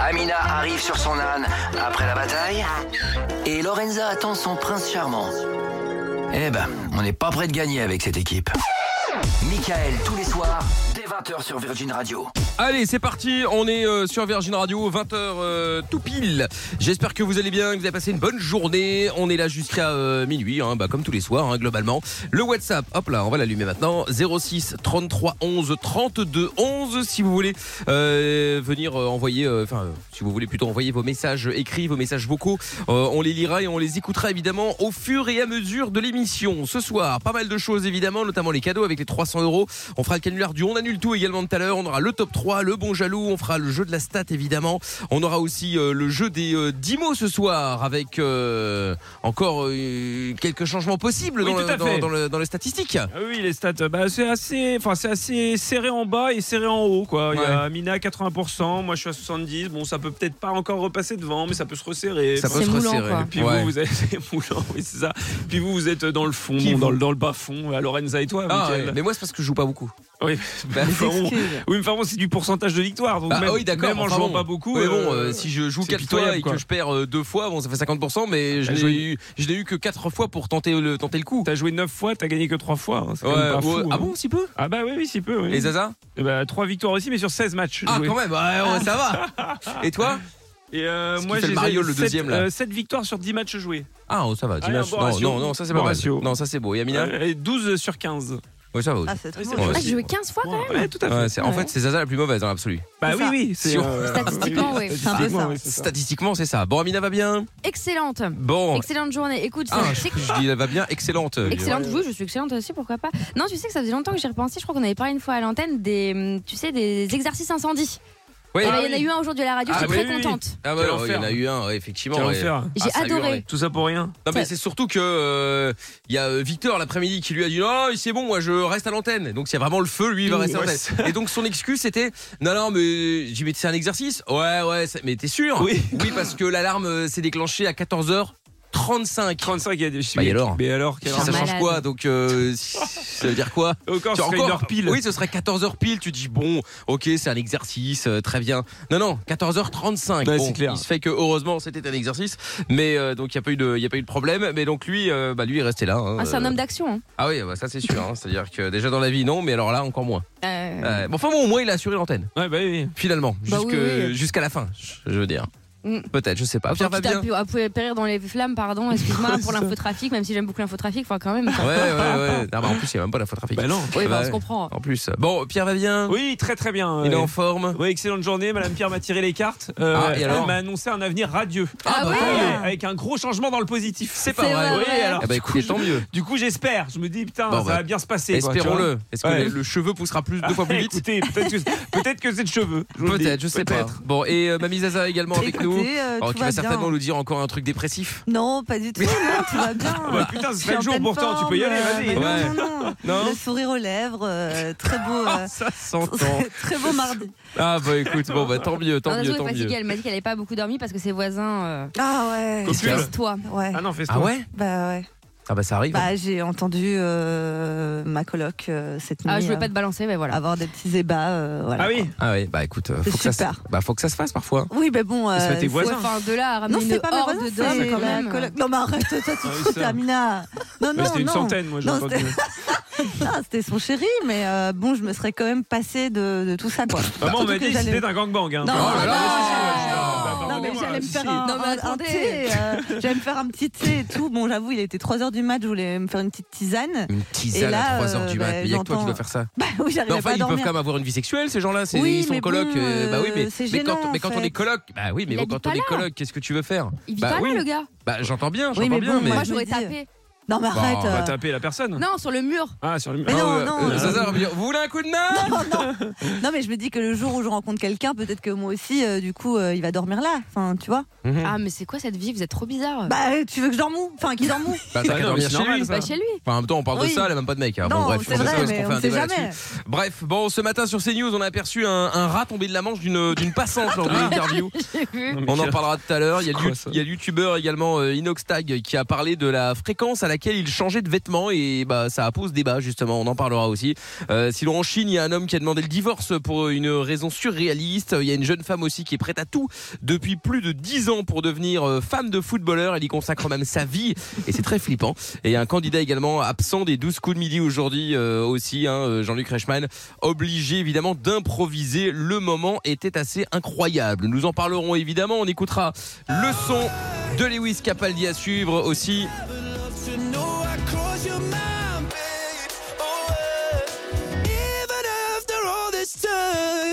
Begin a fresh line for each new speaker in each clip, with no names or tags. Amina arrive sur son âne après la bataille. Et Lorenza attend son prince charmant. Eh ben, on n'est pas prêt de gagner avec cette équipe. Michael, tous les soirs, dès 20h sur Virgin Radio.
Allez, c'est parti. On est euh, sur Virgin Radio, 20h euh, tout pile. J'espère que vous allez bien, que vous avez passé une bonne journée. On est là jusqu'à euh, minuit, hein, bah, comme tous les soirs, hein, globalement. Le WhatsApp, hop là, on va l'allumer maintenant. 06 33 11 32 11. Si vous voulez euh, venir euh, envoyer, euh, enfin, euh, si vous voulez plutôt envoyer vos messages écrits, vos messages vocaux, euh, on les lira et on les écoutera évidemment au fur et à mesure de l'émission. Ce soir, pas mal de choses évidemment, notamment les cadeaux avec les 300 euros. On fera le canular du On annule tout également tout à l'heure. On aura le top 3, le bon jaloux. On fera le jeu de la stat évidemment. On aura aussi euh, le jeu des euh, 10 mots ce soir avec euh, encore euh, quelques changements possibles
Oui,
dans, le-
tout à
dans-
fait.
dans le- dans les statistiques.
Ah Oui, les stats, bah, c'est assez, enfin, c'est assez serré en bas et serré en haut. Quoi. Il y a
Ouais.
Amina à 80%, moi je suis à 70%. Bon, ça peut peut-être pas encore repasser devant, mais ça peut se resserrer.
Ça peut
C'est
se
moulant,
resserrer.
quoi.
Puis
Ouais.
vous, vous êtes c'est moulant, oui, c'est ça. Puis vous, vous êtes dans le fond,
Qui
dans,
vous
le, dans le bas fond, à Lorenza et toi.
Ah,
Mickaël.
ouais. mais moi c'est parce que je joue pas beaucoup.
Oui, mais
Bah,
enfin, bon, oui, mais enfin bon, c'est du pourcentage de victoire. Donc
Bah,
même,
oui, d'accord.
même en
enfin
jouant
bon.
pas beaucoup.
Mais bon,
euh,
euh, si je joue
c'est
4 fois
pitoyable,
et
quoi.
que je perds euh, deux fois, bon, ça fait 50%, mais je
Ah,
n'ai
j'ai-
eu, je n'ai eu que 4 fois pour tenter le, tenter le coup.
T'as joué 9 fois, t'as gagné que 3 fois. hein, c'est quand
Ouais,
même pas
ouais.
fou,
ah
hein.
bon, si peu
Ah bah oui, oui, si peu. Oui.
Et Zaza
Eh bah, 3 victoires aussi, mais sur 16 matchs.
Ah,
joués.
quand même, ouais, ouais, ça va. Et toi
Et euh,
Ce qui
moi,
fait le
j'ai
Mario, le
7,
deuxième, là.
7 victoires sur 10 matchs joués.
Ah, oh, ça va,
Allez, un
dimanche.
bon
Non,
ratio.
non, non, ça c'est pas
Bon
mal.
ratio.
Non, ça c'est beau. Yamina
Euh, et 12 sur 15.
Oui, ça va aussi.
Ah, c'est très
Ouais,
bon.
Ouais,
Ah,
c'est-
j'ai joué 15 fois quand même.
Ouais, tout à fait.
Ouais, c'est- En fait, c'est Zaza la plus mauvaise dans l'absolu.
bah
c'est
oui,
ça.
oui. c'est-
Si on-
euh,
Statistiquement, oui.
Ah, C'est un peu ça.
oui, c'est ça.
Statistiquement, c'est ça. Bon, Amina va bien
Excellente.
Bon.
Excellente journée. Écoute,
Ah,
je
je,
sais que-
je dis, elle va bien, excellente.
Excellente, oui, je suis excellente aussi, pourquoi pas. Non, tu sais que ça faisait longtemps que j'y repensais, je crois qu'on avait parlé une fois à l'antenne des, hum, tu sais, des exercices incendies.
Ouais.
Et ben, il y en a eu un aujourd'hui à la radio,
Ah,
je suis
oui,
très
oui, oui.
contente.
Ah, ouais,
Quel
alors, il y en a
enfer.
eu un, ouais, effectivement.
Quel
ouais.
enfer.
Ah,
J'ai
ça a hurlé.
adoré.
Tout ça pour rien.
Non mais
Ouais.
c'est surtout que euh, il y a euh, Victor l'après-midi qui lui a dit non c'est bon moi je reste à l'antenne donc s'il y a vraiment le feu lui il va
Oui.
rester à
Ouais,
l'antenne et donc son excuse c'était non non mais j'ai mais c'est un exercice ouais ouais c'est- mais t'es sûr
Oui.
oui parce que l'alarme euh, s'est déclenchée à 14h35
35, il y a des. je suis-
Bah, et alors
Mais alors, quel
ça
Malade.
change quoi donc euh, ça veut dire quoi
Encore,
Tu as
ce serait une heure pile.
Oui, ce serait 14h pile. Tu dis, bon, ok, c'est un exercice, euh, très bien. Non, non, 14h35.
Ouais,
Bon,
c'est clair.
Il se fait que, heureusement, c'était un exercice. Mais euh, donc, il n'y a, pas eu de- il y a pas eu de problème. Mais donc, lui, euh, bah, lui est resté là. hein.
Ah, c'est un homme d'action. hein.
Ah oui, bah, ça, c'est sûr. hein. C'est-à-dire que déjà dans la vie, non, mais alors là, encore moins.
Euh,
Euh, bon, enfin, bon, au moins, il a assuré l'antenne,
Ouais, bah oui.
finalement.
Bah
Jusque-
oui, oui.
Jusqu'à la fin, je veux dire.
Mm.
Peut-être, je sais pas. Pierre
enfin,
Ah. va
quitte à
bien. Ah,
pu- à pu- périr dans les flammes, pardon, excuse-moi pour l'infotrafic, même si j'aime beaucoup l'infotrafic, enfin quand même.
Ouais, ouais, ouais. Non, bah, en plus, il n'y a même pas la faute trafic.
Bah non.
Oui, bah,
Bah,
on se comprend.
En plus. Bon, Oh, Pierre va bien.
Oui, très très bien.
Il est
ouais.
en forme.
Ouais, excellente journée. Madame Pierre m'a tiré les cartes. Euh,
Ah, et alors bah,
elle m'a annoncé un avenir radieux.
Ah ouais
Ouais, Avec un gros changement dans le positif.
C'est pas
C'est
vrai.
vrai.
Oui, alors.
Eh bah, écoutez, tant mieux.
Du coup, j'espère. Je me dis, putain,
Bon,
ça
bah,
va bien se passer. quoi, tu vois.
Espérons-le. Est-ce que
Ouais.
le, le cheveu poussera plus deux fois plus vite
Écoutez, peut-être que, peut que c'est de cheveux. je vous le dis.
Peut-être, je sais pas.
Peut-être.
Bon, et euh, Mamie Zaza également avec nous.
Écoutez, euh,
Alors,
tout
qui
va
va
bien.
certainement nous dire encore un truc dépressif.
Non, pas du tout, non, tout va bien.
Ah bah, putain, ce
Je suis
serait le
en
jour
pleine
pourtant. Tu peux y
forme,
aller,
euh,
vas-y.
mais Non,
Ouais.
non, non.
Non
Le sourire aux lèvres, euh, très beau.
Ah,
euh,
Ça s'entend.
très beau mardi.
Ah bah écoute, bon bah tant mieux,
On
tant
a
mieux,
joué
tant
fatiguée,
mieux.
elle m'a dit qu'elle n'avait pas beaucoup dormi parce que ses voisins. euh,
Ah ouais.
Copule.
Toi.
Ouais.
Ah non, fais ça.
Ah ouais
Bah ouais.
Ah bah ça arrive.
Bah j'ai entendu euh, ma coloc euh, cette nuit.
Ah, je voulais
euh,
pas te balancer, mais voilà.
avoir des petits ébats. euh, voilà.
Ah oui
Ah ouais, bah écoute, euh, faut
C'est
que, ça se...
super.
bah, faut que ça se fasse parfois.
Oui, mais bon.
ça,
euh,
tes
faut-
voisins.
Ouais, enfin, de là à ramener
Non,
une
c'est pas mes
horde
voisins,
de
c'est
quand
la
même.
coloc. Non, mais arrête, toi, tu
Ah oui,
te fous,
ça.
t'es Amina. Non,
Mais
non,
C'était une
non.
centaine, moi, j'ai
Non,
entendu.
Ah, c'était son chéri, mais euh, bon, je me serais quand même passé de, de tout ça, quoi.
Maman, Bah, on
Surtout
m'a
que
dit que
j'allais-
c'était un gangbang. Hein.
Non,
Oh là
non,
là.
non,
Ah,
non, mais
pardonnez-moi,
j'allais me
si,
faire
si.
un,
Non, mais
un- un
attendez.
thé. euh, j'allais me faire un petit thé et tout. Bon, j'avoue, il était 3h du mat, je voulais me faire une petite tisane.
Une tisane
là,
à 3h du
euh,
mat,
bah,
mais y a que toi qui
j'entends-
dois faire ça.
Bah oui,
Mais
j'arrivais
enfin,
pas à
ils peuvent
dormir.
quand même avoir une vie sexuelle, ces gens-là. c'est-
Oui,
ils sont
mais
colocs.
bon,
euh, bah oui, mais,
euh, c'est
mais quand,
gênant,
mais
en
quand on
fait.
est coloc, bah oui, mais
Il
bon,
habite
quand
pas
on est
là.
coloc, qu'est-ce que tu veux faire
Il vit
Bah
pas
oui.
là, le gars.
Bah j'entends bien,
Oui,
j'entends
mais
bien,
bon,
mais
Moi,
je
j'aurais
me dis-
tapé.
Non, mais
Bah,
arrête.
on va
euh,
taper la personne.
Non, sur le mur.
Ah, sur le mur.
Mais non,
ouais,
non,
euh,
non.
Zaza va me dire, vous voulez un coup de main
Non, non. non, mais je me dis que le jour où je rencontre quelqu'un, peut-être que moi aussi, euh, du coup, euh, il va dormir là. Enfin, tu vois.
Mhm.
Ah, mais c'est quoi cette vie Vous êtes trop bizarre.
Bah, euh, tu veux que je dorme où Enfin, qu'il dorme où
Bah, t'as qu'à
Ah non,
dormir
mais c'est
chez
normal,
lui.
ça.
Pas chez lui.
Enfin, en même temps, on parle de
Oui.
ça, elle a même pas de mec. hein.
Non,
bon, bref,
c'est
on sait pas
vrai,
ce qu'on
mais
fait
on
un
sait
débat
jamais.
là-dessus. Bref, bon, ce matin sur CNews, on a aperçu un, un rat tombé de la manche d'une d'une passante lors de l'interview.
J'ai vu.
Ah. Non, mais
On en
quel-
parlera tout à l'heure. Il y a le
C'est quoi,
yout-
ça
il y a le youtubeur également euh, Inoxtag qui a parlé de la fréquence à laquelle il changeait de vêtements et bah ça pose débat justement. On en parlera aussi. Euh, si l'on en Chine, il y a un homme qui a demandé le divorce pour une raison surréaliste. Il y a une jeune femme aussi qui est prête à tout depuis plus de 10 ans pour devenir euh, femme de footballeur. Elle y consacre même sa vie et c'est très flippant. Et un candidat également absent des 12 coups de midi aujourd'hui euh, aussi, hein, euh, Jean-Luc Reichmann, obligé évidemment d'improviser. Le moment était assez incroyable. Nous en parlerons évidemment. On écoutera le son de Lewis Capaldi à suivre aussi.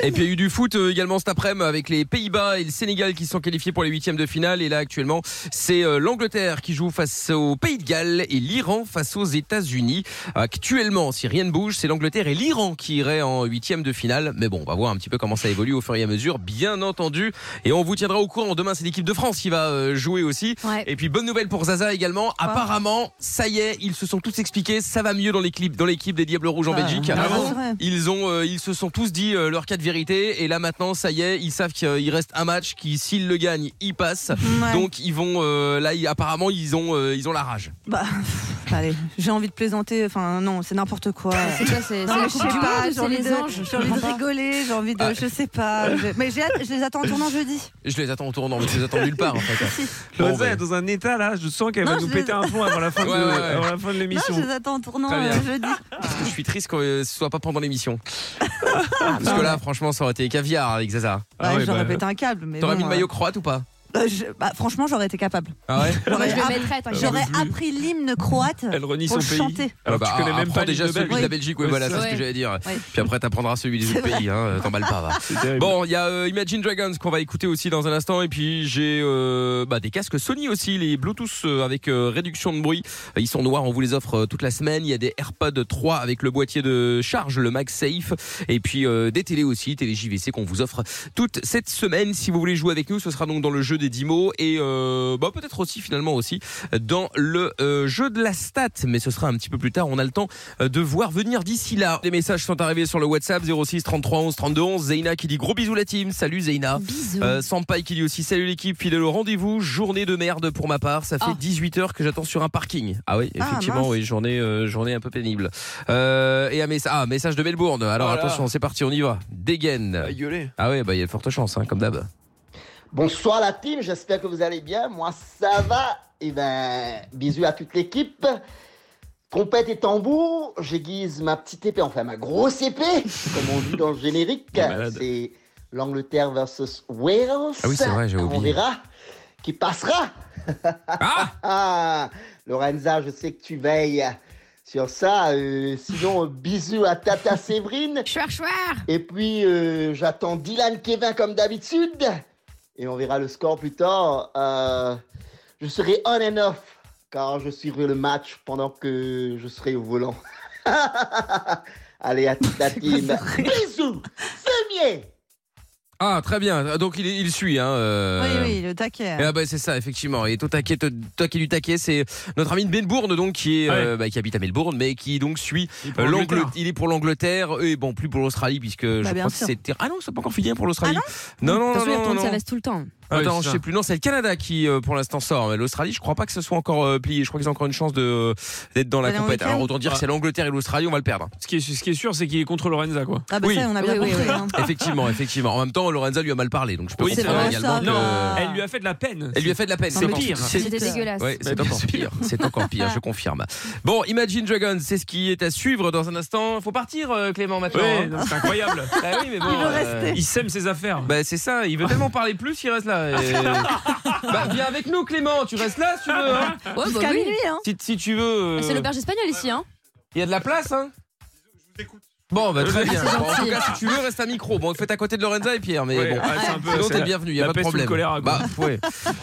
Et puis il y a eu du foot euh, également cet après-midi avec les Pays-Bas et le Sénégal qui sont qualifiés pour les huitièmes de finale. Et là actuellement, c'est euh, l'Angleterre qui joue face au Pays de Galles et l'Iran face aux États-Unis. Actuellement, si rien ne bouge, c'est l'Angleterre et l'Iran qui iraient en huitièmes de finale. Mais bon, on va voir un petit peu comment ça évolue au fur et à mesure, bien entendu. Et on vous tiendra au courant. Demain, c'est l'équipe de France qui va euh, jouer aussi.
Ouais.
Et puis bonne nouvelle pour Zaza également. Apparemment, ça y est, ils se sont tous expliqués. Ça va mieux dans les clips, dans l'équipe des Diables Rouges en
Ah,
Belgique.
ah bon Ouais.
Ils ont, euh, ils se sont tous dit euh, leur cas de vérité. Et là maintenant, ça y est, ils savent qu'il euh, reste un match qui, s'ils le gagnent, ils passent.
Ouais.
Donc ils vont euh, là, ils- apparemment, ils ont, euh, ils ont la rage.
Bah, pff, allez, j'ai envie de plaisanter. Enfin, non, c'est n'importe quoi.
C'est quoi C'est c'est
Non, mais
la
je
Coupe
sais
du
pas,
Monde ou
j'ai
c'est
envie
les
de-
anges
J'ai envie de rigoler, j'ai envie de.
Ah.
Je sais pas. je- Mais j'ai hâte- je les attends en tournant jeudi.
Je les attends en tournant, mais je les attends nulle part en fait. Bon,
Loza
ouais.
est dans un état là, je sens qu'elle
Non,
va nous
je-
péter un plomb avant la fin de
Ouais, ouais, ouais.
avant la fin de
Non,
l'émission.
je les attends en tournant
Très bien.
euh, jeudi.
Parce que je suis triste que euh, ce soit pas pendant l'émission. Parce que là, franchement, ça aurait été caviar avec Zaza.
Ah
Ouais,
ouais,
j'aurais
bah,
pété un câble. mais
T'aurais
bon,
mis le maillot croate ou pas
euh, euh, je- bah, Franchement, j'aurais été capable.
Ah ouais
Moi, je le
app-
mettrais, t'inquiète.
j'aurais
plus.
appris l'hymne croate.
Elle renie
Pour
son
le
pays.
chanter.
Alors
Bah,
tu connais même
apprends
pas
déjà
l'hymne
celui
belge.
de la Belgique, ouais,
Ouais,
voilà,
c'est
c'est ce
vrai.
que j'allais dire.
Ouais.
Puis après, t'apprendras celui des autres pays, hein, euh, t'emballes pas. va.
C'est terrible.
Bon, il y a euh, Imagine Dragons qu'on va écouter aussi dans un instant, et puis j'ai euh, bah, des casques Sony aussi, les Bluetooth euh, avec euh, réduction de bruit. Euh, Ils sont noirs, on vous les offre euh, toute la semaine. Il y a des AirPods 3 avec le boîtier de charge, le MagSafe, et puis euh, des télés aussi, télé JVC qu'on vous offre toute cette semaine. Si vous voulez jouer avec nous, ce sera donc dans le jeu des 10 mots, et euh, bah, peut-être aussi finalement aussi dans le euh, jeu de la stat, mais ce sera un petit peu plus tard. On a le temps euh, de voir venir d'ici là. Les messages sont arrivés sur le WhatsApp 06 33 11 32 11. Zeina qui dit gros bisous la team. Salut Zeina.
Bisous.
Euh, Sampai qui dit aussi salut l'équipe, fidèle au rendez-vous, journée de merde pour ma part, ça fait
Ah.
18 heures que j'attends sur un parking. Ah oui,
Ah,
effectivement,
mince.
oui, journée, euh, journée un peu pénible. Euh, et un message, ah, message de Melbourne, alors
Voilà.
attention, c'est parti, on y va. Dégaine. Ah ouais, bah il y a de fortes chances, hein, comme d'hab.
Bonsoir la team, j'espère que vous allez bien. Moi, ça va. Et ben, bisous à toute l'équipe. Trompette et tambour, j'aiguise ma petite épée, enfin ma grosse épée, comme on dit dans le générique.
Il est malade.
C'est l'Angleterre versus Wales.
Ah oui, c'est vrai, j'ai
On
oublié.
verra qui passera.
Ah
Ah, Lorenza, je sais que tu veilles sur ça. Euh, sinon, euh, bisous à Tata Séverine.
Chouard, chouard.
Et puis, euh, j'attends Dylan Kevin comme d'habitude. Et on verra le score plus tard. Euh, je serai on and off car je suivrai le match pendant que je serai au volant. Allez, à toute la team. Bisous, c'est mieux.
Ah, très bien, donc il, est- il suit, hein. euh.
Oui, oui, le taquet.
Et Ah bah c'est ça effectivement et Tota au taquet, au taquet du taquet c'est notre ami de Melbourne donc qui est euh, bah, qui habite à Melbourne mais qui donc suit
Il prend
euh,
l'Angleterre.
l'Angleterre il est pour l'l'Angleterre et bon plus pour l'Australie puisque je
Bah, bien
crois que
sûr. Ah
c'était ah non c'est pas encore fini hein, pour l'Australie non
De
non
toute
non,
façon, il
non,
retourne, ça
non.
reste tout le temps.
Ah, attends
Oui, c'est
je
ça.
sais plus non c'est le Canada qui euh, pour l'instant sort mais l'Australie je crois pas que ce soit encore euh, plié je crois qu'ils ont encore une chance de euh, d'être dans la
D'aller en
compète
week-end
alors autant dire que
Ah.
c'est l'Angleterre et l'Australie on va le perdre
Ce qui est, ce qui est sûr, c'est qu'il est contre Lorenza quoi.
Ah, bah
Oui.
ça, on a bien
Oui, oui,
compris.
oui.
hein.
effectivement effectivement en même temps Lorenza lui a mal parlé donc je peux
Oui, c'est
comprendre
vrai,
également
ça,
que-
non.
Euh, Elle lui a fait de la peine.
elle lui a fait de la peine
C'est
encore-
pire.
c'est-
C'était
C'était-
dégueulasse.
Ouais, c'est
Bah, bien
encore
sûr.
pire. C'est encore pire, je confirme. Bon, Imagine Dragons, c'est ce qui est à suivre dans un instant. Faut partir, euh, Clément, maintenant.
Ouais,
hein.
non, c'est incroyable.
Bah oui, mais bon,
Il veut
euh,
rester.
Il sème ses affaires.
Bah c'est ça, il veut tellement parler plus, il reste là. Et- bah viens avec nous, Clément, tu restes là si tu veux. hein.
Ouais, bah
Jusqu'à
oui.
minuit, hein.
Ah,
Si, si tu veux. euh,
C'est l'auberge espagnole ici, hein
Il y a de la place, hein Bon, bah, très
Euh,
bien.
c'est
Bon, en tout
gentil.
cas, si tu veux, reste à micro. Bon, faites à côté de Lorenza et Pierre, mais
Ouais,
bon.
ah, c'est un peu-
Sinon,
c'est
t'es
la-
bienvenu, y
la
a pas de
peste ou le
problème.
choléra, quoi.
Bah, ouais.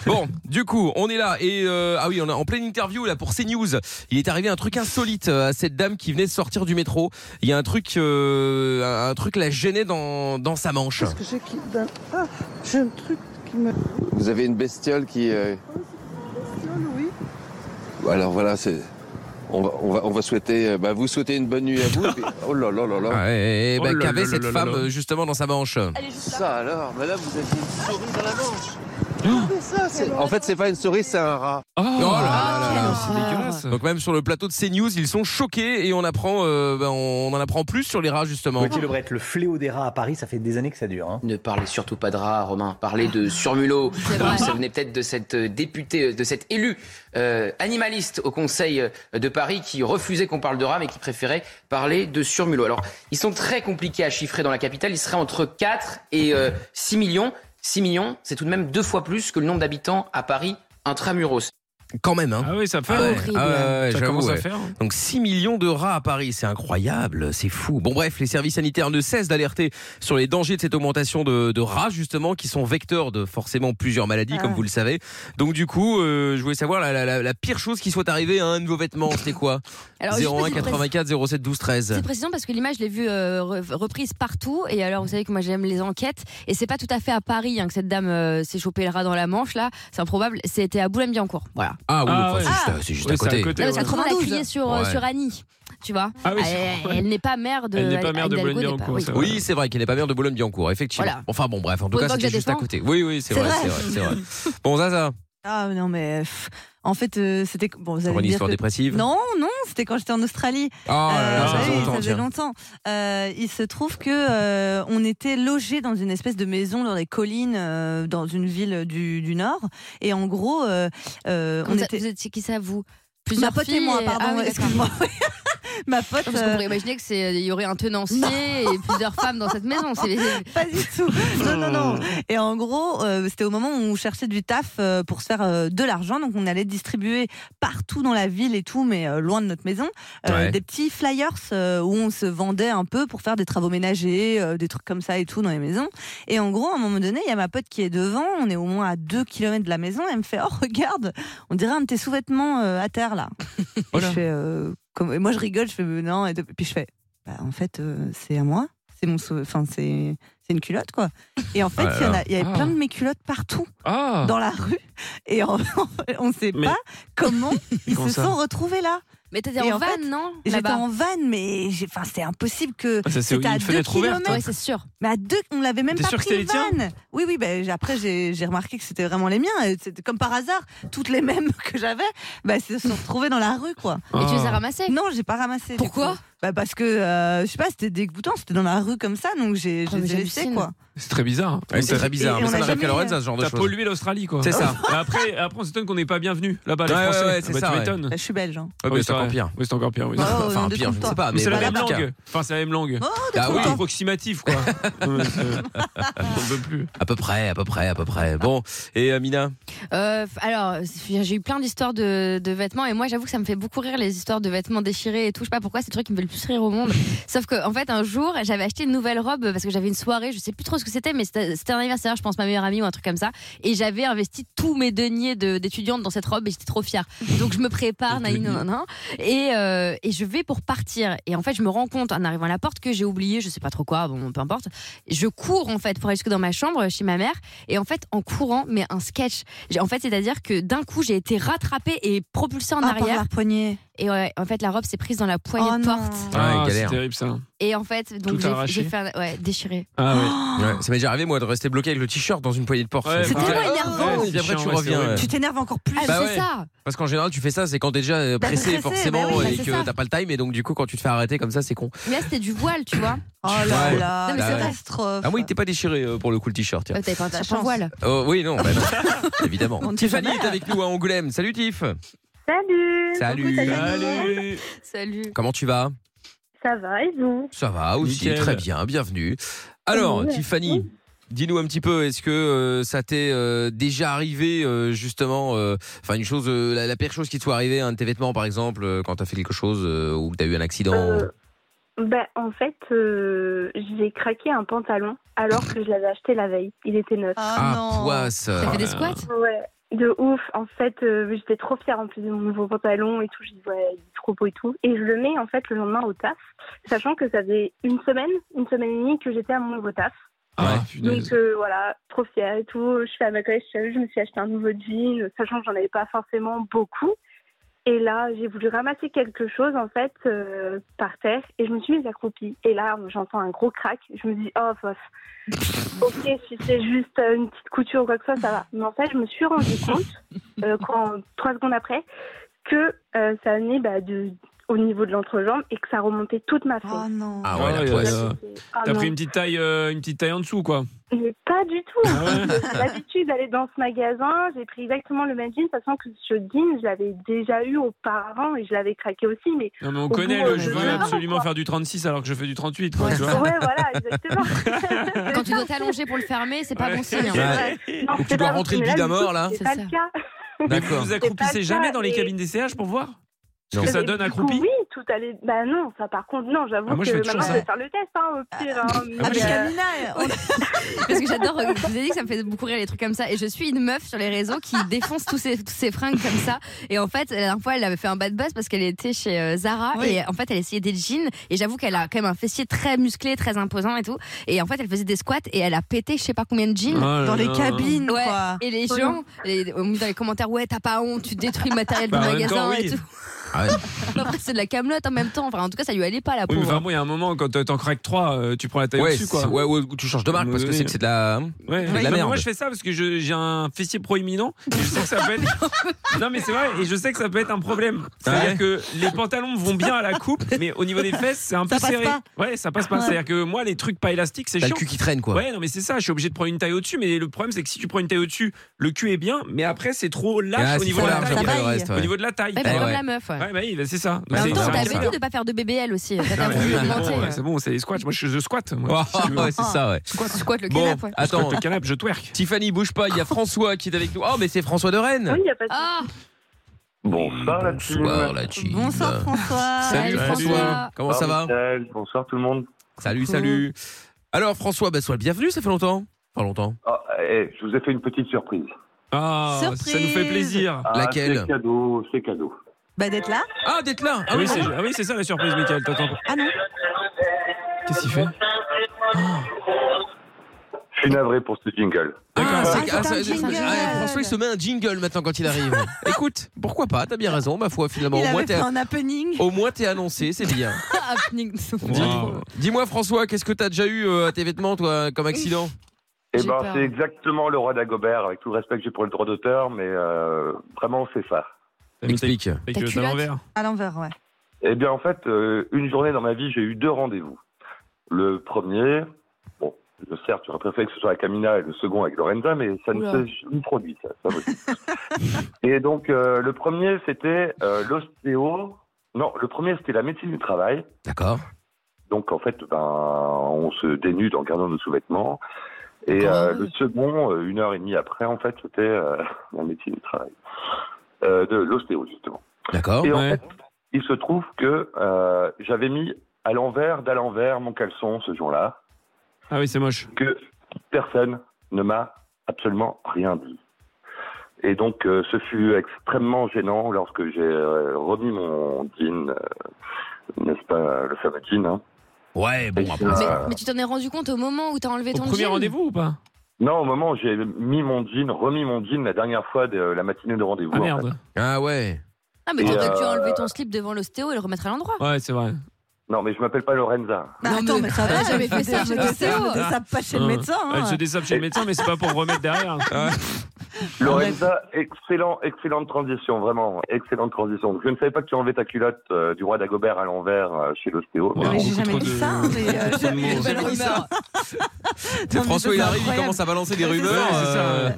Bon, du coup, on est là et euh, ah oui, on est en pleine interview là pour CNews. Il est arrivé un truc insolite euh, à cette dame qui venait de sortir du métro. Il y a un truc, euh, un truc la gênait dans, dans sa manche.
Parce que j'ai qui d'un- Ah, j'ai un truc qui me.
Vous avez une bestiole qui. euh,
Oui.
Alors voilà, c'est. On va, on, va, on va souhaiter. euh, Bah, vous souhaitez une bonne nuit à vous. et puis- Oh là là là là.
Ah, et, et, bah,
Oh là
Qu'avait
là
cette
là là
femme
là.
euh, justement dans sa manche
Ça alors, mais là vous avez une souris dans la manche. Mais ça, c'est- Oh en fait, c'est pas une souris, c'est un rat.
Oh
là là là
Ah,
là.
C'est dégueulasse.
Donc même sur le plateau de CNews, ils sont choqués et on apprend, euh, bah, on en apprend plus sur les rats justement.
Gauthier Lebret, le fléau des rats à Paris, ça fait des années que ça dure. hein.
Ne parlez surtout pas de rats, Romain. Parlez de surmulot.
C'est vrai.
Ça venait peut-être de cette euh, députée, euh, de cette élue euh, animaliste au Conseil euh, de Paris qui refusait qu'on parle de rats, mais qui préférait parler de surmulot. Alors, ils sont très compliqués à chiffrer dans la capitale. Ils seraient entre 4 et euh, 6 millions. 6 millions, c'est tout de même deux fois plus que le nombre d'habitants à Paris intramuros.
Quand même, hein.
Ah oui, ça fait.
Ah ouais,
Horrible.
ah ouais,
ça
j'avoue,
commence à
ouais.
faire. hein.
Donc 6 millions de rats à Paris, c'est incroyable, c'est fou. Bon bref, les services sanitaires ne cessent d'alerter sur les dangers de cette augmentation de, de rats justement, qui sont vecteurs de forcément plusieurs maladies,
Ah.
comme vous le savez. Donc du coup, euh, je voulais savoir la, la- la- la pire chose qui soit arrivée à un de vos vêtements, c'était quoi
Alors, juste
01
petite précision-
84 07 12 13.
C'est précision parce que l'image, je l'ai vue euh, re- reprise partout. Et alors, vous savez que moi, j'aime les enquêtes. Et c'est pas tout à fait à Paris hein, que cette dame euh, s'est chopée le rat dans la manche, là. C'est improbable. C'était à Boulogne-Billancourt. Voilà.
Ah oui,
Ah
enfin,
ouais.
c'est juste, à- c'est juste
Ouais,
à
c'est à
côté.
côté,
Non,
ouais.
mais ça, tout le monde a
92.
crié sur, euh,
Ouais.
sur Annie, tu vois.
Ah oui, c'est
elle
vrai.
elle n'est pas mère de.
Elle n'est pas mère de
Anne Hidalgo
Boulogne-Billancourt,
n'est pas- oui.
c'est vrai.
Oui, c'est vrai qu'elle n'est pas mère de Boulogne-Billancourt, effectivement.
Voilà.
Enfin bon, bref, en tout
Pour
cas,
une fois que
c'était
je
juste à
défends.
côté. Oui, oui, c'est
C'est
vrai,
vrai.
c'est vrai, c'est vrai. Bon, Zaza,
Ah non, mais pff, en fait, euh, c'était bon. Vous allez
pour une
me dire
histoire
que-
dépressive.
Non, non, c'était quand j'étais en Australie.
Ah, là, là,
Euh,
ça
oui,
faisait longtemps,
ça faisait
tiens.
longtemps. Euh, il se trouve que euh, on était logés dans une espèce de maison dans les collines, euh, dans une ville du, du nord. Et en gros, euh, euh,
Comment
on
ça-
était.
Vous étiez qui ça, vous
Ma
Plusieurs
pote
filles
et moi,
et-
pardon,
Ah oui, d'accord.
excuse-moi. Ma pote.
Parce qu'on
euh,
pourrait imaginer que c'est- il y aurait un tenancier et plusieurs femmes dans cette maison. C'est les-
Pas du tout. Non, non, non. Et en gros, euh, c'était au moment où on cherchait du taf euh, pour se faire euh, de l'argent. Donc, on allait distribuer partout dans la ville et tout, mais euh, loin de notre maison, euh,
Ouais.
des petits flyers euh, où on se vendait un peu pour faire des travaux ménagers, euh, des trucs comme ça et tout dans les maisons. Et en gros, à un moment donné, il y a ma pote qui est devant. On est au moins à 2 km de la maison. Elle me fait Oh, regarde, on dirait un de tes sous-vêtements euh, à terre là. Et
Voilà.
je fais, euh, comme- et moi, je rigole. Je fais Mais Non. Et de- puis, je fais Bah, En fait, euh, c'est à moi. C'est mon sou- Enfin, c'est c'est une culotte quoi. Et en fait,
Ah là
il y, en
là.
a- il y avait
Ah.
plein de mes culottes partout
Ah
dans la rue. Et en- on ne sait
Mais-
pas comment ils
Comment
se
ça
sont retrouvés là.
Mais t'étais
Et
en,
en
van,
fait,
non
J'étais
là-bas
en van, mais j'ai- enfin, c'était impossible que.
Ah, ça, c'est
C'était
une
à deux
fenêtre ouverte.
kilomètres.
Ouais, c'est sûr.
Mais à deux, on l'avait même
T'es
pas
sûr que
pris le
c'était les
van. Oui, oui. Ben, j'ai- après, j'ai j'ai remarqué que c'était vraiment les miens. Et C'était comme par hasard, toutes les mêmes que j'avais, ben, se sont retrouvées dans la rue quoi.
Et tu les as
Ah.
ramassées
Non, j'ai pas ramassé. du
Pourquoi
coup. Bah, parce que euh, je sais pas, c'était dégoûtant. C'était dans la rue comme ça, donc j'ai
Oh,
je les ai
mais
laissés,
j'hallucine.
quoi.
C'est très bizarre. euh,
Ouais, c'est
Et-
très bizarre,
et
mais
on
ça
a
n'arrive qu'à
jamais-
Lorenza, ce genre de
T'as
choses.
pollué l'Australie quoi.
C'est ça.
Mais après, après, on s'étonne qu'on n'est pas bienvenu là-bas, les
Ouais,
Français.
ouais, ouais, c'est
Bah,
ça, ouais.
Tu m'étonnes.
Je suis belge. hein.
Ouais,
Oui,
mais c'est encore
vrai.
pire.
Oui, c'est encore pire. oui.
Bah, Oh,
enfin,
ne
pire, je ne
trompe-toi.
sais pas,
Mais
mais
c'est la
bon,
même
en tout cas.
langue. Enfin, c'est la même langue.
Oh,
Ah oui.
C'est approximatif, quoi. Ouais, c'est- On peut plus.
À peu près, à peu près, à peu près. Bon, et Amina
Euh, f- alors, j'ai eu plein d'histoires de, de vêtements et moi, j'avoue que ça me fait beaucoup rire les histoires de vêtements déchirés et tout. Je sais pas pourquoi, c'est le truc qui me fait le plus rire au monde. Sauf que, en fait, un jour, j'avais acheté une nouvelle robe parce que j'avais une soirée, je sais plus trop ce que c'était, mais c'était c'était un anniversaire, je pense, ma meilleure amie ou un truc comme ça. Et j'avais investi tous mes deniers de- d'étudiante dans cette robe et j'étais trop fière. Donc, je me prépare,
Les
nan, nan, nan, et, euh, et je vais pour partir. Et en fait, je me rends compte en arrivant à la porte que j'ai oublié, je sais pas trop quoi, bon, peu importe. Je cours, en fait, pour aller jusque dans ma chambre chez ma mère. Et en fait, en courant, mais un sketch. J'ai- En fait, c'est-à-dire que d'un coup, j'ai été rattrapée et propulsée en
Ah, par
arrière.
la poignée.
Et ouais, en fait, la robe s'est prise dans la poignée
Oh non.
de porte.
Ah,
Ah,
c'est
galère.
terrible ça.
Et en fait, donc
Tout
j'ai-
arraché.
j'ai fait un- ouais, déchiré.
Ah ouais.
ouais, Ça m'est déjà arrivé, moi, de rester bloqué avec le t-shirt dans une poignée de porte.
Ouais,
C'est
pareil.
tellement
Ouais,
énervant.
c'est
Et puis après,
chiant,
tu
ouais, c'est
reviens,
horrible.
ouais.
Tu t'énerves encore plus.
Ah, mais
Bah
c'est
ouais.
ça.
Parce qu'en général, tu fais ça, c'est quand t'es déjà euh,
Bah,
pressé,
pressé,
forcément,
bah oui, bah,
et
c'est
que
ça.
t'as pas le time, et donc du coup, quand tu te fais arrêter comme ça, c'est con.
Mais là, c'était du voile, tu vois.
Oh là
Ouais.
là,
Non, mais
mais
c'est
c'est
vrai.
catastrophe.
Ah oui, t'es pas déchiré euh, pour le coup, le t-shirt. tiens.
Euh, T'avais pas un t-shirt
chance.
en voile.
Oh, oui, non, bah non. évidemment.
On ne sait
Tiffany
jamais.
est avec nous à Angoulême. Salut, Tiff.
Salut
Salut.
Salut.
Salut.
Comment tu vas
Ça va, et vous
Ça va aussi,
Nickel. Ah,
très bien, bienvenue. Alors,
Oui, merci.
Tiffany, dis-nous un petit peu, est-ce que euh, ça t'est euh, déjà arrivé euh, justement, euh, enfin une chose, euh, la, la pire chose qui te soit arrivée, un de tes vêtements par exemple, euh, quand t'as fait quelque chose euh, ou que t'as eu un accident
Euh, Bah, en fait, euh, j'ai craqué un pantalon alors que je l'avais acheté la veille. Il était
Oh
neuf.
Ah, poisse.
T'as fait des squats
Ouais, de ouf. En fait, euh, j'étais trop fière en plus de mon nouveau pantalon et tout. Je dis, ouais, il est trop beau et tout. Et je le mets en fait le lendemain au taf, sachant que ça faisait une semaine, une semaine et demie que j'étais à mon nouveau taf.
Ah,
Donc euh, voilà, trop fière et tout. Je suis à ma collège, je me suis acheté un nouveau jean, sachant que j'en avais pas forcément beaucoup. Et là, j'ai voulu ramasser quelque chose en fait euh, par terre et je me suis mise accroupie. Et là, j'entends un gros crack. Je me dis, oh, bof. ok, si c'est juste euh, une petite couture ou quoi que ce soit, ça va. Mais en fait, je me suis rendu compte, euh, quand, trois secondes après, que euh, ça venait bah, de, au niveau de l'entrejambe et que ça remontait toute ma
Oh
fesse.
non.
Ah ouais, la
ouais,
poisse.
ouais.
Ah
T'as
non.
pris une petite taille, euh, une petite taille en dessous, quoi.
Mais pas du tout.
Ah ouais.
J'ai l'habitude d'aller dans ce magasin. J'ai pris exactement le même jean. De toute façon, que ce jean, je l'avais déjà eu auparavant et je l'avais craqué aussi. Mais
Non, mais on
Au
connaît
bout,
le
euh,
je veux
voilà.
absolument faire du 36 alors que je fais du 38, quoi.
Ouais,
tu vois.
ouais, voilà, exactement.
Quand tu dois t'allonger pour le fermer, c'est pas
Ouais.
bon signe. hein.
Ouais.
Non,
Et tu
c'est
dois
pas
rentrer
vrai,
le
mais
bide à
du
mort,
coup,
là
C'est pas le
C'est
cas.
Mais vous
D'accord.
vous accroupissez
le
jamais
cas,
dans les
mais-
cabines des CH pour voir Ce
Non.
que ça
Mais
donne
du coup,
accroupi
Oui, tout allait. Bah non, ça par contre, non, j'avoue
Ah, moi, je
que
fais toujours
maman,
ça. Ah,
je vais faire le test, hein, au pire. hein, mais,
Avec
euh,
Amina, on-
Parce que j'adore, euh, je vous ai dit que ça me fait beaucoup rire les trucs comme ça. Et je suis une meuf sur les réseaux qui défonce tous ses, tous ses fringues comme ça. Et en fait, la dernière fois, elle avait fait un bad buzz parce qu'elle était chez euh, Zara.
Oui.
Et en fait, elle essayait des jeans. Et j'avoue qu'elle a quand même un fessier très musclé, très imposant et tout. Et en fait, elle faisait des squats et elle a pété je sais pas combien de jeans.
Oh
dans les cabines,
Ouais.
quoi.
Et les
Oh
gens, les- au milieu dans les commentaires, ouais, t'as pas honte, tu détruis le matériel
Bah, en
du
même
magasin
temps,
et
oui.
tout.
Ah ouais.
Après, c'est de la camelote en même temps. Enfin, en tout cas, ça lui allait pas, la
Oui, mais
pauvre.
enfin, moi, il y a un moment, quand euh, t'en craques 3, euh, tu prends la taille
Ouais,
au-dessus, quoi.
c'est- ouais, ouais, ou tu changes de marque parce que
Oui.
c'est que c'est de la.
Ouais.
de
Non,
la
mais
merde.
Moi, je fais ça parce que je- j'ai un fessier proéminent. et je sais que ça peut être... non, mais c'est vrai, et je sais que ça peut être un problème. C'est-à-dire
Ah Ouais.
que les pantalons vont bien à la coupe, mais au niveau des fesses, c'est un
Ça
peu
passe
serré.
pas.
Ouais, ça passe pas. C'est-à-dire que moi, les trucs pas élastiques, c'est
T'as le
chiant.
cul qui traîne, quoi.
Ouais, non, mais c'est ça, je suis obligé de prendre une taille au-dessus, mais le problème, c'est que si tu prends une taille au-dessus, le cul est bien, mais après, c'est trop
Ah,
lâche au,
c'est
niveau
trop
de la
large,
taille.
après, le
taille.
reste, ouais.
au niveau de la taille.
Ouais, bah,
Eh
comme
ouais.
la meuf, ouais.
Ouais, bah, oui, bah, c'est ça.
Mais en
C'est-
même temps,
c'est un
t'avais
cas.
dit de pas faire de BBL aussi. T'as
Non, mais
voulu
c'est bon,
augmenter.
ouais, C'est bon, c'est les squats. Moi, je, je squatte.
Oh,
Moi, si tu veux.
ouais, c'est ça, ouais.
Squat le
Bon,
canap, ouais.
Je squatte
attends.
le canapé, je twerk.
Tiffany, bouge pas, il y a François qui est avec nous. Oh, mais c'est François de
Oui,
Rennes.
il y a pas de
Ah,
Bonsoir la team.
Bonsoir, la team.
Bonsoir, François.
Salut,
Salut, François.
François.
Comment ça va
Michel. Bonsoir tout le monde.
Salut, salut. Alors, François, bah, sois le bienvenu, ça fait longtemps. Pas longtemps.
Ah, eh, je vous ai fait une petite surprise.
Ah, ça nous fait
Surprise.
plaisir.
Ah,
Laquelle
C'est cadeau, c'est cadeau.
Bah, d'être là.
Ah, d'être là
Ah oui, c'est ah oui, c'est ça la surprise, Michael. T'attends.
Ah non.
Qu'est-ce qu'il fait
Je suis navré pour ce jingle.
Ah, c'est-
Ah, c'est un
ça-
jingle.
ah, François, il se met un jingle maintenant quand il arrive. Écoute, pourquoi pas T'as bien raison, ma foi, finalement.
Il
Au moins,
avait fait
t'es,
un happening.
au moins, t'es annoncé, c'est bien.
happening.
Dis-
Wow.
Dis-moi, François, qu'est-ce que t'as déjà eu euh, à tes vêtements, toi, comme accident
Eh
J'ai
ben,
peur.
c'est exactement le roi d'Agobert, avec tout le respect que j'ai pour le droit d'auteur, mais euh, vraiment, c'est ça.
T'as mis ta-
Explique.
ta
Ta
culotte à
culotte
euh, l'envers.
À l'envers, ouais.
Eh bien, en fait, euh, une journée dans ma vie, j'ai eu deux rendez-vous. Le premier, bon, je- certes, j'aurais préféré que ce soit avec Amina et le second avec Lorenza, mais ça ne
Oula.
s'est jamais produit, ça. ça oui. et donc, euh, le premier, c'était euh, l'ostéo. Non, le premier, c'était la médecine du travail.
D'accord.
Donc, en fait, ben, on se dénude en gardant nos sous-vêtements. Et
D'accord,
euh,
oui.
le second, euh, une heure et demie après, en fait, c'était euh, la médecine du travail. Euh, de l'ostéo, justement.
D'accord.
Et en
Ouais.
fait, il se trouve que euh, j'avais mis à l'envers, d'à l'envers, mon caleçon ce jour-là,
Ah oui, c'est moche.
que personne ne m'a absolument rien dit. Et donc, euh, ce fut extrêmement gênant lorsque j'ai euh, remis mon jean, euh, n'est-ce pas, le fameux jean. hein.
Ouais, bon, après.
Mais,
Euh,
mais tu t'en es rendu compte au moment où t'as enlevé
Au
ton
premier
jean
rendez-vous ou pas
Non, au moment où j'ai mis mon jean, remis mon jean la dernière fois de la matinée de rendez-vous.
Ah
en fait.
merde.
Ah ouais.
Ah, mais
Et,
t'aurais dû
euh,
enlever ton slip devant l'ostéo et le remettre à l'endroit.
Ouais, c'est vrai.
Non, mais je m'appelle pas Lorenza.
Bah,
Non,
attends,
mais-
mais ça va,
Ah, j'avais fait ça,
je
j'étais
te
au-
je te sape pas chez le
Ah.
médecin. hein.
Elle se désappe chez le médecin, mais c'est pas pour remettre derrière.
Lorenza, excellent, excellente transition, vraiment, excellente transition. Je ne savais pas que tu enlevais ta culotte euh, du roi d'Agobert à l'envers euh, chez l'ostéo.
Ouais.
Non, mais
Wow,
j'ai
beaucoup
jamais
trop
dit
de-
ça, hein, mais euh,
trop de
j'ai eu
mots.
une belle
Jamais dit
rumeur.
C'est François, il arrive, il
incroyable.
commence à balancer des
Ouais, c'est
rumeurs.
ça.
euh,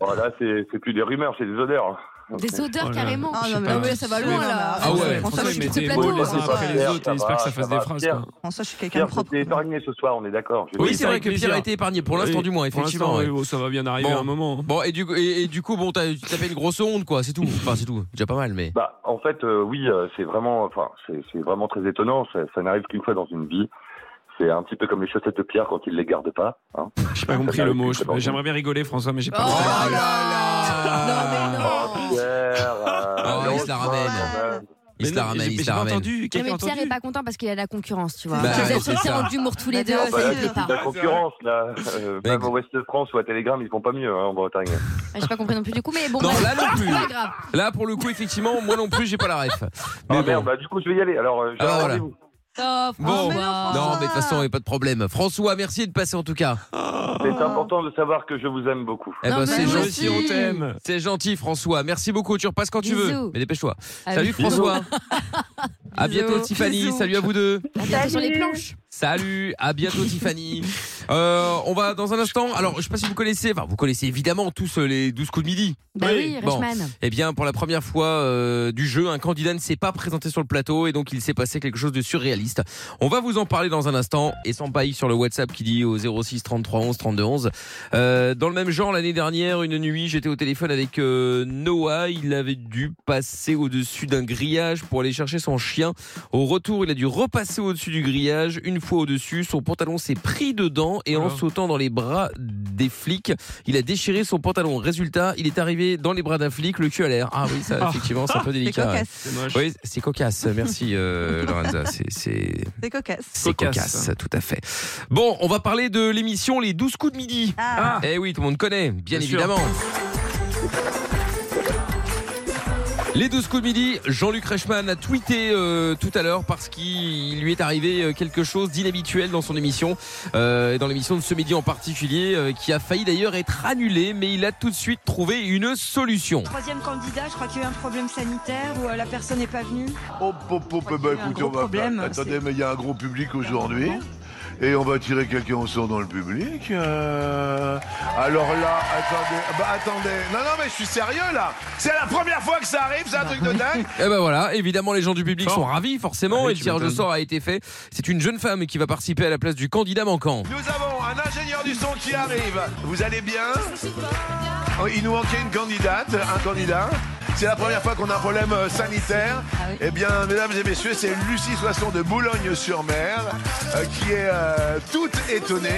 Bon, là, c'est c'est plus des rumeurs, c'est des odeurs.
Des odeurs
Oh là là.
carrément.
Ah, non, mais là, ça va loin, là.
Ah ouais,
François,
François,
je
il
suis
met
sur ce
des
plateau,
mots les uns
hein.
après les
Pierre,
autres et il
ça
espère que
va,
ça fasse
ça
des
va,
phrases.
Pierre.
quoi.
François, je suis quelqu'un de
Pierre,
propre.
t'es épargné ce soir, on est d'accord. Je-
Oui, c'est vrai que Pierre a été épargné pour l'instant,
Oui,
du moins,
pour
effectivement.
l'instant, oui, oh, ça va bien arriver à un
moment. Bon, et du, coup- et, et du coup, bon, t'as- tu t'as fait une grosse honte, quoi, c'est tout. Enfin, c'est tout. Déjà pas mal, mais.
Bah, en fait, euh, oui, euh, c'est vraiment, enfin, c'est c'est vraiment très étonnant. Ça, ça n'arrive qu'une fois dans une vie. C'est un petit peu comme les chaussettes de Pierre quand il les garde pas. Hein.
J'ai pas
Ah,
compris le mot. Je- J'aimerais bien rigoler, François, mais j'ai
Oh.
pas.
Bah,
compris.
Pierre, euh,
Oh, il se la ramène. Il se la
non,
ramène,
j'ai-
il se
j'ai
la
pas
ramène.
entendu.
Non, mais Pierre est pas content parce qu'il a de la concurrence, tu vois.
Bah,
Vous êtes
c'est
sortis
ça.
en dumour tous les deux,
Ah, bah,
ça
là,
lui plaît pas.
c'est la concurrence là. Euh, même au West de France ou à Telegram, ils font pas mieux hein, en Bretagne.
Ah, J'ai pas compris non plus du coup, mais bon,
Non,
bref,
là non plus.
c'est pas grave.
Là, pour le coup, effectivement, moi non plus, j'ai pas la ref.
Ah, merde, bah, du coup, je vais y aller. Alors, euh,
Ah,
j'ai un
voilà.
rendez-vous.
Oh,
Bon,
François.
non, mais de toute façon, il n'y a pas de problème. François, merci de passer en tout cas.
C'est important de savoir que je vous aime beaucoup.
Eh ben, c'est
nous aussi,
gentil.
on t'aime.
C'est gentil, François. Merci beaucoup. Tu repasses quand tu veux.
Bisous.
Mais dépêche-toi.
Ah
Salut,
oui.
François. à bientôt,
Bisous.
Tiffany.
Bisous.
Salut à vous deux.
À bientôt sur les planches.
Salut, à bientôt Tiffany. Euh, on va dans un instant. Alors, je sais pas si vous connaissez, enfin, vous connaissez évidemment tous euh, les 12 coups de midi.
Bah oui, Reichmann.
Eh bien, pour la première fois euh, du jeu, un candidat ne s'est pas présenté sur le plateau et donc il s'est passé quelque chose de surréaliste. On va vous en parler dans un instant et sans paille sur le WhatsApp qui dit au 06 33 11 32 11. Euh, dans le même genre, l'année dernière, une nuit, j'étais au téléphone avec euh, Noah. Il avait dû passer au-dessus d'un grillage pour aller chercher son chien. Au retour, il a dû repasser au-dessus du grillage. Une fois au-dessus, son pantalon s'est pris dedans et en
Oula.
sautant dans les bras des flics, il a déchiré son pantalon. Résultat, il est arrivé dans les bras d'un flic, le cul à l'air. Ah oui, ça,
Ah.
effectivement, c'est un peu délicat.
cocasse.
C'est moche.
Oui, c'est cocasse. Merci, euh, Lorenza. C'est- C'est
C'est cocasse.
c'est cocasse.
Cocasse.
tout à fait. Bon, on va parler de l'émission Les 12 coups de midi.
Ah,
Eh oui, tout le monde connaît, bien,
Bien sûr.
évidemment. Les 12 coups de midi, Jean-Luc Reichmann a tweeté euh, tout à l'heure parce qu'il lui est arrivé euh, quelque chose d'inhabituel dans son émission, euh, et dans l'émission de ce midi en particulier, euh, qui a failli d'ailleurs être annulée, mais il a tout de suite trouvé une solution.
Troisième candidat, je crois qu'il y a eu un problème sanitaire ou euh, la personne n'est pas venue.
Oh, pop, pop,
crois
bah,
qu'il y a un
écoutez,
gros
on va
problème,
faire-
c'est- Ah
Attendez, mais il y a un gros public aujourd'hui. Et on va tirer quelqu'un au sort dans le public. euh, Alors là, attendez. Bah, attendez. Non, non, mais je suis sérieux là. C'est la première fois que ça arrive,
Bah
c'est un truc de dingue.
Et ben voilà, évidemment les gens du public sont ravis forcément,
Ah oui,
et le
tu
tirage au
m'étonnes.
sort a été fait. C'est une jeune femme qui va participer à la place du candidat manquant.
Nous avons un ingénieur du son qui arrive. Vous allez bien Oh, Il nous manquait une candidate, un candidat. C'est la première fois qu'on a un problème euh, sanitaire. Eh bien, mesdames et messieurs, c'est Lucie Soisson de Boulogne-sur-Mer euh, qui est euh, toute étonnée.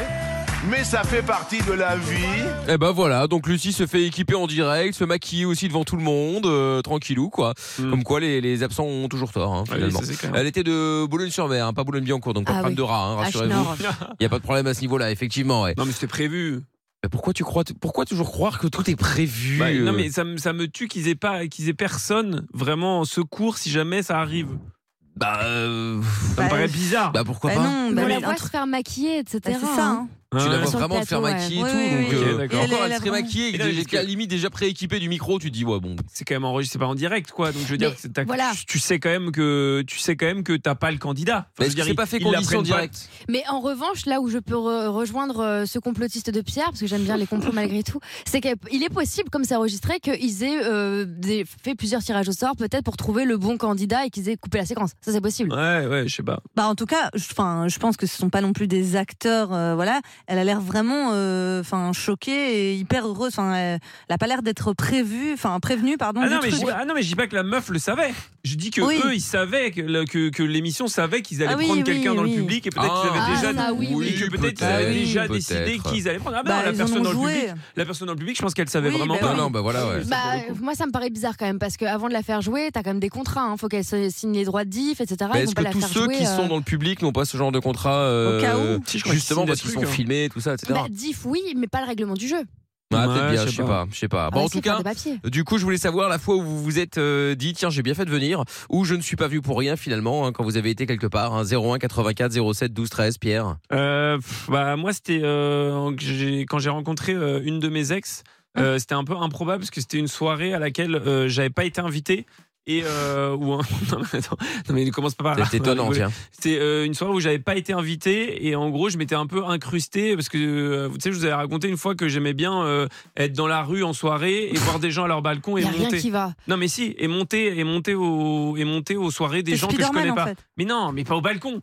Mais ça fait partie de la vie.
Et ben voilà, donc Lucie se fait équiper en direct, se maquiller aussi devant tout le monde, euh, tranquillou quoi. Comme quoi les, les absents ont toujours tort hein,
Ah Hmm. oui,
finalement.
ça, c'est clair.
Elle était de Boulogne-sur-Mer, hein, pas Boulogne-Billancourt, donc pas de
Ah
problème
oui.
de rat, hein,
À
rassurez-vous.
Schnorr.
Il n'y a pas de problème à ce niveau-là, effectivement. ouais.
Non, mais c'était prévu.
Mais pourquoi tu crois, pourquoi toujours croire que tout est prévu
Bah,
euh
non, mais ça, me- ça me tue qu'ils aient pas, qu'ils aient personne vraiment en secours si jamais ça arrive.
Bah, euh,
Ça
Bah,
me paraît bizarre.
bah pourquoi
bah
pas
non, bah,
On la
mais
voit
un
se
truc-
faire maquiller, etc.
bah, c'est ça. hein.
Tu la vois
Sur le
vraiment te faire
plateau,
maquiller
ouais.
et
Oui,
tout,
oui,
donc
oui.
euh,
Ok,
d'accord.
et
Elle
encore
est-
elle
elle a
serait
vraiment-
maquillée, et
Et là,
déjà,
parce que-
à la limite déjà pré-équipée du micro, tu te dis ouais bon.
c'est quand même enregistré, c'est pas en direct, quoi. Donc je veux dire,
Mais
c'est- t'as-
voilà.
tu, tu sais quand même que tu sais quand même que t'as pas le candidat. Enfin, je
Mais
veux
est-ce que
dire,
c'est
ils-
pas fait
ils l'apprennent
condition
pas.
directe
Mais en revanche, là où je peux re- rejoindre euh, ce complotiste de Pierre, parce que j'aime bien les complots malgré tout, c'est qu'il est possible, comme c'est enregistré, qu'ils aient euh, des- fait plusieurs tirages au sort, peut-être pour trouver le bon candidat et qu'ils aient coupé la séquence. Ça, c'est possible.
Ouais, ouais, je sais pas.
Bah, en tout cas, je, 'fin, je pense que ce sont pas non plus des acteurs. euh, voilà, elle a l'air vraiment, euh, enfin, choquée et hyper heureuse. 'Fin, elle, elle a pas l'air d'être prévue, enfin prévenue, pardon.
Ah
du
non, mais je,
truc.
dis pas- ah non, mais je dis pas que la meuf le savait. Je dis que
Oui.
eux, ils savaient que, le- que, que l'émission savait qu'ils allaient
Ah oui,
prendre
oui,
quelqu'un dans
oui.
le public et peut-être qu'ils
Ah.
avaient déjà,
Ah, ça, oui, oui.
et que peut-être qu'ils avaient
Peut-être,
déjà
peut-être.
décidé qu'ils allaient prendre. Ah bah,
Bah,
non, la
ils en
personne
ont
dans le
joué.
public, la personne dans le public, je pense qu'elle savait
Oui,
vraiment
bah
pas.
Non non bah voilà ouais.
Bah, moi, ça me paraît bizarre quand même, parce qu'avant de la faire jouer, t'as quand même des contrats. Il faut qu'elle se- signe les droits de diff, etc.
Mais
Ils
est-ce
vont pas
que
la
tous
faire
ceux
jouer,
qui
euh,
sont dans le public n'ont pas ce genre de contrat euh,
Au cas où
Si, je crois
Justement
qu'ils
parce
signent des
qu'ils sont
trucs, hein.
filmés, tout ça, etc.
Bah, diff, oui, mais pas le règlement du jeu.
Ah,
Ouais,
peut-être bien,
je
je sais
sais
pas, je sais pas. Bon,
Ah,
en
si,
tout
faire
cas,
des papiers.
du coup, je voulais savoir la fois où vous vous êtes euh, dit tiens, j'ai bien fait de venir ou je ne suis pas venu pour rien finalement hein, quand vous avez été quelque part hein, 01 84 07 12 13 Pierre.
Euh, pff, bah, moi, c'était euh, en- que j'ai- quand j'ai rencontré euh,
Ah.
une de mes ex. euh, c'était un peu improbable parce que c'était une soirée à laquelle euh, j'avais pas été invité Et euh, ou un- non, mais attends, non, mais ne commence pas par là.
C'est étonnant,
Vous voulez-
tiens.
C'est euh, une soirée où j'avais pas été invité et en gros je m'étais un peu incrusté parce que euh, vous savez je vous avais raconté une fois que j'aimais bien euh, être dans la rue en soirée et voir des gens à leur balcon et
Y a rien
monter.
qui va.
Non mais si et monter et monter au et monter aux soirées des
T'es
gens que je
Spider-Man,
connais
en
pas.
fait.
Mais non mais pas au balcon.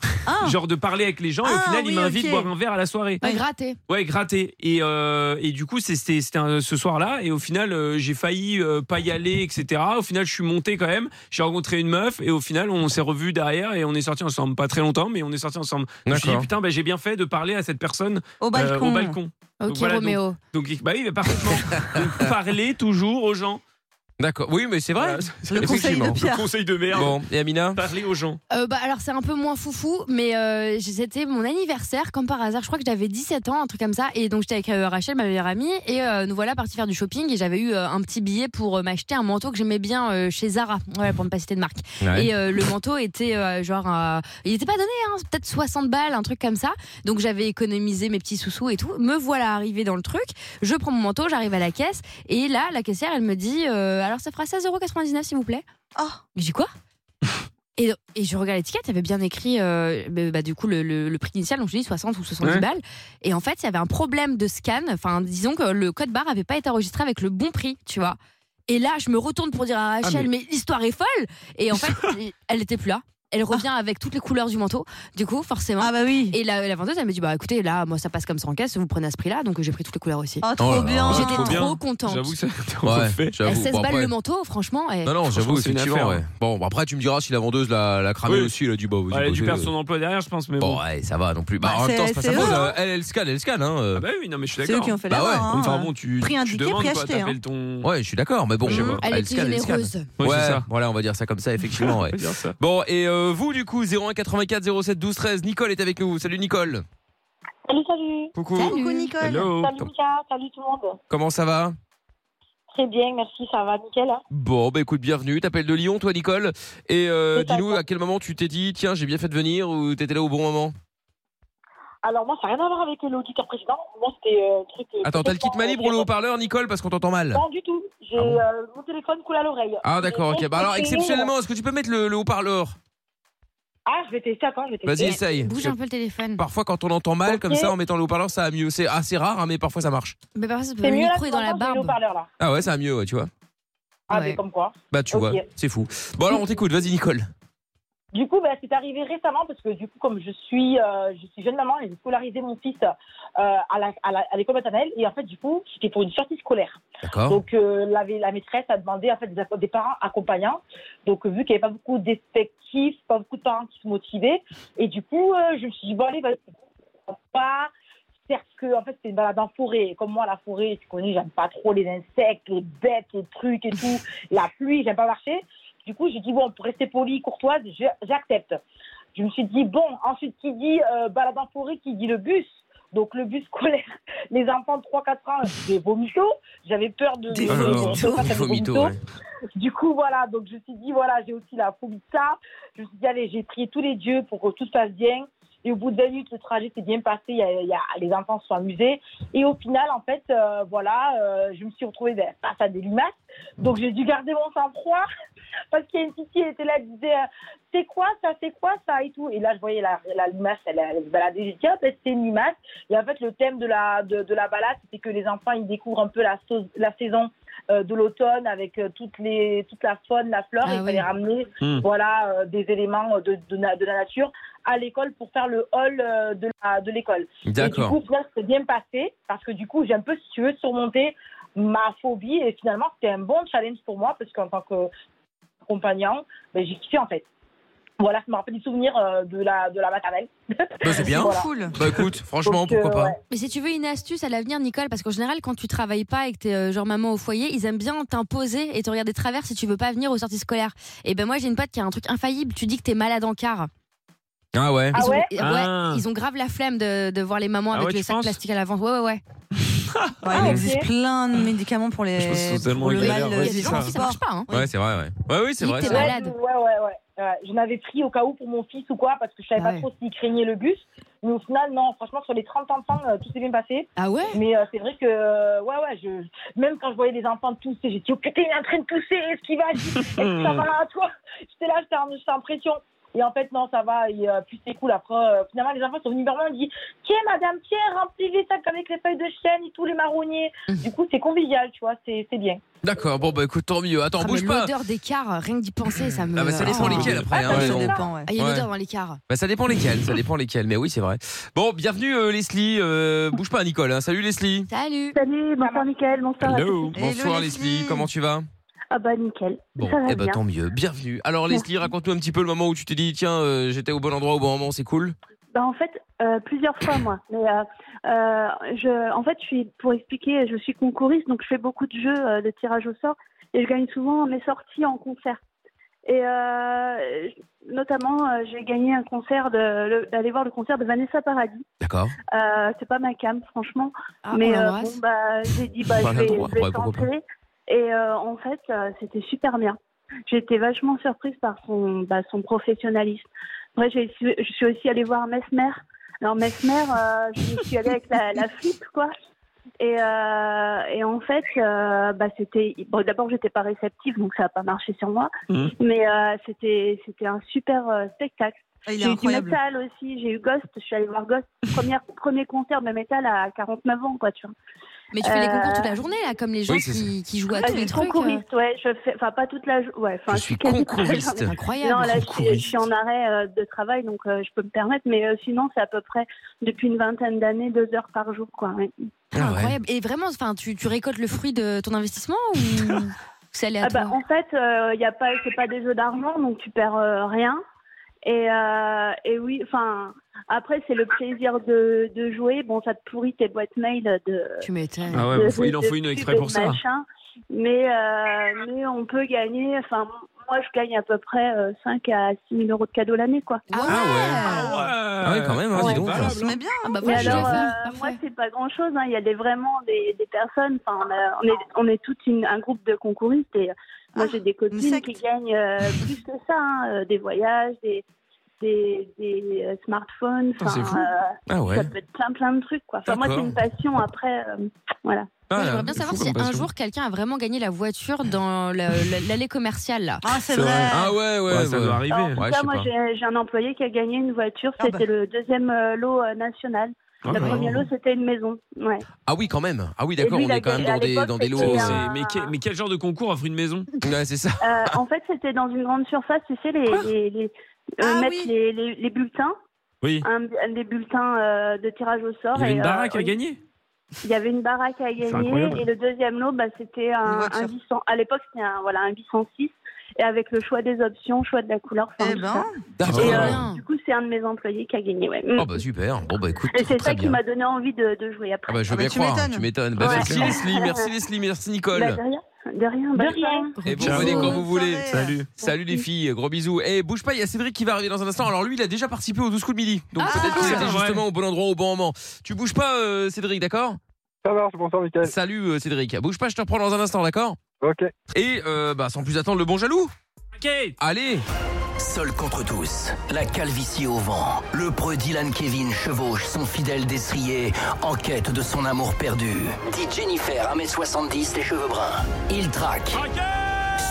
Genre de parler avec les gens et au
Ah,
final
oui,
ils m'invitent
ok.
boire un verre à la soirée.
Ouais, gratter.
Ouais, gratté. Et, euh, et du coup, c'est- c'était c'était un- ce soir-là. Et au final, euh, j'ai failli euh, pas y aller, etc. Au final, je suis monté quand même. J'ai rencontré une meuf. Et au final, on s'est revus derrière. Et on est sortis ensemble. Pas très longtemps, mais on est sortis ensemble. Je me suis dit,
D'accord.
putain, bah, j'ai bien fait de parler à cette personne euh,
Au balcon.
au balcon.
Ok, Roméo.
Donc, donc, bah oui, mais parfaitement. donc, parler toujours aux gens.
D'accord. Oui, mais c'est vrai.
Le conseil de
Effectivement.
Pierre. Le conseil de merde.
Bon, et Amina
Parler aux gens.
Euh, bah, alors c'est un peu moins foufou, mais euh, j'ai- c'était mon anniversaire, comme par hasard. Je crois que j'avais 17 ans, un truc comme ça. Et donc j'étais avec euh, Rachel, ma meilleure amie, et euh, nous voilà partis faire du shopping. Et j'avais eu euh, un petit billet pour euh, m'acheter un manteau que j'aimais bien euh, chez Zara, ouais, pour ne pas citer de marque.
Ouais.
Et euh, le manteau était euh, genre, euh, il n'était pas donné, hein, c'est peut-être 60 balles, un truc comme ça. Donc j'avais économisé mes petits sous-sous et tout. Me voilà arrivée dans le truc. Je prends mon manteau, j'arrive à la caisse, et là la caissière, elle me dit, euh, alors ça fera 16,99€ s'il vous plaît. Oh, j'ai quoi et, et je regarde l'étiquette, il y avait bien écrit euh, bah, bah, du coup le, le- le prix initial, donc je dis 60 ou 70
Ouais.
balles. Et en fait, il y avait un problème de scan. Enfin, disons que le code barre avait pas été enregistré avec le bon prix, tu vois. Et là, je me retourne pour dire à
Ah,
Rachel,
mais-
mais... l'histoire est folle. Et en fait, elle était plus là. Elle revient avec toutes les couleurs du manteau, du coup, forcément. Ah
bah oui.
Et la, la vendeuse, elle me dit, bah écoutez, là, moi, ça passe comme ça en caisse, vous prenez à ce prix-là, donc j'ai pris toutes les couleurs aussi.
Oh,
trop Oh là bien. là.
J'étais
Trop
trop,
bien.
contente.
J'avoue que ça-
Ouais,
À
j'avoue.
16
Bon,
balles
après-
le manteau, franchement. eh.
Non, non, j'avoue,
c'est une affaire.
effectivement. ouais. Bon, bah, après, tu me diras si la vendeuse l'a l'a cramé
Oui.
aussi. Elle a dit, bah, vas-y,
Elle a dû
bossez,
perdre
euh.
son emploi derrière, je pense. Mais bon.
Bon, ouais, ça va non plus. Bah,
Bah,
en même temps, c'est
c'est-
pas
c'est
sa faute,
eux,
euh,
hein.
Elle, elle scanne, elle scanne. Hein.
Ah bah oui, non, mais je suis
C'est eux
d'accord.
qui ont fait
Bah
l'erreur,
ouais.
hein.
Enfin bon, tu,
Prix
tu
indiqué,
demandes
prix
quoi,
acheté, hein.
t'appelles ton.
Ouais, je suis d'accord, mais bon, euh,
Je sais pas.
Elle
elle
était
scanne, elle scanne.
généreuse.
Ouais,
Ouais, c'est ça.
voilà, on va dire ça comme ça, effectivement. ouais.
On va dire ça.
Bon, et euh, vous, du coup, 01 84 07 12 13, Nicole est avec nous. Salut, Nicole.
Salut, salut.
Coucou. Salut. Coucou, Nicole. Hello.
Salut, Mika. Salut, tout le monde.
Comment ça va
Très bien, merci. Ça va, nickel. hein.
Bon, bah écoute, bienvenue. T'appelles de Lyon, toi, Nicole. Et euh, dis-nous à quel moment tu t'es dit, tiens, j'ai bien fait de venir ou t'étais là au bon moment
Alors, moi, ça n'a rien à voir avec l'auditeur président. Moi, c'était euh, un truc. euh,
Attends, t'as le kit manie pour le haut-parleur, Nicole, parce qu'on t'entend mal.
Non, du tout. J'ai euh, mon téléphone coule à l'oreille.
Ah, d'accord, ok. Bah alors, exceptionnellement, est-ce que tu peux mettre le, le haut-parleur
Ah, je vais tester. Attends, je vais tester.
Vas-y, essaye.
Bouge un peu le téléphone.
Parfois, quand on entend mal comme
Mm. Ok.
ça, en mettant le haut-parleur, ça va mieux. C'est assez rare, hein, mais parfois ça marche.
Mais parfois, ça peut-
C'est
le
mieux là,
micro est dans la
pour moi, j'ai le
barbe.
haut-parleur, là.
Ah ouais, ça va mieux, ouais, tu vois.
Ah, mais comme quoi.
Bah, tu
Ok.
vois, c'est fou. Bon, alors, on t'écoute. Vas-y, Nicole. Bah,
Du coup, bah, c'est arrivé récemment parce que du coup, comme je suis, euh, je suis jeune maman, et j'ai scolarisé mon fils euh, à la- à la- à l'école maternelle et en fait, du coup, c'était pour une sortie scolaire.
D'accord.
Donc, euh, la, la maîtresse a demandé en fait des, des parents accompagnants. Donc, vu qu'il n'y avait pas beaucoup d'effectifs, pas beaucoup de parents qui se motivaient, et du coup, euh, je me suis dit bon allez, vas-y, on va pas parce que en fait c'est une balade en forêt. Et Comme moi, la forêt, tu connais, j'aime pas trop les insectes, les bêtes, les trucs et tout. la pluie, j'aime pas marcher. Du coup, j'ai dit bon, pour rester poli, courtoise, je- j'accepte. Je me suis dit bon. Ensuite, qui dit euh, balade en forêt, qui dit le bus. Donc le bus scolaire, les enfants de 3-4 ans, des vomitos. J'avais peur de
Des
de- de-
vomitos.
de- de- de-
Des vomitos,
vomitos.
ouais.
Du coup, voilà, donc je me suis dit, voilà, j'ai aussi la phobie de ça. Je me suis dit, allez, j'ai prié tous les dieux pour que tout se passe bien. Et au bout de 20 minutes, le trajet s'est bien passé. Il y a- il y a- les enfants se sont amusés. Et au final, en fait, euh, voilà, euh, je me suis retrouvée ben, face à des limaces. Donc j'ai dû garder mon sang-froid. Parce qu'il y a une petite qui était là, elle disait, euh, c'est quoi ça, c'est quoi ça et tout. Et là, je voyais la, la limace, elle, elle se baladait. J'ai dit, ah, ben, c'est une limace. Et en fait, le thème de la, de, de la balade, c'était que les enfants, ils découvrent un peu la, sauce- la saison euh, de l'automne avec euh, toutes les, toute la faune, la flore.
Ah
et il fallait
oui.
ramener
Hmm.
voilà, euh, des éléments euh, de, de, na- de la nature à l'école pour faire le hall euh, de la- de l'école. Et
D'accord.
Du coup, au final, c'est bien passé parce que du coup, j'ai un peu, si tu veux, surmonté ma phobie. Et finalement, c'était un bon challenge pour moi parce qu'en tant qu'accompagnant, ben, j'ai kiffé en fait. Voilà, ça me rappelle des souvenirs euh, de, la, de la maternelle.
Bah, c'est bien.
Voilà.
Bah, écoute, franchement,
Donc, euh,
pourquoi pas
ouais.
Mais si tu veux une astuce à l'avenir, Nicole, parce qu'en général, quand tu travailles pas et que t'es euh, genre maman au foyer, ils aiment bien t'imposer et te regarder de travers si tu veux pas venir aux sorties scolaires. Et ben moi, j'ai une pote qui a un truc infaillible. Tu dis que t'es malade en car.
Ah ouais.
Ils ont- et- ouais, ils ont grave la flemme de, de voir les mamans
Ah
avec
ouais,
les
tu
sacs
penses
plastiques à l'avant. Ouais, ouais, ouais.
Ah,
Ouais, il existe plein de médicaments pour les.
euh,
pense que c'est totalement
pour le
galère,
mal,
vas-y,
euh, du
ça.
transport.
pas, hein.
Ouais, c'est vrai, ouais. Ouais, Ah oui, c'est vrai.
t'es
c'est vrai.
malade.
Ouais, ouais, ouais. Euh, je n'avais pris au cas où pour mon fils ou quoi, parce que je savais pas trop s'il craignait le bus. Mais au final, non, franchement, sur les 30 enfants, euh, tout s'est bien passé.
Ah ouais
Mais euh, c'est vrai que, euh, ouais, ouais, je... même quand je voyais les enfants tousser, j'ai dit, oh putain, il est en train de tousser, est-ce qu'il va Est-ce que ça va, toi J'étais là, j'étais en, j'étais en pression. Et en fait, non, ça va. Et euh, puis c'est cool. Après, euh, finalement, les enfants sont venus vers moi. Ils ont dit Tiens, madame, tiens, remplis les sacs avec les feuilles de chêne et tous les marronniers.
Mmh.
du coup, c'est convivial, tu vois, c'est c'est bien.
D'accord, bon bah écoute, tant mieux. Attends,
Ah, mais
bouge pas.
L'odeur d'écart, rien que d'y penser, ça me.
Ah bah ça dépend
Oh.
lesquels après.
Ah,
hein,
ça
mais bon.
dépend, ouais. Ah, Il y a une
Ouais.
odeur dans l'écart.
Bah ça dépend lesquels, ça dépend lesquels, mais oui c'est vrai. Bon, bienvenue euh, Leslie, Euh, bouge pas Nicole, hein. salut Leslie.
Salut.
Salut, bonsoir Mickaël, bonsoir. à tous.
Bonsoir Leslie, comment tu vas
Ah bah nickel.
Bon,
ça va
eh ben
bien.
tant mieux, bienvenue. Alors Leslie, raconte-nous un petit peu le moment où tu t'es dit tiens euh, j'étais au bon endroit au bon moment, c'est cool.
Bah, en fait, euh, plusieurs fois moi. Mais euh, euh, je, en fait, je suis pour expliquer, je suis concouriste, donc je fais beaucoup de jeux euh, de tirage au sort et je gagne souvent mes sorties en concert. Et euh, je- notamment, euh, j'ai gagné un concert de- le- d'aller voir le concert de Vanessa Paradis.
D'accord.
Euh, c'est pas ma cam, franchement.
Ah, on
mais euh,
l'embrasse.
bon, bah, j'ai dit, bah,
On
je vais,
l'a droit.
je vais
Ouais, pourquoi
tenter. Et euh, en fait, euh, c'était super bien. J'étais vachement surprise par son, bah, son professionnalisme. Après, j'ai- je suis aussi allée voir Mesmer. Alors, Mesmer, euh, je suis allée avec la, la flûte, quoi. Et, euh, et en fait, euh, bah, c'était. Bon, d'abord, j'étais pas réceptive, donc ça n'a pas marché sur moi.
Mmh.
Mhm.
Mais euh, c'était c'était un super euh, spectacle.
Ah, il est
J'ai eu du
incroyable.
métal aussi, j'ai eu Ghost, je suis allée voir Ghost, première, premier concert de métal à 49 ans, quoi, tu vois.
Mais tu fais les
Euh,
concours toute la journée, là, comme les gens
Oui, c'est
qui, qui jouent à
ah,
tous
je
les
suis
trucs. euh.
Concouriste, ouais, je fais, enfin pas toute la, jo- ouais, enfin
Je suis
quasi toute la
concouriste.
journée.
Incroyable.
Non, là, je suis, je
Concouriste.
suis en arrêt euh, de travail, donc euh, je peux me permettre, mais euh, sinon c'est à peu près depuis une vingtaine d'années, deux heures par jour, quoi. ouais.
Ah
Incroyable. Et vraiment, enfin, tu, tu récoltes le fruit de ton investissement ou c'est aléatoire
Ah bah, en fait, euh, y a pas, c'est pas des jeux d'argent, donc tu perds euh, rien. Et, euh, et oui, enfin, après, c'est le plaisir de, de jouer. Bon, ça te pourrit tes boîtes mail de.
Tu m'étonnes.
Ah ouais,
de-
il faut- il en
de
faut une
pub
exprès
et
pour
de
ça.
machin. Mais, euh, mais on peut gagner, enfin, moi, je gagne à peu près euh, 5 à 6 000 euros de cadeaux l'année, quoi.
Ah ouais quand même, hein, dis donc.
Mais bien.
Ah
Ah
bah,
bah
voilà,
alors,
je vais faire.
euh, moi, c'est pas grand chose. Il y a des, vraiment des, des personnes. Enfin, on, a- on est, on est tout un groupe de concouristes. Et euh, moi, j'ai des copines qui gagnent euh, plus que ça. hein, euh, des voyages, des, des, des, euh, smartphones.
Putain, c'est
enfin, euh,
fou. Ah ouais.
Ça peut être plein, plein de trucs. Quoi. Enfin, moi, c'est
D'accord.
une passion. Après, euh, voilà.
Ah,
J'aimerais bien
c'est
savoir
fou
si
comme
un
passion.
jour quelqu'un a vraiment gagné la voiture dans la- la- l'allée commerciale là.
Ah, c'est
Ah ouais ouais.
Ouais, ça doit arriver.
Ouais, je
Là,
sais
moi,
pas.
j'ai j'ai un employé qui a gagné une voiture. C'était le deuxième euh, lot euh, national.
Ah
le
bah.
premier lot, c'était une maison. Ouais.
Ah oui quand même. Ah oui d'accord,
lui,
on
il a
est quand même
gagné à
dans des
l'époque,
dans des
c'était
lots.
un-
Mais, que- mais quel genre de concours offre une maison
Ouais c'est ça.
Euh, en fait, c'était dans une grande surface, tu sais, les, les, les- euh, mettre les, les, les bulletins.
Oui.
Un, un des bulletins euh, de tirage au sort.
Il y avait
et,
une
euh,
baraque à
oui,
gagner
Il y avait une baraque à
incroyable.
gagner. Et le deuxième lot, bah, c'était un, un 800. À l'époque, c'était un, voilà, un 806. Et avec le choix des options, choix de la couleur. enfin, tout ça. Et, euh, du coup, c'est un de mes employés qui a gagné.
Ah
Ouais. Mm.
Oh bah super. Bon bah écoute
et c'est
très
ça qui
bien.
m'a donné envie de, de jouer après.
Ah bah je veux bien croire, tu m'étonnes. Bah,
Ouais.
Merci Leslie, merci Leslie, merci Nicole.
Bah, de rien. De rien. bonne soirée.
Et vous
Ciao.
venez quand
Bonne
vous voulez.
Salut.
Salut les filles, gros bisous. Et bouge pas, il y a Cédric qui va arriver dans un instant. Alors lui, il a déjà participé au 12 coups de midi. Donc peut-être que c'était justement au bon endroit au bon moment. Tu bouges pas, euh, Cédric, d'accord
Ça marche, bonsoir Mickaël.
Salut euh, Cédric. Bouge pas, je te reprends dans un instant, d'accord
Ok.
Et euh, bah sans plus attendre, le bon jaloux.
Ok.
Allez
Seul contre tous, la calvitie au vent, le preux Dylan Kevin chevauche son fidèle destrier en quête de son amour perdu. Dit Jennifer, 1m70, les cheveux bruns. Il traque.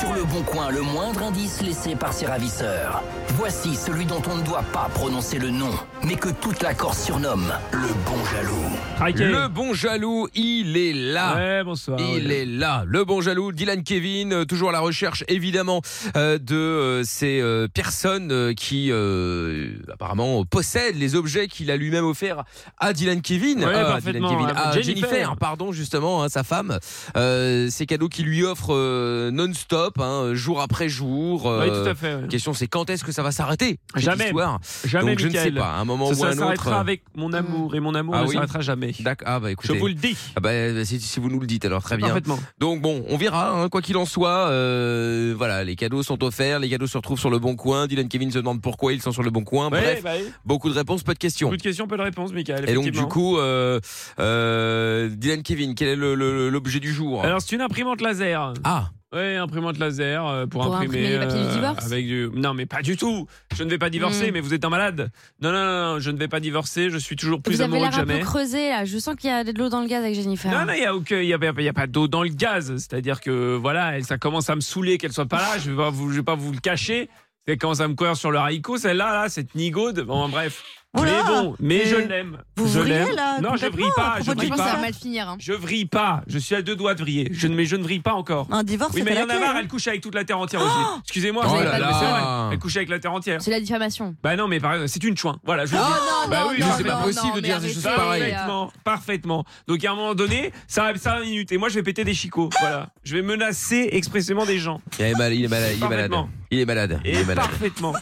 Sur le bon coin, le moindre indice laissé par ses ravisseurs. Voici celui dont on ne doit pas prononcer le nom, mais que toute la Corse surnomme le bon jaloux.
Le bon jaloux, il est là.
bonsoir.
Il est là. Le bon jaloux, Dylan Kevin, euh, toujours à la recherche évidemment euh, de euh, ces euh, personnes euh, qui euh, apparemment euh, possèdent les objets qu'il a lui-même offerts à Dylan Kevin,
Ouais,
Euh, à Dylan
parfaitement,
Kevin,
à
à Jennifer.
Jennifer.
pardon justement, hein, sa femme. Euh, ces cadeaux qu'il lui offre euh, non-stop, hein, jour après jour.
Oui, tout à fait, ouais.
La question c'est quand est-ce que ça va s'arrêter cette
Jamais.
histoire
Jamais.
Donc je ne sais
Mickaël.
pas. À un moment
ça,
ou à
ça
un autre.
s'arrêtera avec mon amour et mon amour
Ah
ne
oui.
s'arrêtera jamais.
D'accord. Ah bah écoutez.
Je vous le dis.
Ah bah, si, si vous nous le dites alors très bien.
Parfaitement.
Donc bon, on verra. hein, quoi qu'il en soit, euh, voilà, les cadeaux sont offerts, les cadeaux se retrouvent sur le bon coin. Dylan Kevin se demande pourquoi ils sont sur le bon coin.
Ouais,
Bref,
bah oui.
beaucoup de réponses, pas de questions.
Peu de questions, peu de réponses, Michael.
Et donc du coup, euh, euh, Dylan Kevin, quel est le- le- l'objet du jour
Alors, c'est une imprimante laser.
Ah.
Ouais, imprimante laser euh, pour,
Pour
imprimer, euh,
imprimer les papiers du divorce
avec du. Non, mais pas du tout. Je ne vais pas divorcer,
Mm.
mais vous êtes un malade. Non, non, non, non, je ne vais pas divorcer. Je suis toujours plus
Vous avez
amoureux que
l'air un peu
jamais.
creusé là. Je sens qu'il y a de l'eau dans le gaz avec Jennifer.
Non, non, il n'y a, aucun- il y a, pas- il y a pas d'eau dans le gaz. C'est-à-dire que voilà, elle- ça commence à me saouler qu'elle soit pas là. Je ne vais, pas vous- je vais pas vous le cacher. C'est quand ça me courir sur le haricot, celle-là, là, cette nigaude. Bon, bref. mais bon, mais je l'aime.
vous
je
vrillez,
l'aime.
là,
Non, je
complètement,
vrille
à
pas. Je
propos du
Je
vrille
pense que ça
pas.
va mal finir. hein.
Je vrille pas. Je suis à deux doigts de vriller. Je ne, mais je ne vrille pas encore.
Un divorce,
Oui,
c'est
mais il
pas
y en
la
a
clé,
marre.
hein.
Elle couche avec toute la terre entière aussi. Excusez-moi.
Oh
c'est-
là
mais c'est
là.
vrai, hein. Elle couche avec la terre entière.
C'est la diffamation.
Bah non, mais par- c'est une chouin. Voilà. Je
Oh
le dis.
non,
bah
non,
oui,
non,
mais
non, non, mais arrêtez,
Parfaitement, parfaitement. Donc à un moment donné, ça arrive 5 minutes et moi je vais péter des chicots. Voilà. Je vais menacer expressément des gens.
Il est mal- il est malade, il est malade.
Parfaitement.
Il est malade. Il
Et
est malade.
parfaitement.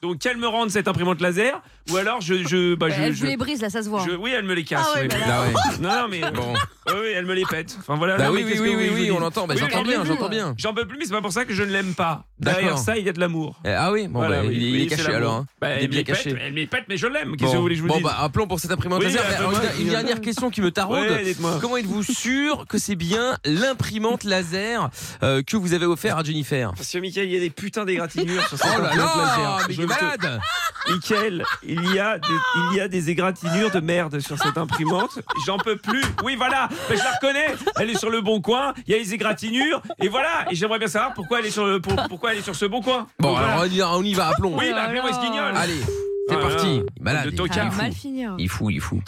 Donc qu'elle me rende cette imprimante laser ou alors je je bah,
Ouais,
je,
Elle
je-
vous les brise là, ça se voit.
je- oui, elle me les casse.
Ah ouais,
oui.
bah
là. Ah
Non, non, mais
Bon.
oui, oui, elle me les pète. Enfin voilà.
Bah
Non,
oui,
mais
oui,
qu'est-ce
oui,
que vous voulez que
oui,
je vous
oui, on
dise
l'entend. Bah,
Oui,
j'entends
j'en
bien,
peux
j'entends
plus.
bien.
J'en peux plus, mais c'est pas pour ça que je ne l'aime pas. Derrière
D'accord.
ça, il y a de l'amour.
Eh, Ah oui, bon,
Voilà,
bah,
oui,
il, il
oui,
est
c'est
caché
l'amour.
alors. hein.
Bah,
il est
elle me
bien
les
caché.
pète, elle me les pète, mais je l'aime. Qu'est-ce
Bon,
que vous voulez que je vous
bon,
dise
bah, un plomb pour cette imprimante
Oui,
laser.
bah,
Mais,
bah,
euh,
moi,
une
je-
dernière question qui me taraude.
Ouais, dites-moi.
Comment êtes-vous sûr que c'est bien l'imprimante laser euh, que vous avez offert à Jennifer
Monsieur Michael, il y a des putains d'égratignures sur cette
Oh là
imprimante
là,
laser.
mais
Je
il est
te-
malade
Michael, il y a des, il y a des égratignures de merde sur cette imprimante. J'en peux plus. Oui, voilà. Mais je la reconnais. Elle est sur le bon coin. Il y a les égratignures. Et voilà. Et j'aimerais bien savoir pourquoi elle est sur le, pour- pourquoi elle est sur ce bon coin.
Bon,
Voilà.
alors on y, on y va à plomb.
Oui, bah,
là
appelez-moi
là.
ce guignol.
Allez, c'est
Ah, Voilà.
parti. Il est
De
Malade. Ah, il est
Ça va
tocard.
fou.
mal finir.
Il est fou, Bah il est fou.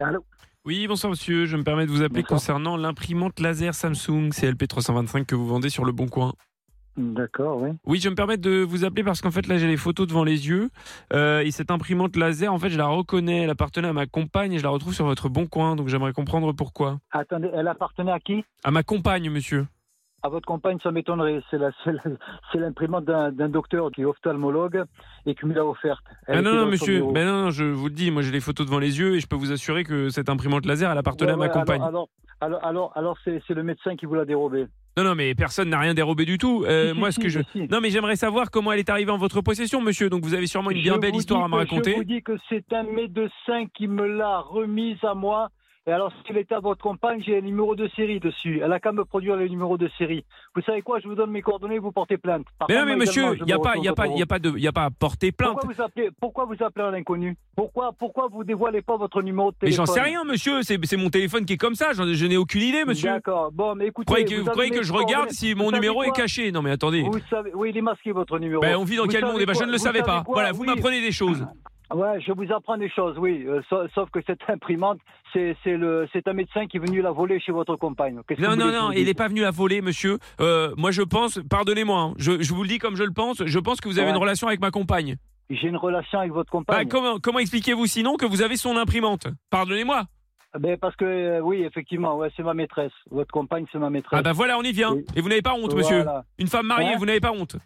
Allô
Oui, bonsoir monsieur. Je me permets de vous appeler concernant l'imprimante laser Samsung CLP325 que vous vendez sur le bon coin.
Mm, D'accord, oui.
Oui, je me permets de vous appeler parce qu'en fait, là, j'ai les photos devant les yeux. Euh, et cette imprimante laser, en fait, je la reconnais. Elle appartenait à ma compagne et je la retrouve sur votre bon coin. Donc, j'aimerais comprendre pourquoi.
Attendez, elle appartenait à qui
À ma compagne, monsieur.
À votre compagne, ça m'étonnerait. C'est la- c'est la- c'est l'imprimante d'un d'un docteur qui est ophtalmologue et qui me l'a offerte. Elle
Ah non,
était
non,
dans son
monsieur.
bureau.
Ben non, non, je vous le dis, moi, j'ai les photos devant les yeux et je peux vous assurer que cette imprimante laser, elle appartenait
Ouais,
à ma
ouais,
compagne.
Alors, alors, alors, alors, alors c'est c'est le médecin qui vous l'a dérobé.
Non, non, mais personne n'a rien dérobé du tout. Euh,
Si, si,
moi, ce
si,
que je.
si, si.
Non, mais j'aimerais savoir comment elle est arrivée en votre possession, monsieur. Donc, vous avez sûrement une bien
Je
belle
vous
histoire
dis
à me
que-
raconter.
Je vous dis que c'est un médecin qui me l'a remise à moi. Et alors, s'il était à votre compagne, j'ai un numéro de série dessus. Elle a qu'à me produire le numéro de série. Vous savez quoi Je vous donne mes coordonnées, vous portez plainte. Par
Mais non,
contre,
mais
moi, également,
monsieur,
je
il n'y a
me
pas,
retourne
y a pas,
contre
y a pas de, y a pas à porter plainte.
Pourquoi vous appelez, pourquoi vous appelez un inconnu pourquoi, pourquoi vous dévoilez pas votre numéro de
Mais
téléphone
j'en sais rien, monsieur. C'est c'est mon téléphone qui est comme ça. J'en- Je n'ai aucune idée, monsieur.
D'accord. Bon, mais
Vous
écoutez.
croyez que,
vous
vous croyez
avez
que
mes
je regarde
coordonnées.
si
Vous
mon
savez
numéro est
quoi
caché Non, mais attendez.
Vous savez, oui, il est masqué votre numéro.
Ben, on vit dans
Vous
quel monde
savez
Eh ben, Je
quoi-
ne le
vous
savais
savez
pas.
quoi
Voilà, vous
Oui, Ah,
m'apprenez des choses.
Ouais, je vous apprends des choses, oui. Euh, sa- sauf que cette imprimante, c'est c'est le- c'est un médecin qui est venu la voler chez votre compagne. Qu'est-ce que
Non,
vous
non,
voulez que je
non,
vous
il
dise
n'est pas venu la voler, monsieur. Euh, moi, je pense, pardonnez-moi, hein, je, je vous le dis comme je le pense, je pense que vous avez
Ouais.
une relation avec ma compagne.
J'ai une relation avec votre
Bah,
compagne.
comment comment expliquez-vous sinon que vous avez son imprimante Pardonnez-moi.
Ben, parce que, euh, oui, effectivement, ouais, c'est ma maîtresse. Votre compagne, c'est ma maîtresse.
Ah, bah voilà, on y vient.
Oui.
Et vous n'avez pas honte, monsieur.
Voilà.
Une femme mariée,
Ouais.
vous n'avez pas honte.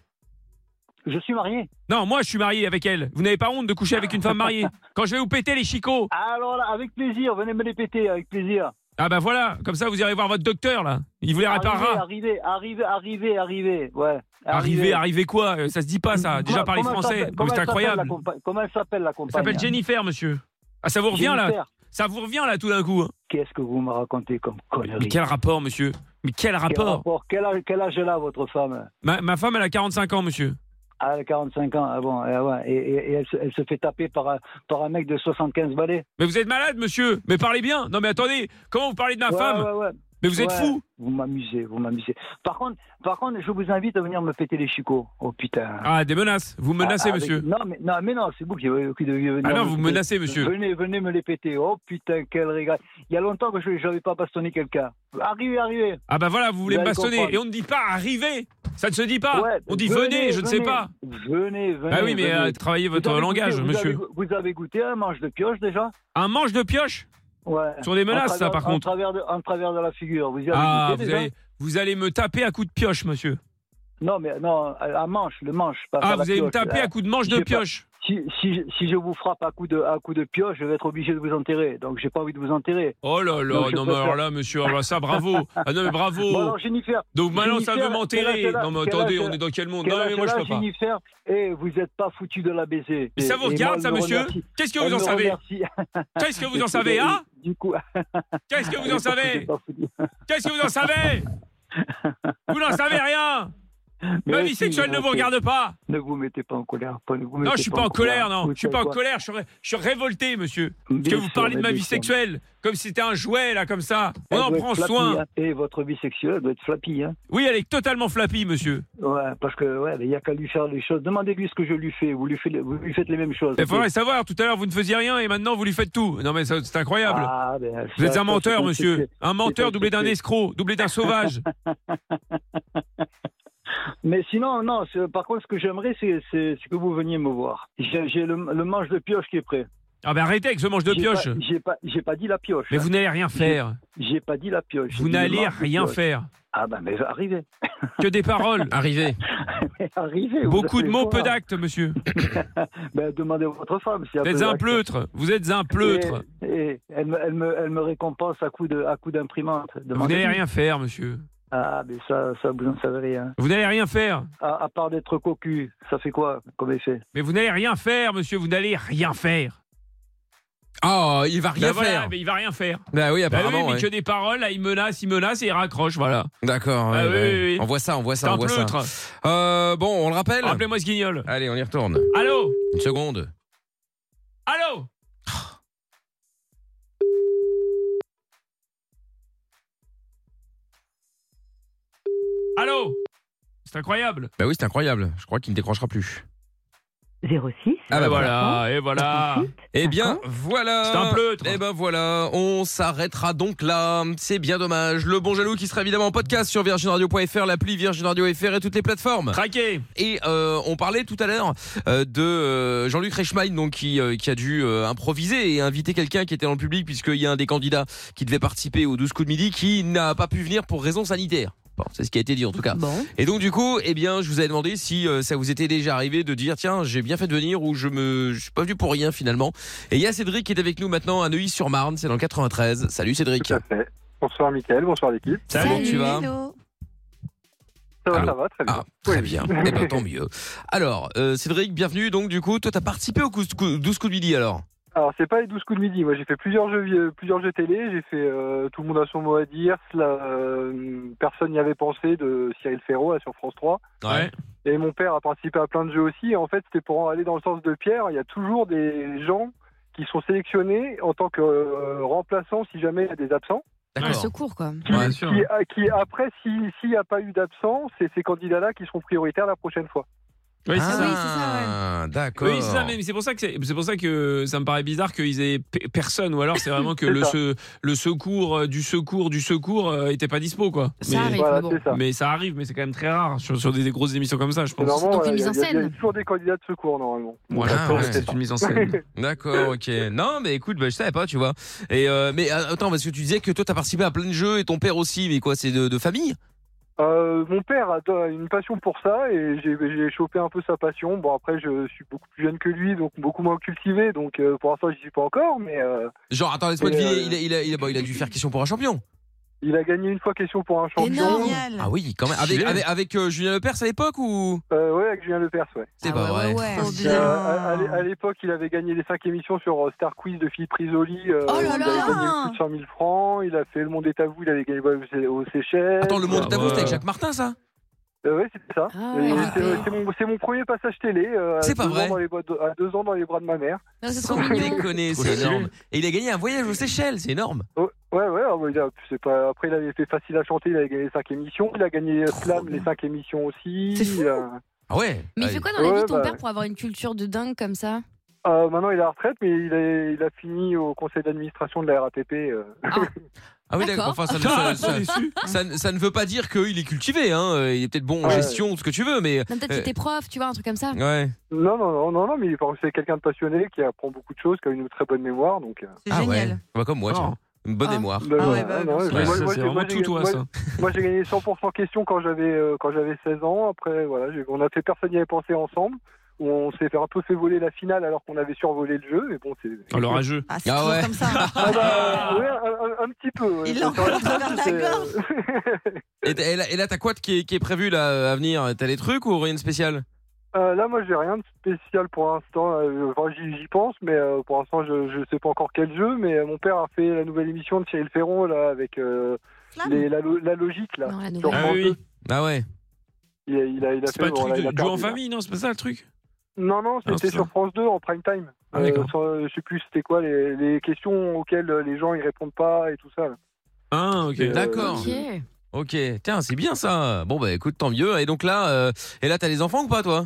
Je suis marié.
Non, moi, je suis marié avec elle. Vous n'avez pas honte de coucher avec une femme mariée. Quand je vais vous péter les chicots.
Alors, là, avec plaisir, venez me les péter, avec plaisir.
Ah, bah voilà, comme ça, vous irez voir votre docteur, là. Il vous les réparera.
Arrivez, arrivez, arrivez, arrivez, ouais.
Arrivé, arrivé quoi Euh, Ça se dit pas ça. Déjà
Comment-
parler
comment elle
français,
s'appelle-
mais
comment
c'est
elle
incroyable.
s'appelle la compa- Comment elle s'appelle la
Elle
compagne
s'appelle Jennifer, monsieur. Ah, ça vous revient là
Jennifer.
Ça vous revient là tout d'un coup hein
Qu'est-ce que vous me racontez comme connerie
Mais quel rapport, monsieur Mais quel
Quel
rapport
rapport Quel âge, quel âge elle a, votre femme
ma, ma femme, elle a 45 ans, monsieur.
Ah, Elle a 45 ans, ah bon, ah ouais, et, et- et elle, se- elle se fait taper par un, par un mec de 75 balais.
Mais vous êtes malade, monsieur Mais parlez bien Non, mais attendez, comment vous parlez de ma
Ouais,
femme
ouais, ouais.
Mais vous êtes
Ouais,
fou
Vous m'amusez, vous m'amusez. Par contre, par contre, je vous invite à venir me péter les chicots. Oh putain.
Ah, des menaces Vous menacez,
Ah, avec-
monsieur
Non, mais non, mais non c'est vous qui, qui deviez venir.
Ah non,
me
vous
péter.
menacez, monsieur.
Venez, venez me les péter. Oh putain, quel régal. Il y a longtemps que je n'avais pas bastonné quelqu'un. Arrivez, arrivez.
Ah, bah voilà, vous voulez
Vous
me
allez
bastonner.
comprendre.
Et on ne dit pas arrivez Ça ne se dit pas
Ouais,
On dit venez, je ne sais pas
Venez, venez.
Bah oui, mais,
venez.
euh, travaillez
Vous
votre
avez
langage,
goûté- vous
monsieur.
avez- vous avez goûté un manche de pioche déjà
Un manche de pioche
Ouais.
Ce sont des menaces,
En
ça, par contre.
En travers, de, en travers de la figure. Vous y avez
Ah,
goûté
vous
déjà
allez, vous allez me taper à coups de pioche, monsieur.
Non, mais non, à à manche, le manche. pas
Ah,
à la
vous allez me
pioche.
taper à coups de manche de
J'ai pas-
pioche.
si, si, je- si je vous frappe à coup, de, à coup de pioche, je vais être obligé de vous enterrer. Donc, j'ai pas envie de vous enterrer.
Oh là là,
Donc, je
non mais
préfère-
alors là, monsieur, alors ça, bravo. Ah non mais bravo.
Bon, alors, Jennifer,
Donc maintenant, ça
Jennifer,
veut m'enterrer.
quel âge elle a
Non mais
Quel
attendez,
âge
on
elle a
est dans quel monde
Quel
Non mais
âge
moi, je
elle a,
peux pas.
Jennifer, eh, vous n'êtes pas foutu de la baiser.
Mais ça vous
Et- et
regarde,
moi,
ça,
elle me
monsieur
remercie.
Qu'est-ce que vous
Elle
en
me
savez
remercie.
Qu'est-ce que vous en
Et-
savez,
et-
hein
Du coup.
Qu'est-ce que vous
Elle
en
est pas foutue,
savez
elle est pas foutue.
Qu'est-ce que vous en savez Vous n'en savez rien. Ma vie
si,
sexuelle ne
ok.
vous regarde pas.
Ne vous mettez pas en colère. pas- ne vous
Non,
mettez
je suis pas en colère, non.
Vous
Je suis
savez
pas en
quoi
colère. Je suis, ré- je suis révolté, monsieur. Parce que
Bien
vous
sûr,
parlez de
mais
ma
bien
vie
sûr.
sexuelle comme si c'était un jouet là, comme ça. On
Elle
en
doit
prend
être flappie,
soin.
hein. Et votre vie sexuelle doit être flappie. Hein.
Oui, elle est totalement flappie, monsieur.
Ouais, parce que ouais, il n'y a qu'à lui faire les choses. Demandez-lui ce que je lui fais. Vous lui faites, vous lui faites les mêmes choses.
Il
ok
faudrait savoir, tout à l'heure vous ne faisiez rien et maintenant vous lui faites tout. Non mais ça, c'est incroyable.
Ah, ben,
vous
ça,
êtes
ça,
un menteur,
c'est
monsieur.
compliqué.
Un menteur
C'est
doublé d'un
compliqué.
escroc, doublé d'un sauvage.
Mais sinon, non. c'est- Par contre, ce que j'aimerais, c'est c'est- c'est que vous veniez me voir. J'ai j'ai le, le manche de pioche qui est prêt.
Ah ben arrêtez avec ce manche de
J'ai
pioche.
pas- J'ai pas, j'ai pas dit la pioche. hein.
Mais vous n'allez rien faire.
J'ai j'ai pas dit la pioche. j'ai
Vous
dit le
n'allez
manche de
rien
pioche.
faire.
Ah ben, mais arrivez.
Que des paroles. Arrivez.
Arrivez. vous
Beaucoup de
allez
mots,
voir.
peu d'actes, monsieur.
Ben, demandez à votre femme. Si
Vous êtes un pleutre. Vous êtes un pleutre.
Et, et elle, me- elle me, elle me récompense à coup de- à coup d'imprimante.
Vous n'allez rien faire, monsieur.
Ah, mais ça, ça vous en savez rien.
Vous n'allez rien faire.
À, à part d'être cocu, ça fait quoi comme effet
Mais vous n'allez rien faire, monsieur. Vous n'allez rien faire.
Ah, il va rien
Ben voilà,
faire.
mais il va rien faire.
Bah oui,
Bah
apparemment.
oui, mais
ouais.
que des paroles, là, il menace, il menace et il raccroche, voilà.
D'accord.
Ah
ouais,
oui,
ouais.
oui, oui.
On voit ça, on voit
C'est
ça,
un
on voit
pleutre.
ça. Euh, bon, on le rappelle.
Rappelez-moi ce guignol.
Allez, on y retourne.
Allô
Une seconde.
Allô Allô C'est incroyable.
Bah oui, c'est incroyable. Je crois qu'il ne décrochera plus.
06.
Ah bah
Et voilà, et voilà.
Eh bien, voilà.
C'est un pleutre.
Eh ben voilà, on s'arrêtera donc là. C'est bien dommage. Le bon jaloux qui sera évidemment en podcast sur virginradio.fr, l'appli Virgin Radio FR et toutes les plateformes.
Traqué.
Et euh, on parlait tout à l'heure euh, de euh, Jean-Luc Reichmann, donc qui, euh, qui a dû euh, improviser et inviter quelqu'un qui était dans le public, puisqu'il y a un des candidats qui devait participer aux 12 coups de midi qui n'a pas pu venir pour raison sanitaire. Bon, c'est ce qui a été dit en tout cas. Et donc du coup, eh bien, je vous avais demandé si euh, ça vous était déjà arrivé de dire tiens, j'ai bien fait de venir ou je me je suis pas venu pour rien finalement. Et il y a Cédric qui est avec nous maintenant à Neuilly-sur-Marne, c'est dans le 93. Salut Cédric.
Bonsoir Mickaël, bonsoir l'équipe.
Comment tu vas Ah,
Ça va, ça va, très bien.
Très bien. Eh ben tant mieux. Alors, euh, Cédric, bienvenue. Donc du coup, toi t'as participé aux cous- cou- 12 coups de midi alors
Alors, c'est pas les 12 coups de midi. Moi, j'ai fait plusieurs jeux, vi- euh, plusieurs jeux télé. J'ai fait euh, Tout le monde a son mot à dire. cela, euh, personne n'y avait pensé de Cyril Ferraud là, sur France 3.
Ouais.
Et mon père a participé à plein de jeux aussi. Et en fait, c'était pour en aller dans le sens de Pierre. Il y a toujours des gens qui sont sélectionnés en tant que euh, remplaçants si jamais il y a des absents.
Un secours, quoi.
hein.
Qui, à- qui, après, si- s'il n'y a pas eu d'absents, c'est ces candidats-là qui seront prioritaires la prochaine fois. Ah.
Oui, c'est ça.
Ah, d'accord.
Oui, c'est ça, mais c'est pour ça que c'est c'est pour ça que ça me paraît bizarre qu'ils aient pe- personne, ou alors c'est vraiment que
C'est
le,
ça.
se- le secours euh, du secours du secours euh, était pas dispo quoi.
Ça arrive, Voilà, mais bon. c'est ça.
mais ça arrive, mais c'est quand même très rare sur, sur des grosses émissions comme ça, je pense.
Normalement, voilà, il hein, y a- il y a- Il y a toujours des candidats de secours, normalement.
Moi,
Ah,
j'adore,
ouais.
c'est une mise en scène.
D'accord, ok. Non, mais écoute, bah, je savais pas, tu vois. Et euh, mais euh, attends, parce que tu disais que toi t'as participé à plein de jeux et ton père aussi, mais quoi, c'est de, de famille
Euh, mon père a a une passion pour ça et j'ai- j'ai chopé un peu sa passion. Bon, après, je suis beaucoup plus jeune que lui, donc beaucoup moins cultivé, donc euh, pour l'instant, j'y suis pas encore, mais euh,
Genre, attends, laisse-moi
Et,
deviner,
euh,
il, a, il, a, bah, il a- bon, il a dû faire question pour un champion.
il a gagné une fois question pour un champion.
Génial. Ah oui, quand même. Avec,
Génial.
avec, avec, euh, Julien Lepers à l'époque ou
Euh, ouais, avec Julien Lepers, Ah ouais.
Ah
C'est pas vrai.
Euh, à- à l'é- à l'époque, il avait gagné les 5 émissions sur euh, Star Quiz de Philippe Risoli. euh,
Oh là
il avait gagné plus de 100 000 francs. Il a fait Le Monde est à vous. Il avait gagné ouais, aux Sé- aux Seychelles.
Attends, le
Ah,
monde
bah,
tabou, c'était avec Jacques Martin, ça
E Euh, ouais, c'était ça.
Ah
Et
ouais.
c'est- euh, c'est mon, c'est mon premier passage télé. euh, à
C'est pas
deux
vrai.
ans dans les bras de- À deux ans dans les bras de ma mère.
Ah,
Sans déconner, c'est
stylé.
énorme. Et il a gagné un voyage aux Seychelles, c'est énorme.
Oh, Ouais, ouais, ah, bah, il a- c'est pas... après il avait fait facile à chanter, il avait gagné les 5 émissions, il a gagné Slam les 5 émissions aussi. euh. bah, il a-
Ah ouais
Mais il fait quoi dans la vie de
bah.
ton père pour avoir une culture de dingue comme ça
Euh, Maintenant il est à la retraite, mais il, est- il a fini au conseil d'administration de la RATP. euh.
Ah oui, d'accord. Enfin, ça, ne-
Ah,
ça- ça- ça ne- ça ne veut pas dire qu'il est cultivé. Hein. Il est peut-être bon en
Ouais.
gestion, ce que tu veux, mais.
Non, peut-être
euh,
qu'il était prof, tu vois, un truc comme ça.
Ouais.
Non, non, non, non, non, mais enfin, c'est quelqu'un de passionné qui apprend beaucoup de choses, qui a une très bonne mémoire. Donc, euh.
Ah ouais. Bah, comme moi,
Oh.
tiens. Une bonne mémoire.
Bah, voilà, non, ouais, moi- moi, j'ai- moi, j'ai- moi- Moi j'ai gagné 100% questions quand j'avais euh, quand j'avais 16 ans. Après, voilà, j'ai- on a fait personne n'y avait pensé ensemble. où on s'est fait un peu fait voler la finale alors qu'on avait survolé le jeu. Et bon, c'est.
Oh, le rageux.
Ah, c'est toujours comme ça.
Ah bah, ouais, un, un- un petit peu. ouais.
Il
Ça,
l'a
c'est
encore
vrai que
dans la
c'est-
gorge.
Et, et là, et là, t'as quoi de- qui est, qui est prévu là à venir T'as des trucs ou rien de spécial
Euh, là, moi, j'ai rien de spécial pour l'instant. Euh, Enfin, j'y j'y pense, mais euh, pour l'instant, je, je sais pas encore quel jeu. Mais euh, mon père a fait la nouvelle émission de Cyril Ferron là avec euh, les- la, lo- la logique là. sur
Ah
France
oui,
2.
oui.
Ah ouais.
Il, a- il a, il a
C'est
fait.
pas le
bon,
truc
là,
de
il
jouer
a
en
perdu, là.
famille, non C'est pas ça le truc
Non, non,
Non,
c'était
c'est
sur
ça.
France 2 en prime time.
Ah, d'accord.
sur, euh, je sais plus c'était quoi les, les questions auxquelles euh, les gens ils répondent pas et tout ça. là.
Ah, ok.
Euh,
D'accord.
Ok.
Ok. Tiens, c'est bien ça. Bon bah écoute, tant mieux. Et donc là, euh, et là, t'as des enfants ou pas toi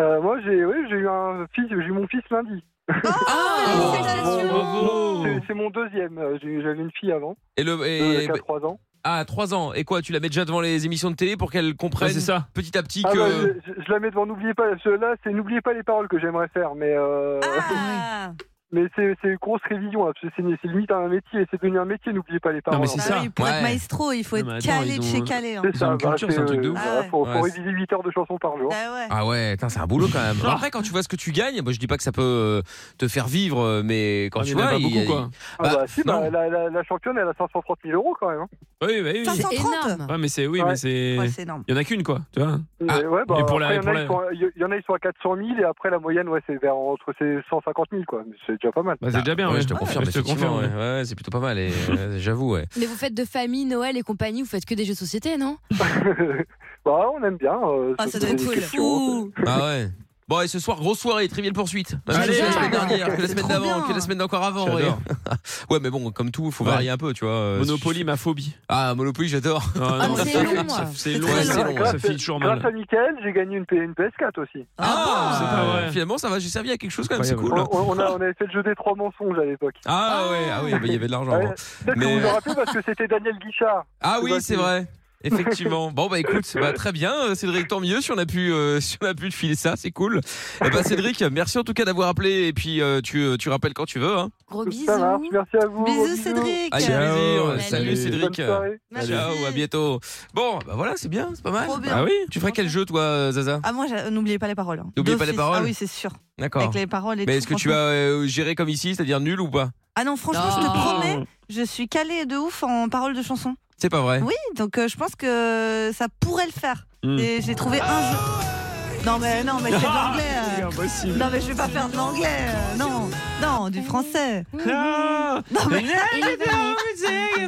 Euh, moi, j'ai oui, j'ai eu un fils, j'ai eu mon fils lundi.
Oh,
Ah,
Bravo.
C'est- C'est mon deuxième. Euh, j'ai- J'avais une fille avant.
Et le
euh,
et,
qui a 3 ans.
ah 3 ans. Et quoi Tu la mets déjà devant les émissions de télé pour qu'elle comprenne
Ouais, c'est ça.
petit à petit
Ah
que.
bah,
euh,
je, je- je la mets devant, n'oubliez pas, là c'est n'oubliez pas les paroles que j'aimerais faire, mais euh,
Ah.
mais c'est c'est une grosse révision, là, parce que c'est c'est limite un métier, c'est devenu un métier, n'oubliez pas les paroles.
mais c'est
hein.
ça. Ah oui,
Bah Pour être maestro, il faut
mais
être
attends,
calé
ils
de
ont-
chez calé. hein.
C'est ça,
une
bah,
culture, c'est un truc de ouf.
euh, voilà, Faut, faut
Ouais, c'est-
réviser 8 heures de chansons par jour.
Ah ouais.
Ah ouais, putain, c'est un boulot quand même.
Ah.
Après, quand tu vois ce que tu gagnes, bah, je dis pas que ça peut euh, te faire vivre, euh, mais quand
Ah,
tu
mais il y en a
vois,
pas
il y a-
beaucoup, quoi.
Ah bah,
Bah,
si,
non.
bah, la, la- la championne elle a 530 000 euros quand même. hein.
Oui, bah oui.
530
Ouais, mais c'est oui, mais c'est.
Ouais, c'est énorme.
Il y en a qu'une, quoi. Tu vois
Mais ouais, bah,
Et Ah, pour la-
après, il y en
pour
a,
la-
ils sont- il y- il y en a ils sont à 400 000 et après la moyenne ouais c'est vers entre ces 150 000 quoi, Mais c'est déjà pas mal.
Bah, c'est déjà bien.
Ah, Ouais,
ouais.
je te
Ouais,
confirme,
je te
effectivement,
confirme, ouais.
ouais. Ouais, c'est plutôt pas mal, et, euh, j'avoue, ouais.
Mais vous faites de famille, Noël et compagnie, vous faites que des jeux de société, non
bah on aime bien. euh,
Ah,
se
ça doit
poser
être
des
cool.
questions.
Ah ouais. Bon, et ce soir, grosse soirée, trivial Bah, poursuite. Même
Allez.
chose que la semaine
J'adore.
dernière, que la
C'est
semaine
trop
d'avant,
bien.
que la semaine d'encore avant. ouais.
J'adore.
ouais, mais bon, comme tout, faut
Ouais.
varier un peu, tu vois. euh,
Monopoly, ma phobie.
Ah, Monopoly, j'adore.
Ah, non,
mais c'est long,
ça-
moi.
C'est
C'est
long,
très
c'est
long.
long, ça
Grâce,
finit toujours
grâce
mal.
à Michael, j'ai gagné une, P- une PS4 aussi.
Ah,
c'est pas vrai.
Finalement, ça va, j'ai servi à quelque chose quand même, c'est
Incroyable.
cool. hein.
On, on a, on avait fait le jeu des trois mensonges à l'époque.
Ah ouais, ah oui, bah, il y avait de l'argent.
Ouais,
bon.
Peut-être
Mais-
que vous vous en rappelez parce que c'était Daniel Guichard.
Ah
Je sais
oui,
pas
c'est
si-
vrai. Effectivement. Bon bah écoute, bah, très bien euh, Cédric, tant mieux si on a pu euh, si on a pu te filer ça, c'est cool. Eh ben Cédric, merci en tout cas d'avoir appelé et puis euh, tu euh, tu rappelles quand tu veux hein.
Gros bisous.
Ça marche, merci à vous. gros
Bisous, Cédric.
Avec plaisir.
Salut.
Salut
Bonne
Cédric.
soirée.
Merci.
Ciao, à bientôt. Bon, bah voilà, c'est bien, c'est pas mal.
Trop bien.
Ah oui, tu ferais quel jeu toi euh, Zaza
Ah, moi, j'a- n'oubliez pas les paroles. hein.
N'oubliez pas les
D'office.
paroles.
Ah oui, c'est sûr.
D'accord.
Avec les paroles et
Mais
tout,
est-ce que tu
franchement.
vas euh, gérer comme ici, c'est-à-dire nul ou pas
Ah non, franchement, je te
Non.
promets, je suis calée de ouf en paroles de chansons.
C'est pas vrai.
Oui, donc euh, je pense que ça pourrait le faire.
Hmm.
Et j'ai trouvé un jeu. Non, mais non, mais c'est de l'anglais. euh.
C'est impossible.
Non, mais je vais pas faire de l'anglais. euh, Non, non, du français.
Ah.
Non, mais. Et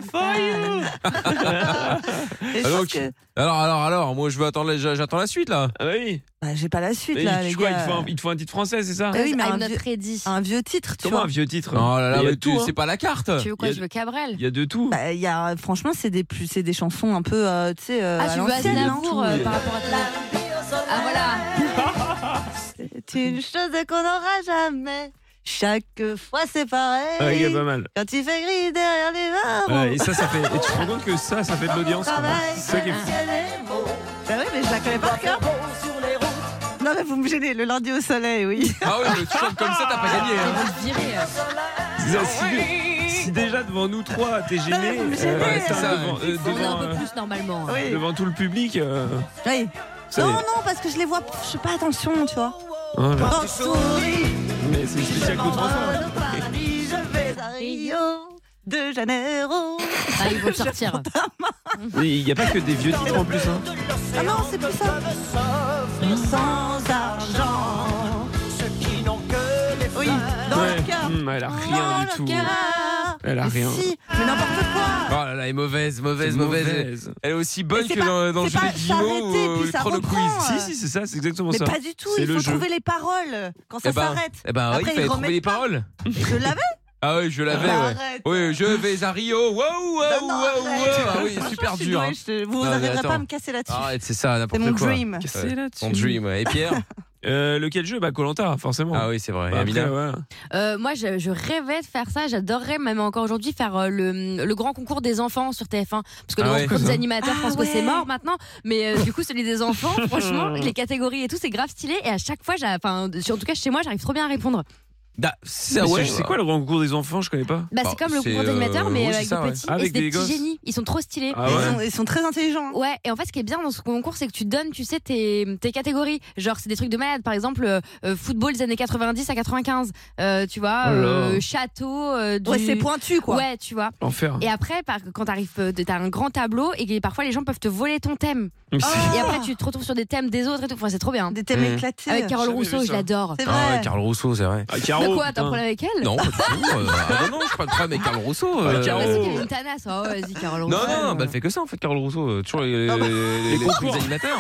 je
Alors,
pense que-
Alors alors alors, moi je veux attendre la- j'attends la suite là.
Ah oui.
Bah, j'ai pas la suite,
Mais
là,
tu
les
crois, il, te
gars. euh.
faut un, il te faut un titre français, c'est ça
Ah oui, mais
I'm
un
not
vieux-
ready.
Un vieux titre, tu
Comment
vois.
un vieux titre
Oh là là,
Il y a
mais tu-
tout, hein.
c'est pas la carte.
Tu veux quoi
y a-
Je veux Cabrel.
Il y a de tout.
Bah, il y a, franchement, c'est des, plus- c'est des chansons un peu, euh, tu sais, euh,
Ah,
à
tu veux
l'ancienne, hein.
Aznavour euh, par rapport à ta... Ah voilà.
Bah.
C'est une chose qu'on n'aura jamais. Chaque fois, c'est pareil.
Ouais, il y a pas mal.
Quand il fait gris derrière les barreaux.
Ouais, et ça, ça fait. Et tu te rends compte que ça, ça fait de l'audience. quoi.
Travail,
C'est ça qui est fou.
Bah oui, mais je la connais par cœur. Non, mais vous me gênez, le lundi au soleil, oui.
Ah oui, mais tu chantes comme ça, t'as pas gagné.
Ils
hein.
vont te virer. euh.
Ah
C'est ça, Si, si déjà devant nous trois, t'es
Bah,
gêné,
mais c'est
euh,
vrai.
attends,
C'est ça,
devant, euh,
Il faut
devant,
un
euh,
peu plus normalement. hein.
Oui.
devant tout le public. euh,
Oui.
ça y
Non,
est.
non, parce que je les vois, je fais pas attention, tu vois.
Oh là,
Oh, souris,
mais c'est spécial contre enfants.
au paradis, je vais à Rio de Janeiro.
Ah, ils vont te sortir.
Mais Il n'y a pas que des vieux titres en plus. Hein.
Ah non, c'est plus ça. Sans argent. Ceux qui n'ont que les Oui, dans
ouais.
le cœur.
Hmm, elle a
Dans
rien
le
du tout.
cœur.
Elle a
Mais
rien.
Si, mais n'importe quoi.
Oh là là, elle est mauvaise, mauvaise,
C'est
mauvaise.
mauvaise.
Elle est aussi bonne
Ah. Mais c'est
que
pas-
Euh,
dans, dans le
c'est
jeu
pas
des Dimo
s'arrêter,
ou
puis
le
ça
chrono quiz.
reprend. euh.
Si, si, c'est ça, c'est exactement
Mais
ça.
pas du tout,
C'est
il
le
faut
jeu.
trouver les paroles quand Oh, ça
Eh ben,
s'arrête.
eh ben, oui,
Après,
il fallait
ils
trouver les
remettent pas.
paroles.
Je l'avais
Ah oui, je l'avais,
Bah,
ouais.
arrête.
Oui, je vais à Rio. Waouh, waouh,
Non,
waouh,
non,
waouh.
arrête.
Ah oui, super
Je suis
dur.
douée,
hein.
je te- Vous
Non, mais
n'arriverez pas
attends.
à me casser là-dessus.
Arrête, c'est ça,
C'est
n'importe
mon
quoi.
dream.
Qu'est-ce que c'est là-dessus
Ton dream, ouais. Et Pierre
Euh, Lequel jeu Bah, Colanta, forcément.
Ah oui, c'est vrai.
Bah, après,
Amina
ouais.
Euh, moi, je, je rêvais de faire ça. J'adorerais même encore aujourd'hui faire euh, le, le grand concours des enfants sur TF1. Parce que
Ah
le grand
ouais.
concours des animateurs, je
Ah
pense que
ouais.
c'est mort maintenant. Mais euh, du coup, celui des enfants, franchement, les catégories et tout, c'est grave stylé. Et à chaque fois, j'a- enfin, en tout cas, chez moi, j'arrive trop bien à répondre.
c'est
Mais
ouais. Oh, euh,
c'est- C'est quoi le grand concours des enfants Je connais pas.
Bah, c'est comme le concours
euh,
d'animateurs, mais avec des petits. et
Avec
c'est des, petits
gosses.
génies. Ils sont trop stylés.
Ah ouais. Ils sont-
très intelligents. hein. Ouais, et en fait, ce qui est bien dans ce concours, c'est que tu donnes, tu sais, tes, tes catégories. Genre, c'est des trucs de malade. Par exemple, euh, euh, football des années 90 à 95. euh, tu vois,
Oh là là.
euh, château. euh, du-
Ouais, c'est pointu, quoi.
Ouais, tu vois.
L'enfer.
Et après, par- quand t'arrives, euh, t'as un grand tableau et que parfois les gens peuvent te voler ton thème.
Mais c'est-
Et après, tu te retrouves sur des thèmes des autres et tout. Enfin, c'est trop bien. Oh. Des
thèmes Mhm. éclatés.
Avec Carole
J'avais vu
Rousseau,
ça.
je l'adore.
C'est
Ah ouais, Carl Rousseau, c'est vrai.
De quoi, t'as un problème avec elle
Non, pas du tout. euh, ah non, non, je suis pas de problème avec Carl Rousseau. euh,
Bah, c'est qu'elle est une tanasse. Oh, vas-y, Carole
Non,
Rousseau.
non, bah, elle fait que ça en fait, Carl Rousseau. euh, Toujours les, les, les, les
concours.
trucs animateurs.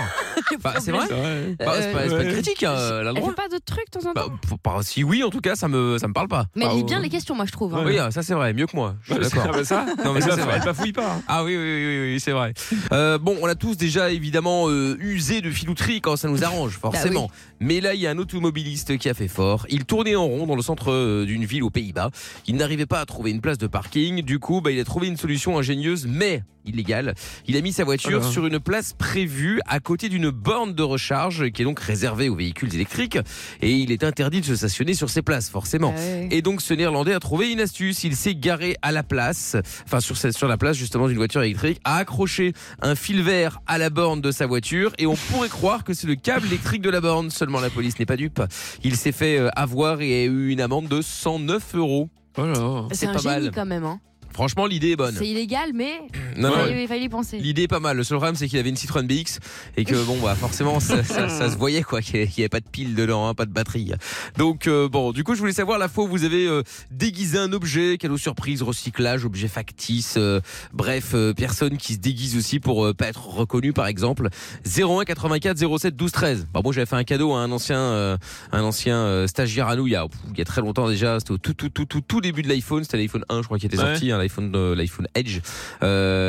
Bah, c'est vrai.
C'est
Bah, C'est pas, c'est pas une critique, hein, elle a le
Euh, Elle
droit.
fait pas d'autres trucs de temps en temps.
Bah, p- par- si oui, en tout cas, ça me, ça me parle pas.
Mais
Bah,
elle lit
oh.
bien les questions, moi, je trouve. hein.
Oui, ah, ça c'est vrai, mieux que moi. Je suis
Bah,
d'accord.
c'est- ah, bah, ça,
non, mais
elle
ça
bafou-
c'est vrai.
elle bafouille pas, hein.
Ah oui, oui, oui, oui, oui, c'est vrai. Euh, bon, on a tous déjà évidemment euh, usé de filouterie quand ça
Bah
nous arrange, forcément. Mais là, il y a un automobiliste qui a fait fort. Il tournait en rond dans le centre euh, d'une ville aux Pays-Bas. Il n'arrivait pas à trouver une place de parking. Du coup, bah, il a trouvé une solution ingénieuse, mais illégale. Il a mis sa voiture
Ah.
sur une place prévue à côté d'une borne de recharge qui est donc réservée aux véhicules électriques. Et il est interdit de se stationner sur ces places, forcément.
Ah ouais.
Et donc ce Néerlandais a trouvé une astuce. Il s'est garé à la place, enfin sur, cette- sur la place justement d'une voiture électrique, a accroché un fil vert à la borne de sa voiture et on pourrait croire que c'est le câble électrique de la borne. Seulement la police n'est pas dupe. Il s'est fait euh, avoir et a eu une amende de 109 euros.
C'est
C'est
un
pas
génie
mal.
quand même. hein.
Franchement, l'idée est bonne.
C'est illégal, mais
Non, non,
il fallait- il fallait y penser.
L'idée est pas mal. Le seul problème, c'est qu'il avait une Citroën BX et que bon, bah forcément, ça, ça- ça se voyait quoi, qu'il n'y avait pas de pile dedans, hein, pas de batterie. Donc euh, bon, du coup, je voulais savoir la fois où vous avez euh, déguisé un objet, cadeau surprise, recyclage, objet factice, euh, bref, euh, personne qui se déguise aussi pour euh, pas être reconnu, par exemple. 01 84 07 12 13. Bah moi, j'avais fait un cadeau à un ancien, euh, un ancien euh, stagiaire à nous il y a, pff, il y a très longtemps déjà. C'était au tout, tout, tout, tout, tout début de l'iPhone. C'était l'iPhone 1, je crois, qui était
Ouais.
sorti, hein, l'iPhone, euh, l'iPhone Edge. Euh,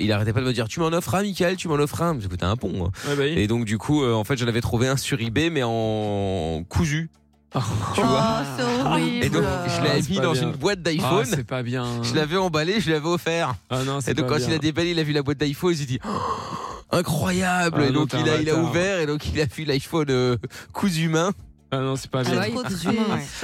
il arrêtait pas de me dire, tu m'en offres un, Michael, tu m'en offres un. Parce que t'as un pont. hein. moi.
Ouais, bah oui.
Et donc du coup, euh, en fait, j'en avais trouvé un sur eBay, mais en cousu. Tu
Oh,
vois. Et donc, je
Ah,
l'avais
C'est
mis
pas
dans
bien.
une boîte d'iPhone.
Ah, c'est pas bien. Ah,
Je l'avais emballé, je l'avais offert.
c'est
et donc
pas
quand
bien.
il a déballé, il a vu la boîte d'iPhone, il s'est dit Oh, incroyable.
Ah
et
non,
donc
t'es
il a,
un
il a
bâtard.
ouvert et donc il a vu l'iPhone euh, cousu main.
Ah non, c'est pas
Ah
bien.
ouais, trop cousu main,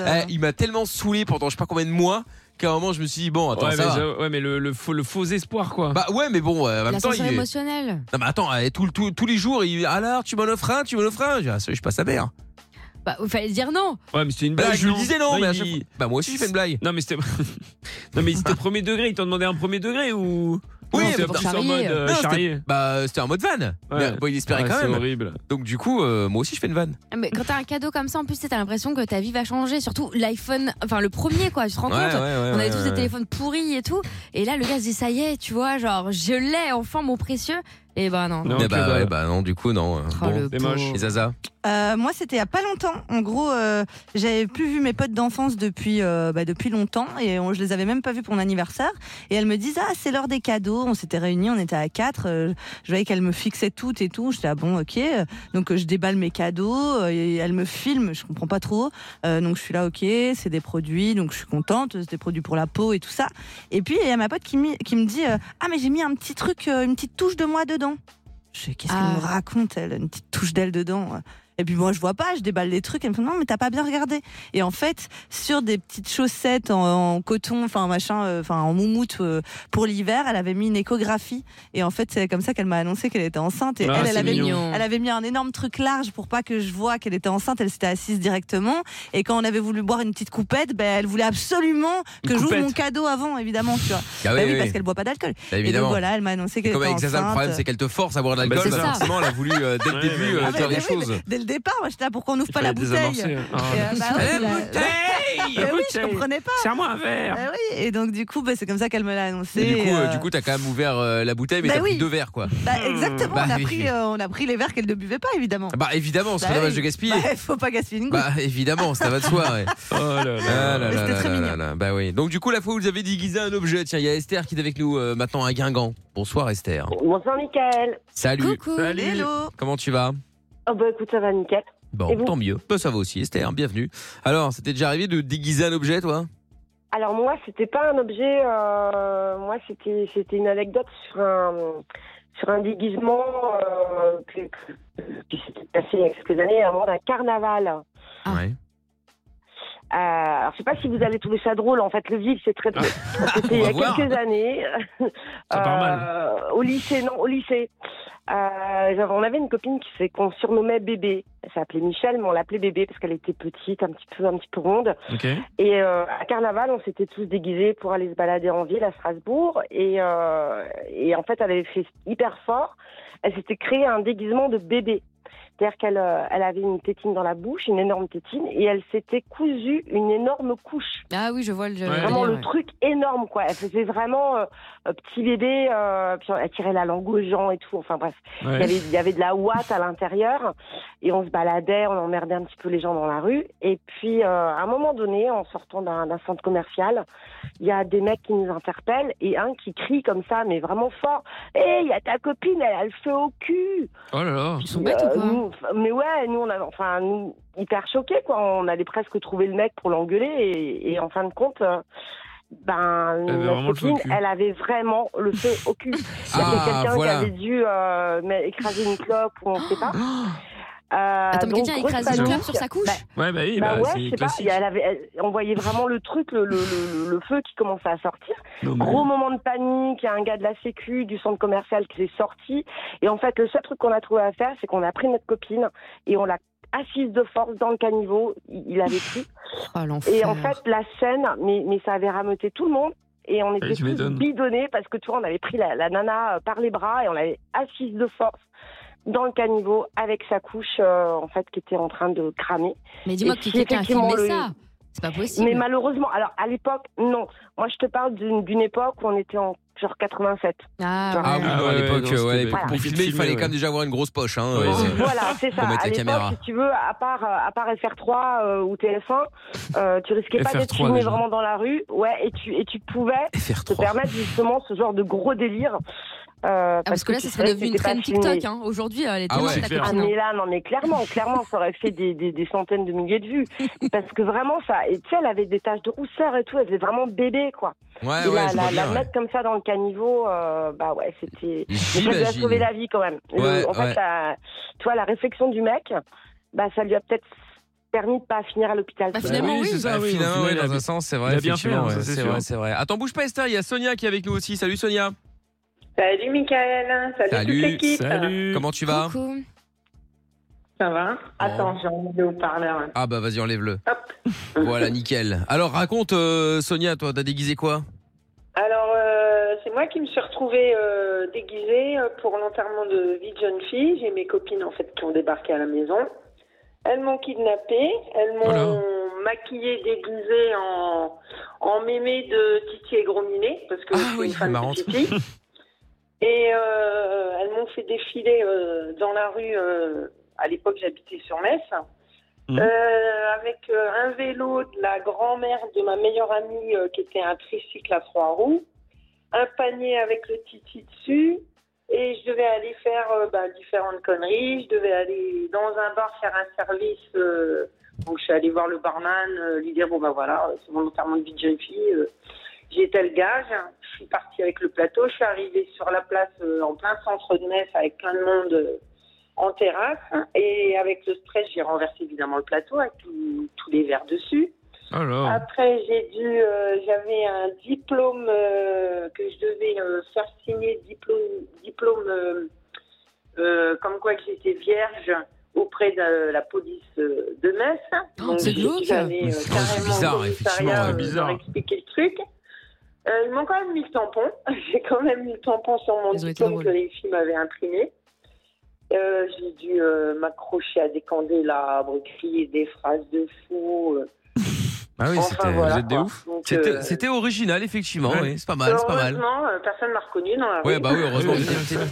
Euh, il m'a tellement saoulé pendant je sais pas combien de mois qu'à un moment je me suis dit bon attends
ouais, mais,
ça. va.
ça- ouais, mais le, le faux, le faux espoir, quoi.
Bah ouais, mais bon, euh, en même temps
L'ascenseur
il.
émotionnel.
Non mais attends, euh, tout, le- tout- tous les jours il alors tu m'en offres un, tu m'en offres un. Je dis, Ah, ça, je suis pas sa mère.
Bah, il fallait dire non.
Ouais, mais c'était une
Bah,
blague.
je lui disais non, mais à
il-
chaque fois- Bah, moi aussi, je fais une blague.
Non, mais c'était. non, mais c'était premier degré. Ils t'ont demandé un premier degré ou.
Oui,
Non, c'était
bah,
plus en
charrier.
mode euh,
Non, c'était-
charrier.
Bah, c'était en mode vanne.
Ouais.
Mais, bon, il espérait
Ouais,
quand
c'est
même.
horrible.
Donc du coup, euh, moi aussi je fais une vanne.
Ah, Mais quand t'as un cadeau comme ça, en plus, t'as l'impression que ta vie va changer. Surtout l'iPhone, enfin le premier, quoi. Tu te rends
Ouais,
compte
ouais, ouais,
On avait
ouais,
tous
ouais.
des téléphones pourris et tout. Et là, le gars se dit ça y est, tu vois, genre je l'ai, enfin mon précieux. Et ben non.
Eh bah, ouais, bah non, du coup, non.
Oh, le
c'est
pauvre.
moche. Et Zaza
Euh, moi, c'était il y a pas longtemps. En gros, euh, j'avais plus vu mes potes d'enfance depuis euh, bah, depuis longtemps et on- je les avais même pas vus pour mon anniversaire. Et elles me disent ah c'est l'heure des cadeaux. On s'était réunis, on était à quatre. euh, je voyais qu'elles me fixaient toutes et tout. J'étais ah bon ok. Donc euh, je déballe mes cadeaux euh, et elles me filment. Je comprends pas trop. Euh, donc je suis là ok. C'est des produits donc je suis contente. C'est des produits pour la peau et tout ça. Et puis il y a ma pote qui, m'y- qui me dit euh, ah mais j'ai mis un petit truc, euh, une petite touche de moi dedans. Je fais, qu'est-ce qu'elle me raconte Elle a une petite touche d'elle dedans. Et puis moi, je vois pas, je déballe les trucs. Elle me fait non, mais t'as pas bien regardé. Et en fait, sur des petites chaussettes en, en coton, enfin machin, euh, enfin en moumoute euh, pour l'hiver, elle avait mis une échographie. Et en fait, c'est comme ça qu'elle m'a annoncé qu'elle était enceinte. Et
Ah,
elle, elle
c'est
avait, mis,
mignon.
elle avait mis un énorme truc large pour pas que je vois qu'elle était enceinte. Elle s'était assise directement. Et quand on avait voulu boire une petite coupette, ben, elle voulait absolument
Une
que j'ouvre
coupette.
mon cadeau avant, évidemment. Tu vois.
Ah oui,
Ben oui,
oui,
parce
oui.
qu'elle boit pas d'alcool.
Bah,
et donc
évidemment.
voilà, elle m'a annoncé qu'elle
Comme
était
avec
enceinte.
Zaza, le problème, c'est qu'elle te force à boire de
Bah,
l'alcool.
c'est
bah,
ça.
forcément, elle a voulu euh, dès le
Ouais,
début
mais
euh,
Ah,
oui,
faire
mais
des
oui,
choses.
Dès le départ, moi j'étais là, pourquoi on n'ouvre pas la
fallait
bouteille
désamorcer, hein.
Et, euh, bah
Ah,
oui,
La
la-
bouteille
Eh
La
oui, je
bouteille
comprenais pas.
Serre-moi un verre.
Eh oui, Et donc du coup, bah, c'est comme ça qu'elle me l'a annoncé.
Et du coup,
et,
euh,
euh,
du coup, t'as quand même ouvert euh, la bouteille, mais
Bah
t'as
oui.
pris deux verres, quoi.
bah, exactement,
Bah
on, a
oui.
pris, euh, on a pris les verres qu'elle ne buvait pas, évidemment.
Bah évidemment, ce serait
Bah
dommage
oui.
de gaspiller.
Bah, faut pas gaspiller une goutte.
Bah évidemment, ça va de soi. ouais.
Ah là
là là là là là. Bah oui. Donc du coup, la fois où vous avez déguisé un objet, tiens, il y a Esther qui est avec nous euh, maintenant à Guingamp. Bonsoir Esther.
Bonsoir Mickaël.
Salut.
Salut.
Comment tu vas
Oh bah écoute, ça va nickel. Et
Bon,
vous
tant mieux. Bah, ça va aussi, Esther. Bienvenue. Alors, c'était déjà arrivé de déguiser un objet, toi
Alors moi, c'était pas un objet. euh, moi, c'était c'était une anecdote sur un sur un déguisement euh, que- que- qui s'était passé il y a quelques années avant d'un carnaval.
Ouais.
Euh, alors, je sais pas si vous allez trouver ça drôle. En fait, le vif, c'est très drôle. C'était il y a
On va voir.
quelques années.
Ça part mal.
Euh, au lycée, non, au lycée. Euh, j'avais- on avait une copine qui s'est- qu'on surnommait Bébé. Elle s'appelait Michel, mais on l'appelait Bébé parce qu'elle était petite, un petit peu, un petit peu ronde. Et euh, à Carnaval, on s'était tous déguisés pour aller se balader en ville à Strasbourg. Et, euh, et en fait, elle avait fait hyper fort. Elle s'était créé un déguisement de bébé. C'est-à-dire qu'elle euh, elle avait une tétine dans la bouche, une énorme tétine, et elle s'était cousu une énorme couche.
Ah oui, je vois le jeu.
Vraiment le truc énorme, quoi. Elle faisait vraiment euh, euh, petit bébé, euh, puis elle tirait la langue aux gens et tout. Enfin bref,
Ouais.
il, y avait, il y avait de la ouate à l'intérieur, et on se baladait, on emmerdait un petit peu les gens dans la rue. Et puis, euh, à un moment donné, en sortant d'un d'un centre commercial, il y a des mecs qui nous interpellent, et un qui crie comme ça, mais vraiment fort Hé, il y a ta copine, elle a le feu au cul
Oh là là.
Bah,
euh, nous, enfin, Mais ouais, nous, on a, enfin, nous, hyper choqués, quoi. On allait presque trouver le mec pour l'engueuler, et, et en fin de compte. euh, ben,
Elle avait
notre
vraiment le feu au
copine,
cul.
elle avait vraiment le feu au cul. Il y
Ah,
avait quelqu'un
voilà.
qui avait dû euh, mais écraser une clope ou on ne sait pas. Euh,
Attends, mais
donc,
quelqu'un a
grosse
écrasé une
panique.
clope sur sa couche
Ouais, bah oui,
Bah
bah,
ouais, je
c'est
sais pas,
classique.
il y a- elle avait- elle- on voyait vraiment le truc, le, le- le- le feu qui commençait à sortir.
Non, mais-
Gros moment de panique, il y a un gars de la sécu, du centre commercial qui est sorti. Et en fait, le seul truc qu'on a trouvé à faire, c'est qu'on a pris notre copine et on l'a assise de force dans le caniveau. Il, il avait pris.
Ah, l'enfer.
et en fait, la scène, mais, mais ça avait rameuté tout le monde. Et on était
tu
tous
m'étonnes.
bidonnés parce que tu vois, on avait pris la, la nana euh, par les bras et on l'avait assise de force dans le caniveau avec sa couche euh, en fait qui était en train de cramer.
Mais dis-moi
Et
que
si
quelqu'un a
effectivement
filmé
le-
ça. C'est pas possible.
mais malheureusement, alors à l'époque, non. Moi, je te parle d'une d'une époque où on était en genre 87. Genre,
Ah oui,
euh,
bah, à l'époque,
ouais,
ouais,
ouais,
pour-
ouais.
pour filmer, il fallait quand même
Ouais.
déjà avoir une grosse poche. Hein,
Ouais,
Oh.
euh,
c'est-
Voilà, c'est ça.
Pour mettre
à
la
l'époque,
caméra.
si tu veux, à part, euh, à part FR3 euh, ou TF1, euh, tu risquais pas d'être
FR3
filmé
déjà.
vraiment dans la rue. Ouais, et tu, et tu pouvais te permettre justement ce genre de gros délire. euh,
Ah, parce que là,
tu
ça serait
savais
devenu
que
une
t'étais pas
traîne
filmé.
TikTok. hein. Aujourd'hui, euh, elle est tellement ta
Ah,
copine.
mais là, non, mais clairement, clairement, ça aurait fait des, des, des centaines de milliers de vues. Parce que vraiment, ça. Et tu sais, elle avait des taches de rousseur et tout, elle faisait vraiment bébé, quoi.
Ouais,
Et
ouais,
la,
je
la-
vois bien,
la
ouais.
mettre comme ça dans le caniveau, euh, bah ouais, c'était. Mais Ça lui a
J'imagine.
sauvé la vie, quand même. Le-
Ouais,
en
ouais.
fait, la, tu vois, la réflexion du mec, bah, ça lui a peut-être permis de pas finir à l'hôpital.
Bah, Finalement, ouais, dans un sens, c'est vrai.
il a bien fait,
effectivement,
hein, ça,
ouais,
c'est
c'est
sûr.
vrai, c'est vrai. Attends, bouge pas, Esther. Il y a Sonia qui est avec nous aussi. Salut, Sonia.
Salut Michael, salut, toute l'équipe.
Comment tu vas
Ça va Attends, j'ai enlevé au parleur.
Ah bah vas-y, enlève-le. Voilà, nickel. Alors raconte, euh, Sonia, toi, t'as déguisé quoi
Alors, euh, c'est moi qui me suis retrouvée euh, déguisée euh, pour l'enterrement de vie de jeune fille. J'ai mes copines en fait qui ont débarqué à la maison. Elles m'ont kidnappée, elles m'ont maquillée, déguisée en, en mémé de Titi et Gros Minet, parce que je suis une fan de Titi. Et euh, elles m'ont fait défiler euh, dans la rue. euh, à l'époque, j'habitais sur Metz.
Mhm.
Euh, avec euh, un vélo de la grand-mère de ma meilleure amie euh, qui était un tricycle à trois roues, un panier avec le titi dessus, et je devais aller faire euh, bah, différentes conneries. Je devais aller dans un bar faire un service. euh, donc je suis allée voir le barman, euh, lui dire bon bah voilà, c'est mon enterrement de vie de jeune fille. euh, j'ai tel gage, je suis partie avec le plateau, je suis arrivée sur la place euh, en plein centre de Metz avec plein de monde euh, en terrasse et avec le stress j'ai renversé évidemment le plateau avec tout- tous les verres dessus.
Ah,
Oh.
Après j'ai dû, euh, j'avais un diplôme euh, que je devais euh, faire signer diplôme, diplôme euh, euh, comme quoi que j'étais vierge auprès de euh, la police euh, de Metz. Donc
Oh, c'est glauque.
j'avais
Mais
euh,
c'est-
carrément
c'est bizarre,
au commissariat,
effectivement, ouais.
euh,
Bizarre.
leur expliquer le truc. Euh, ils m'ont quand même mis le tampon. J'ai quand même mis le tampon sur mon diplôme que les filles m'avaient imprimé. Euh, j'ai dû euh, m'accrocher à des candélabres, crier des phrases de fou. euh.
Ah oui,
Enfin,
c'était.
voilà,
vous êtes des
quoi.
ouf.
Donc,
C'était
euh,
c'était original, effectivement. oui, c'est pas mal, c'est pas mal.
Heureusement, euh, personne m'a reconnu dans la rue.
Ouais, bah oui, heureusement,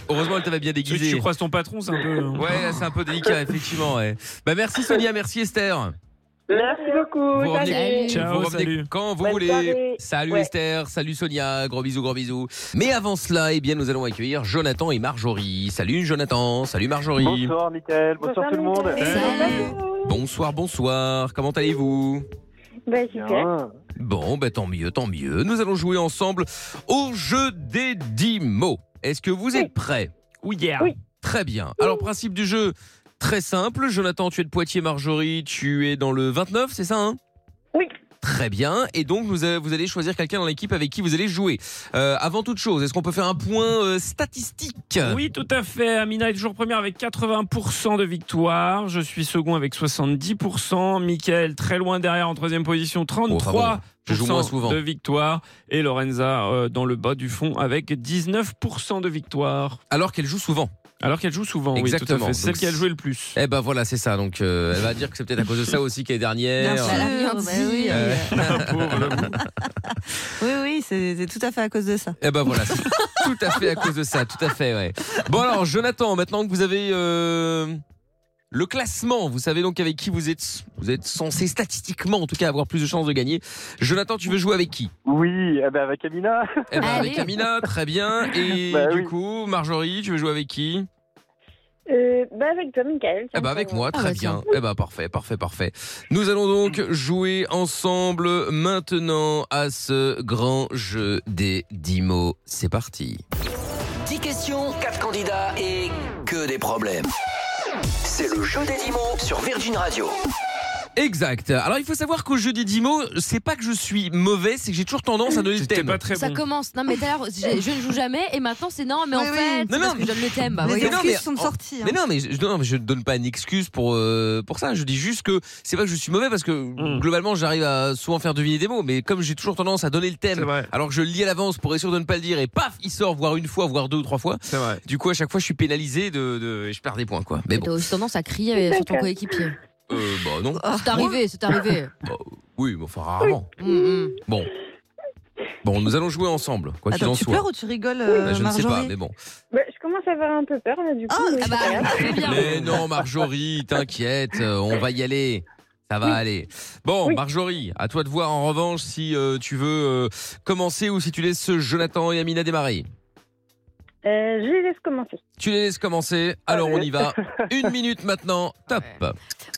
heureusement elle t'avait bien déguisé.
Tu croises ton patron, c'est un peu. euh.
Ouais, c'est un peu délicat, effectivement. ouais. Bah merci Sonia, merci Esther.
Merci beaucoup.
Vous revenez,
salut.
vous revenez quand vous
Bonne
voulez.
soirée.
Salut
Ouais.
Esther, salut Sonia, gros bisous, gros bisous. Mais avant cela, eh bien, nous allons accueillir Jonathan et Marjorie. Salut Jonathan, salut Marjorie.
Bonsoir, Mickaël. Bonsoir, tout le monde.
Bonsoir, bonsoir. Comment allez-vous
Ben, super.
Bon, bah, tant mieux, tant mieux. Nous allons jouer ensemble au jeu des 10 mots. Est-ce que vous êtes prêts Oui, hier. Très bien. Alors, principe du jeu, très simple. Jonathan, tu es de Poitiers, Marjorie, tu es dans le 29, c'est ça, hein
Oui.
Très bien. Et donc, nous, euh, vous allez choisir quelqu'un dans l'équipe avec qui vous allez jouer. Euh, avant toute chose, est-ce qu'on peut faire un point euh, statistique
Oui, tout à fait. Amina est toujours première avec 80% de victoire. Je suis second avec 70%. Michael, très loin derrière en troisième position, 33%.
Oh, Je joue moins souvent.
de victoire et Lorenza euh, dans le bas du fond avec 19% de victoire.
Alors qu'elle joue souvent.
Alors qu'elle joue souvent, oui, tout à
Exactement.
fait. C'est celle
Donc,
qui a joué le plus.
Eh ben voilà, c'est ça. Donc, euh, elle va dire que c'est peut-être à cause de ça aussi qu'elle est dernière. Euh,
Oui, oui, c'est c'est tout à fait à cause de ça.
Eh ben voilà, c'est tout à fait à cause de ça, tout à fait, ouais. Bon alors, Jonathan, maintenant que vous avez euh, le classement, vous savez donc avec qui vous êtes, vous êtes censé statistiquement, en tout cas, avoir plus de chances de gagner. Jonathan, tu veux jouer avec qui
Oui, eh ben avec Amina.
Eh ben avec Amina, très bien. Et
Bah
du
oui.
coup, Marjorie, tu veux jouer avec qui
Euh, bah avec toi, Michael.
Eh ben avec moi, très bien. Eh ben parfait, parfait, parfait. Nous allons donc jouer ensemble maintenant à ce grand jeu des 10 mots. C'est parti.
10 questions, 4 candidats et que des problèmes. C'est le jeu des 10 mots sur Virgin Radio.
Exact. Alors il faut savoir qu'au jeu des 10 mots, c'est pas que je suis mauvais, c'est que j'ai toujours tendance à donner le thème. pas très
Ça commence. Non, mais d'ailleurs, je je ne joue jamais et maintenant c'est non, mais en fait, c'est parce que je donne le thème. Bah,
Les
voyons.
excuses sont sorties. hein.
Mais non, mais je, non, mais je donne pas une excuse pour euh, pour ça. Je dis juste que c'est pas que je suis mauvais parce que globalement j'arrive à souvent faire deviner des mots, mais comme j'ai toujours tendance à donner le thème, alors que je le lis à l'avance pour être sûr de ne pas le dire et paf, il sort voire une fois, voire deux ou trois fois. Du coup à chaque fois je suis pénalisé de, de et je perds des points quoi. Mais
T'as
bon,
aussi tendance à crier sur ton coéquipier.
euh, bah non.
Ah.
C'est arrivé, c'est arrivé.
Oui, mais enfin rarement.
Mm, mm.
Bon, bon, nous allons jouer ensemble quoi qu'il
Attends,
en
tu
soit.
pleures ou tu rigoles,
Bah,
euh,
je ne sais pas,
Marjorie Ah, bah,
mais bon.
Bah, je commence à avoir un peu peur là du coup. mais c'est pas grave.
Mais non, Marjorie, t'inquiète, euh, on va y aller. Ça va aller. Bon, Marjorie, à toi de voir en revanche si euh, tu veux euh, commencer ou si tu laisses Jonathan et Amina démarrer.
Euh, je les laisse commencer.
Tu les laisses commencer, alors on y va. Une minute maintenant, top.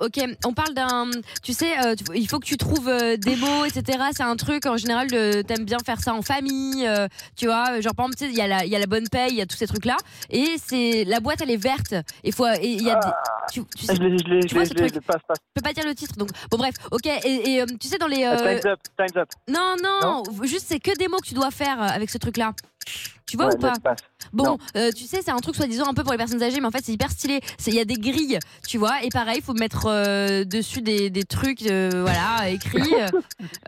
Ok, on parle d'un. Tu sais, euh, tu- il faut que tu trouves euh, des mots, etc. C'est un truc, en général, euh, t'aimes bien faire ça en famille, euh, tu vois. Genre, par exemple, tu sais, il y, a la- il y a la bonne paye, il y a tous ces trucs-là. Et c'est la boîte, elle est verte. Et faut, et il y a
Ah.
des- tu, tu
Ah,
sais,
Je l'ai, je l'ai,
tu
je l'ai,
vois ce
je l'ai,
truc
je passe, passe.
Je peux pas dire le titre, donc. Bon, bref, ok. Et, et, euh, tu sais, dans les. euh,
Time's up, time's up.
Non, non, juste c'est que des mots que tu dois faire euh, avec ce truc-là. Tu vois
Ouais,
ou pas
laisse, passe.
Bon, euh, tu sais, c'est un truc soi-disant un peu pour les personnes âgées, mais en fait, c'est hyper stylé. C'est- Il y a des grilles, tu vois, et pareil, il faut mettre euh, dessus des, des trucs, euh, voilà, écrits. Euh,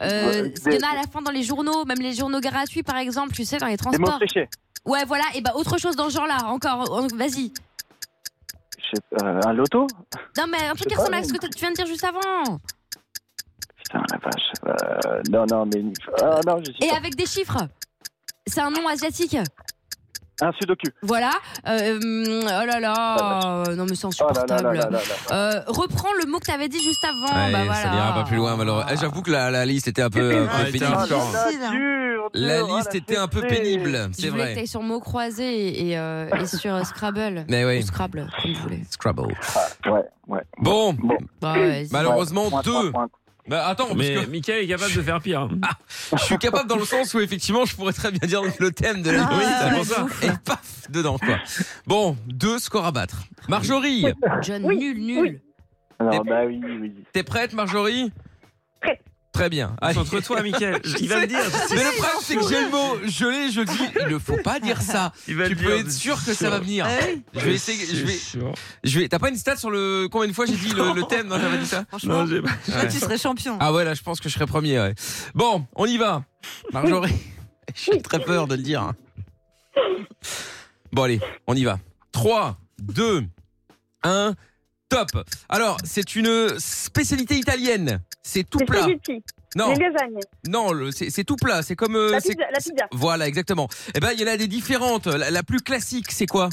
euh,
Ouais,
ce qu'il y en a à la fin dans les journaux, même les journaux gratuits, par exemple, tu sais, dans les
Des mots
transports.
séchés.
Ouais, voilà, et bah autre chose dans ce genre-là, encore, en- vas-y.
Je sais pas, euh, un loto
Non, mais un truc qui
sais pas,
ressemble à
mais-
ce que t- tu viens de dire juste avant.
Putain, la vache. Euh, non, non, mais. Ah, non, je suis
Et
pas-
avec des chiffres. C'est un nom asiatique.
Un sudoku. Ah,
Voilà. Euh, hum, oh là là. euh, Non, mais c'est insupportable.
Oh là là là là
Euh, reprends le mot que t'avais dit juste avant.
Ouais,
bah
Ça
voilà.
n'ira pas plus loin, malheureusement. Eh, J'avoue que la, la liste était un peu, un peu
Ah, elle était
pénible.
difficile,
quand même. La
Ah,
liste était un peu pénible,
hein, Je
c'est
voulais que
vrai.
t'ailles sur mots croisés et, et, euh, et sur euh, Scrabble.
Mais oui.
Ou Scrabble, comme vous voulez.
Scrabble.
Ouais, ouais.
Bon,
Bah, ouais, c'est-
malheureusement
Point, point,
deux.
point.
Bah, attends,
Mais
parce que- Ah,
Mickaël est capable de faire pire.
je suis capable dans le sens où effectivement je pourrais très bien dire le thème de la
Ah,
liste.
c'est pour ça.
Et paf, dedans quoi. Bon, deux scores à battre. Marjorie,
John, nul, nul.
Alors, bah oui, oui.
t'es prête Marjorie Très bien.
Entre toi, Mickaël.
Je
Il va
sais.
me dire.
Mais le problème, c'est que j'ai le mot, je l'ai, je le dis. Il ne faut pas dire ça.
Il va le
tu peux
dire,
être
c'est
sûr que ça
sûr.
va venir.
Ouais.
Je vais essayer. Je vais.
C'est sûr.
Je vais. T'as pas une stat sur le combien de fois j'ai dit le, le thème Non, j'avais dit ça.
Franchement,
j'ai
toi, tu serais
Mm.
champion.
Ah ouais, là, je pense que je serai premier. ouais. Bon, on y va. Marjorie, j'ai très peur de le dire. hein. Bon, allez, on y va. 3, 2, 1, top. Alors, c'est une spécialité italienne. C'est tout
Les
plat.
spaghettis.
Non.
Les lasagnes.
Non, le- c'est c'est tout plat. C'est comme. euh,
La
c'est-
pizza, la pizza.
Voilà, exactement. Eh ben, il y en a des différentes. La, la plus classique, c'est quoi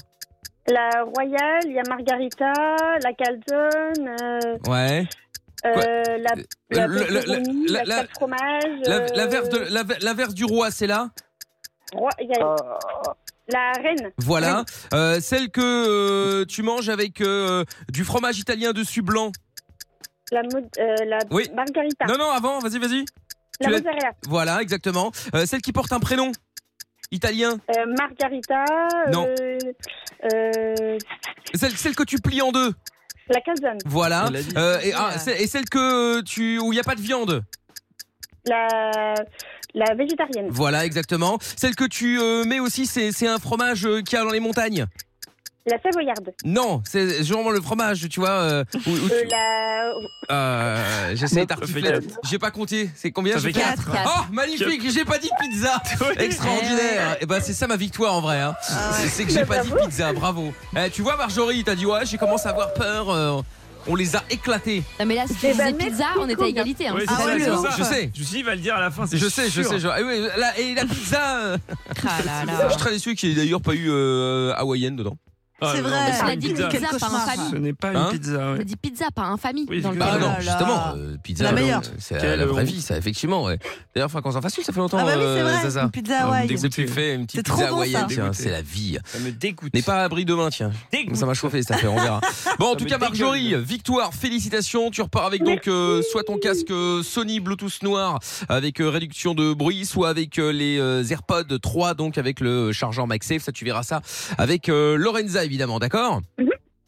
La royale, il y a margarita, la calzone, euh,
Ouais.
euh, la, la,
Le- le-
pepperoni,
la-
la,
la-
crêpe fromage,
La-
euh,
L'inverse de- la- l'inverse du roi, c'est là
roi- il y a- la reine.
Oh. Voilà. Euh, celle que euh, tu manges avec euh, du fromage italien dessus blanc.
La, mo- euh, la
Oui.
margarita.
Non, non, avant, vas-y, vas-y.
la
tu l'as-
mozzarella.
Voilà, exactement. Euh, celle qui porte un prénom italien.
Euh, margarita.
Non.
euh, euh,
Celle, celle que tu plies en deux.
la calzone.
Voilà. ah,
Elle l'a dit.
Euh, et, ah, c'est- et celle que tu où il n'y a pas de viande.
la, la végétarienne.
Voilà, exactement. Celle que tu euh, mets aussi, c'est c'est un fromage euh, qu'il y a dans les montagnes.
La savoyarde.
Non, c'est genre le fromage, tu vois. euh, où- où tu-
Euh, la...
Euh, J'essaie d'articuler.
quatre.
J'ai pas compté. C'est combien
Ça
j'ai
fait
fait
quatre.
Oh, magnifique J'ai pas dit pizza Extraordinaire Et ben c'est ça ma victoire en vrai. hein.
Ah
C'est- C'est que j'ai
Bah,
pas dit pizza, bravo. Eh, tu vois, Marjorie, t'as dit ouais, j'ai commencé à avoir peur. euh, on les a éclatés.
Non, mais là, si tu
Eh
disais
ben,
pizza,
merci
on était
beaucoup.
à égalité. hein.
Ouais,
Ah
c'est ça,
ouais,
c'est
le-
ça. Je sais.
Je me suis dit, il va le dire à la fin. c'est
Je sais, je
sûr.
sais. je- eh oui, la- et la pizza. euh,
Ah là.
Je suis très déçu qu'il y ait d'ailleurs pas eu euh, hawaïenne dedans.
C'est vrai.
Ah, mais
On
c'est
a
une
dit
pizza.
pizza, pas en famille.
Ce n'est pas
Hein
une pizza. ouais.
On dit pizza, pas infamie.
Oui,
dans le
Ah
Oh
pays.
non, justement, euh, pizza,
La
euh,
meilleure.
c'est
Quelle
la vraie
honte.
vie, ça, effectivement. ouais. D'ailleurs, faut qu'on s'en fasse une, ça fait longtemps,
Ah bah oui, c'est
euh,
vrai,
Zaza.
une pizza
Ah,
hawaï.
Dès que tu fais une
C'est
petite
trop
pizza
bon,
hawaïenne,
ça.
tiens,
Dégoûté.
c'est la vie.
Ça me dégoûte.
N'est pas à abri demain, tiens. Ça m'a chauffé cette affaire, on verra. Bon, en
Ça
tout
me
cas, Marjorie, victoire, félicitations. Tu repars avec donc euh, soit ton casque euh, Sony Bluetooth noir avec euh, réduction de bruit, soit avec euh, les euh, AirPods 3, donc avec le euh, chargeur MagSafe. Ça, tu verras ça avec euh, Lorenza, évidemment, d'accord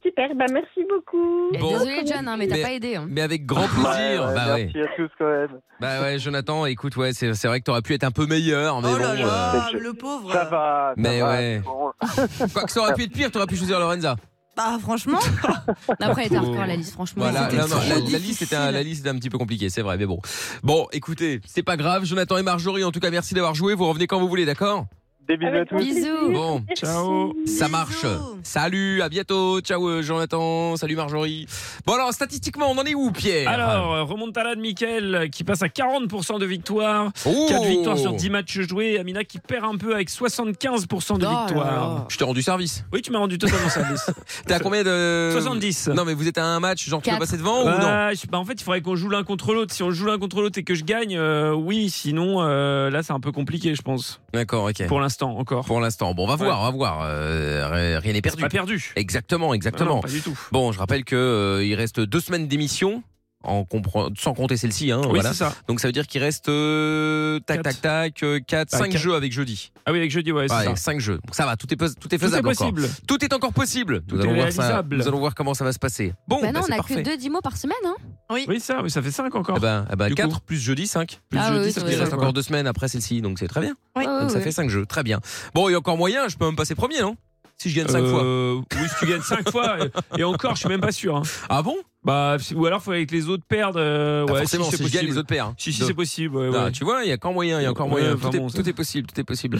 Super, bah merci beaucoup.
Bon.
Désolé, John, hein, mais t'as pas aidé. hein.
Mais avec grand plaisir.
Ouais,
bah ouais.
merci à tous quand même.
Bah ouais, Jonathan, écoute, ouais, c'est c'est vrai que t'aurais pu être un peu meilleur, mais
Oh
bon.
là là,
euh,
le pauvre.
Ça va. ça
Mais
va,
ouais.
c'est bon.
Quoi que ça aurait pu être pire, t'aurais pu choisir Lorenza.
Bah franchement,
Non, Après, elle était hardcore, la liste, franchement.
Voilà,
C'était
non, non,
trop
la, la
difficile.
liste était un, la liste était un petit peu compliquée, c'est vrai, mais bon. Bon, écoutez, c'est pas grave, Jonathan et Marjorie, en tout cas, merci d'avoir joué, vous revenez quand vous voulez, d'accord
Des bisous à
Avec
tous.
Bisous.
Bon,
Ciao.
ça marche. Salut, à bientôt, ciao euh, Jonathan, salut Marjorie. Bon alors, statistiquement, on en est où, Pierre
Alors, euh, remontada de Mickaël qui passe à 40% de victoire.
Oh
4 victoires sur 10 matchs joués. Amina qui perd un peu avec 75% de
Oh là
victoire.
là.
Je t'ai rendu service.
Oui, tu m'as rendu totalement service.
T'es à combien de.
70.
Non, mais vous êtes à un match, genre tu peux
Quatre.
passer devant ou non
Bah, je- bah, en fait, il faudrait qu'on joue l'un contre l'autre. Si on joue l'un contre l'autre et que je gagne, euh, oui. Sinon, euh, là, c'est un peu compliqué, je pense.
D'accord, ok.
Pour l'instant, encore.
Pour l'instant. Bon, on va voir, on va voir. Euh, rien n'est perdu.
Pas perdu.
Exactement,
Non,
exactement.
non, pas du tout.
Bon, je rappelle que euh, il reste deux semaines d'émission. En compre- sans compter celle-ci, hein,
Oui,
voilà.
c'est ça.
Donc ça veut dire qu'il reste euh, tac,
Quatre.
tac tac 4
Bah,
5
quatre.
jeux avec jeudi.
Ah oui, avec jeudi, ouais, c'est ça.
5 jeux. Donc ça va, tout est pos- tout est
Tout est
faisable encore.
possible.
Tout est encore possible.
Tout
nous
est
allons voir ça.
réalisable.
Nous allons voir comment ça va se passer. Bon,
Bah non,
bah,
on
c'est
a que
parfait.
deux 10 mots par semaine. Hein.
Oui, ça, oui, ça fait 5 encore.
Eh ben, eh ben,
Du coup.
4 plus jeudi 5.
Plus
Ah
jeudi,
oui,
ça
oui,
fait
oui.
Il reste
cinq,
encore
ouais.
deux semaines après celle-ci, donc c'est très bien.
Ouais, ouais,
Donc ça
ouais.
fait 5 jeux, très bien. Bon, il y a encore moyen, je peux même passer premier, non Si je gagne 5 fois.
Euh, Oui, si tu gagnes 5 fois, euh, et- et encore, je suis même pas sûr. hein.
Ah bon
Bah, si- ou alors, il faudrait que les autres perdent. euh,
Bah,
ouais, si
Forcément, si,
c'est
je gagne
possible.
les autres paires. hein.
Si, si,
Donc,
c'est possible. ouais,
Ah,
ouais.
tu vois, il y a encore moyen, il y a encore
Ouais,
moyen.
enfin
tout, est,
bon, ça-
tout est possible, tout est possible.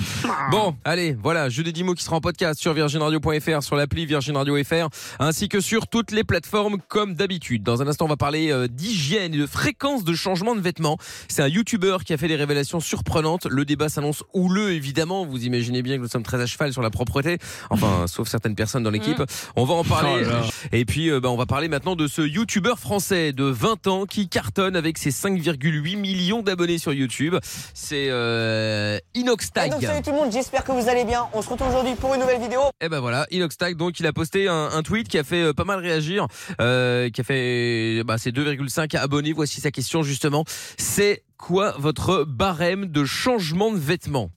bon, allez, voilà, jeu des 10 mots qui sera en podcast sur virginradio.fr, sur l'appli Virgin Radio FR, ainsi que sur toutes les plateformes comme d'habitude. Dans un instant, on va parler euh, d'hygiène et de fréquence de changement de vêtements. C'est un youtubeur qui a fait des révélations surprenantes. Le débat s'annonce houleux, évidemment. Vous imaginez bien que nous sommes très à cheval sur la propreté. Enfin, sauf certaines personnes dans l'équipe. On va en
Oh
parler.
là là.
Et puis, euh, bah, on va parler maintenant de ce youtubeur français de 20 ans qui cartonne avec ses 5,8 millions d'abonnés sur YouTube. C'est euh, Inoxtag.
Donc salut tout le monde, j'espère que vous allez bien. On se retrouve aujourd'hui pour une nouvelle vidéo.
Et ben voilà, Inoxtag. Donc, il a posté un, un tweet qui a fait euh, pas mal réagir, euh, qui a fait bah, ses 2,5 abonnés. Voici sa question justement. C'est quoi votre barème de changement de vêtements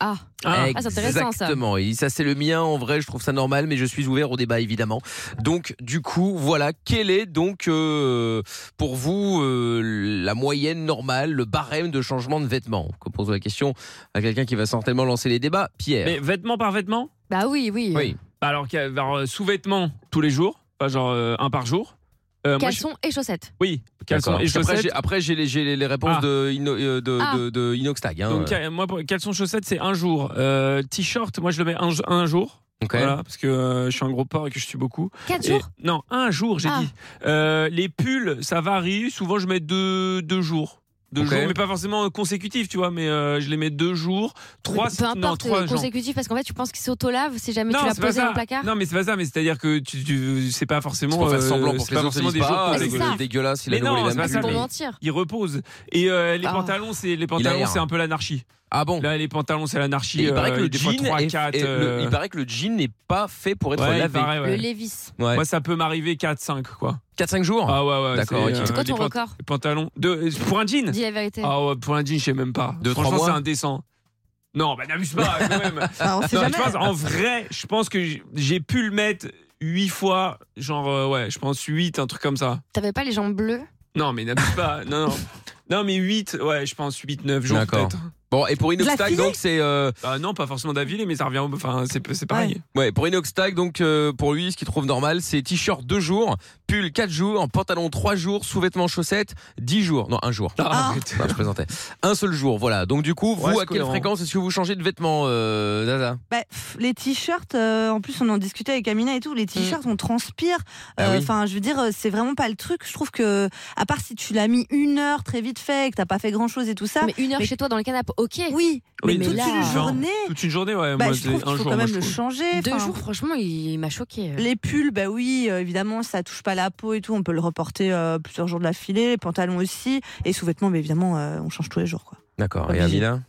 Ah,
Ah.
Ah, c'est intéressant, ça.
Exactement. Il dit, ça c'est le mien en vrai, je trouve ça normal, mais je suis ouvert au débat évidemment. Donc du coup, voilà, quel est donc euh, pour vous euh, la moyenne normale, le barème de changement de vêtements On pose la question à quelqu'un qui va certainement lancer les débats, Pierre.
Mais vêtement par vêtement
Bah oui, oui.
Oui.
Bah Alors, qu'il y a- alors, euh, sous-vêtements tous les jours, pas genre euh, un par jour. Euh, moi, je-
Caleçon et chaussettes.
oui, caleçon
D'accord.
et
Après, j'ai-
chaussettes.
Après, j'ai les, j'ai les- les réponses
Ah.
de, Ino- euh, de-
Ah.
de- de Inoxtag. hein.
Donc, euh, ca- moi, pour- caleçon chaussettes, c'est un jour. Euh, T-shirt, moi, je le mets un, jo- un jour.
Ok.
Voilà, parce que euh, je suis un gros porc et que je suis beaucoup.
4
Et-
jours
Non, un jour, j'ai
Ah.
dit. Euh, les pulls, ça varie. Souvent, je mets deux, deux jours. Deux
Ok.
jours, mais pas forcément euh, consécutifs, tu vois, mais euh, je les mets deux jours. Trois,
Peu
c'est- non,
importe,
trois
euh,
jours.
consécutif, parce qu'en fait, tu penses qu'il s'auto-lave si jamais
Non,
tu l'as
c'est pas
posé
ça.
dans le placard.
Non, mais c'est pas ça, mais c'est-à-dire que tu, tu- c'est pas forcément.
C'est pour faire
euh,
semblant pour
c'est
que les
pas
autres se
forcément
disent
des jours.
pas,
Ah,
ah,
c'est
il est
ça.
dégueulasse, il a
Mais
roulé
non,
la
c'est pas
même
ça,
C'est pour
pub.
mentir.
Ils reposent. Et euh, les
Ah.
pantalons, c'est les pantalons,
l'air.
c'est un peu l'anarchie.
Ah bon
Là, les pantalons, c'est l'anarchie.
Et il paraît
euh,
que le
des fois
jean
trois,
est-
quatre,
est- le-
euh,
il paraît que le jean n'est pas fait pour être
ouais, il
lavé.
paraît, ouais.
Le Levis.
Ouais.
Moi, ça peut m'arriver 4-5, quoi.
4-5 jours
Ah ouais, ouais.
D'accord, ok.
euh,
C'est quoi
les
ton
pant-
record
les pantalons. De, euh, pour un jean
Dis la vérité.
Ah ouais, pour un jean, je sais même pas.
Deux, trois
Franchement, c'est
mois
indécent. Non, bah n'abuse pas, quand même.
bah, on sait
Non,
jamais.
je pense, en vrai, je pense que j'ai- j'ai pu le mettre 8 fois, genre, euh, ouais, je pense 8, un truc comme ça. Ah,
T'avais pas les jambes bleues
Non, mais n'abuse pas. Non, non. Non, mais 8, ouais, je pense 8, 9 jours
D'accord.
peut-être.
Bon, et pour Inoxtag, donc c'est. euh,
Ah non, pas forcément d'affilée, mais ça revient. au- Enfin, c'est c'est pareil.
Ouais, pour Inox Tag, donc euh, pour lui, ce qu'il trouve normal, c'est t-shirt 2 jours, pull 4 jours, pantalon 3 jours, sous-vêtements chaussettes 10 jours. Non, un
Ah,
jour. Non, je plaisantais. Un seul jour, voilà. Donc du coup, vous,
Ouais, c'est
à quelle
cohérent.
fréquence est-ce que vous changez de vêtements, euh, Zaza
Bah, pff, les t-shirts, euh, en plus on en discutait avec Amina et tout, les t-shirts on transpire.
Mm. Bah
Euh,
oui.
Enfin, je veux dire, euh, c'est vraiment pas le truc. Je trouve que, à part si tu l'as mis une heure très vite fait, et que t'as pas fait grand chose et tout ça. Mais
une heure chez toi dans le canapé, ok.
Oui,
Oui,
mais, toute une
genre,
journée.
Toute une journée, ouais.
Bah,
moi,
je trouve
c'est
qu'il
un
faut
jour.
quand
moi,
même
je
le
trouve.
changer.
Deux
enfin.
jours, franchement, il m'a choqué.
Les pulls, bah oui, euh, évidemment, ça touche pas la peau et tout. On peut le reporter euh, plusieurs jours de la filée. Les pantalons aussi. Et sous-vêtements, mais évidemment, euh, on change tous les jours. Quoi.
D'accord. Et Amina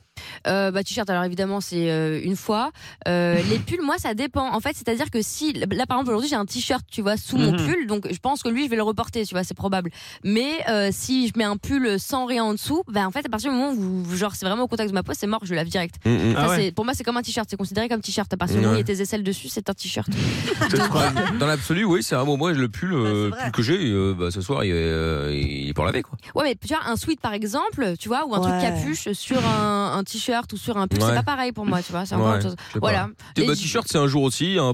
Euh, bah, t-shirt, alors évidemment, c'est euh, une fois. Euh, les pulls, moi, ça dépend. En fait, c'est-à-dire que si, là, par exemple, aujourd'hui, j'ai un t-shirt, tu vois, sous mon
Mhm.
pull, donc je pense que lui, je vais le reporter, tu vois, c'est probable. Mais euh, si je mets un pull sans rien en dessous, bah, en fait, à partir du moment où, genre, c'est vraiment au contact de ma peau, c'est mort, je lave direct.
Mm,
Mhm.
Ça,
Ah ouais.
c'est- Pour moi, c'est comme un t-shirt, c'est considéré comme t-shirt. À partir du moment où il y a
Ouais.
tes aisselles dessus, c'est un t-shirt.
Dans l'absolu, oui, c'est un bon, moi, le pull, euh, pull que j'ai, euh, bah, ce soir, il, est, euh, il est pour laver, quoi.
Ouais, mais tu vois, un sweat par exemple, tu vois, ou un
Ouais.
truc capuche sur un, un t-shirt ou sur un pull, c'est
Ouais.
pas pareil pour moi, tu vois, c'est encore
Ouais,
autre chose.
je sais
Voilà.
Tes
Et
bah,
j-
t-shirt, c'est un jour aussi. Un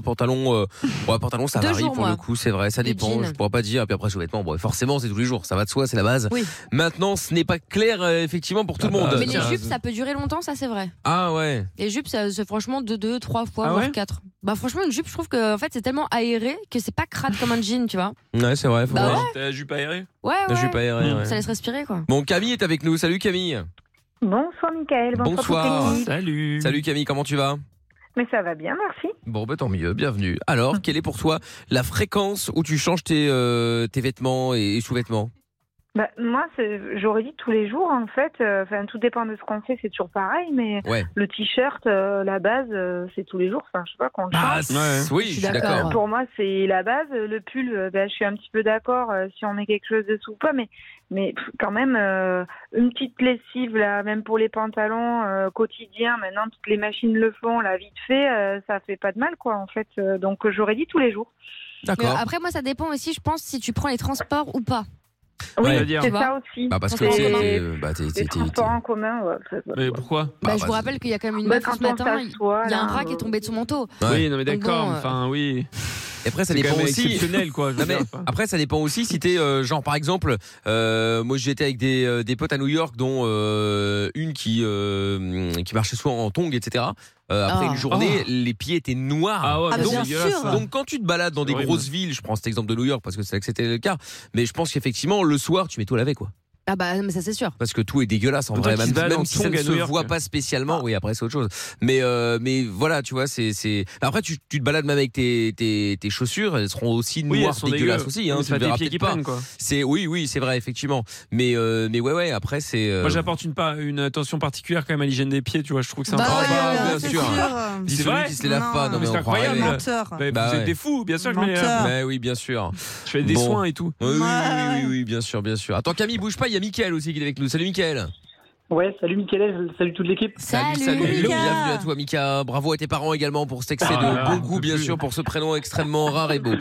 pantalon, euh, ouais, pantalon, ça
Deux
varie
jours,
pour
moi.
le coup, c'est vrai. Ça
Les
dépend.
jeans.
Je pourrais pas dire. Puis après, sous-vêtements, bon, forcément, c'est tous les jours. Ça va de soi, c'est la base. Maintenant, ce n'est pas clair, euh, effectivement, pour tout
Ah,
le monde.
bah,
mais les jupes, ça peut durer longtemps, ça c'est vrai.
Ah ouais.
Les jupes, ça, c'est franchement deux, deux, trois fois,
Ah
voire
ouais
quatre. Bah franchement, une jupe, je trouve que en fait, c'est tellement aéré que c'est pas crade comme un jean, tu vois.
Ouais, c'est vrai. faut
Bah
voir.
T'as la jupe aérée
Ouais,
La
ouais.
jupe aérée, ouais.
Ça laisse respirer, quoi.
Bon, Camille est avec nous. Salut, Camille.
Bonsoir Mickaël, bonsoir, toute
Bonsoir.
l'équipe.
Salut. Salut, Camille. Comment tu vas?
Mais ça va bien, merci.
Bon, bah tant mieux, bienvenue. Alors, quelle est pour toi la fréquence où tu changes tes, euh, tes vêtements et sous-vêtements
Bah, moi, c'est- j'aurais dit tous les jours en fait. euh, Enfin, tout dépend de ce qu'on fait, c'est toujours pareil. Mais
Ouais.
le t-shirt, euh, la base, euh, c'est tous les jours. Enfin, je sais pas quand. on le
Ah,
change.
ouais. oui, Je suis je suis d'accord. d'accord.
Pour moi, c'est la base. Le pull, euh, bah, je suis un petit peu d'accord euh, si on met quelque chose dessous ou pas, mais mais pff, quand même euh, une petite lessive là, même pour les pantalons euh, quotidiens. Maintenant, toutes les machines le font. Là, vite fait, euh, ça fait pas de mal quoi en fait. Euh, donc, euh, j'aurais dit tous les jours.
Mais après, moi, ça dépend aussi, je pense, si tu prends les transports ou pas.
Oui,
Ouais.
c'est ça aussi.
Bah, parce que
Les-
t'es- t'es- euh, bah, t'es- t'es-
les
t'es-
transports en commun. ouais, c'est-
Mais pourquoi
Bah, je vous rappelle qu'il y a quand même une
Bah,
meuf
quand
ce
on
matin, il
s'assoit,
il y a un
là,
rat qui est tombé de son manteau.
Oui, non, mais
Donc
d'accord.
bon, euh,
Enfin, oui.
Et après, ça
C'est quand
dépend
même
aussi.
exceptionnel, quoi. je veux
Non, mais
dire.
après, ça dépend aussi si t'es euh, genre par exemple, euh, moi j'étais avec des, euh, des potes à New York, dont euh, une qui euh, qui marchait soit en tongs, etc. Euh, après
Ah.
une journée, les pieds étaient noirs.
ouais, Ah, mais
donc,
bien sûr.
donc, quand tu te balades dans des
horrible.
grosses villes, je prends cet exemple de New York parce que c'est là que c'était le cas, mais je pense qu'effectivement le soir tu mets tout à laver quoi.
Ah bah, mais ça c'est sûr.
Parce que tout est dégueulasse en
Toi
vrai,
qui
même,
te balades
même
en
si ça
tongs
ne
à
se
New York.
voit pas
Ah.
spécialement. Oui, après c'est autre chose. Mais euh, mais voilà, tu vois, c'est c'est. Après tu, tu te balades même avec tes, tes, tes chaussures, elles seront aussi
Oui, elles
noires
sont
dégueulasses
dégueu.
aussi. Hein,
Mais
tu
c'est pas
le
tes
verras
pieds
peut-être
qui
pas.
prennent, quoi.
C'est oui oui c'est vrai effectivement. Mais euh, mais ouais ouais après c'est. euh,
Moi, j'apporte une, pa- une attention particulière quand même à l'hygiène des pieds, tu vois. Je trouve que c'est
Bah
important.
ouais, Ah, bien c'est sûr. sûr. Dis
C'est
celui
vrai.
qui se les lave pas, non, mais
c'est
on croirait.
incroyable.
Menteur.
Mais
Bah
vous
ouais.
êtes des fous, bien sûr. que je mets, euh,
Mais oui, bien sûr. Je
fais des soins et tout.
Oui, oui,
Ouais.
oui, oui, oui, bien sûr, bien sûr. Attends, Camille, bouge pas, il y a Mickaël aussi qui est avec nous. Salut Mickaël.
Ouais, salut Mickaël, salut toute l'équipe.
salut, bienvenue à toi Mika. Bravo à tes parents également pour cet excès
Ah là
de
là,
bon
on
goût,
peut
bien
plus.
sûr, pour ce prénom extrêmement rare et beau.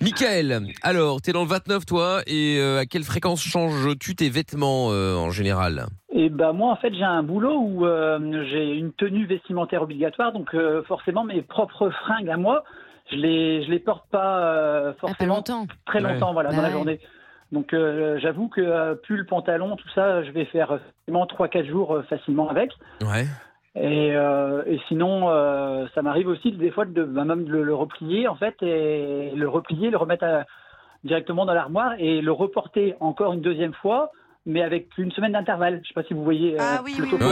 Michael, alors, t'es dans le 29 toi, et euh, à quelle fréquence changes-tu tes vêtements euh, en général
Et bah moi en fait j'ai un boulot où euh, j'ai une tenue vestimentaire obligatoire, donc euh, forcément mes propres fringues à moi, je les je les porte pas euh, forcément
Ouais.
très longtemps voilà
Bah
dans la
ouais.
journée. Donc euh, j'avoue que euh, pull, pantalon, tout ça, je vais faire euh, facilement 3-4 jours euh, facilement avec.
Ouais.
Et, euh, et sinon, euh, ça m'arrive aussi des fois de bah, même de le, le replier en fait et le replier, le remettre à- directement dans l'armoire et le reporter encore une deuxième fois, mais avec une semaine d'intervalle. Je sais pas si vous voyez. euh,
Ah
le topo.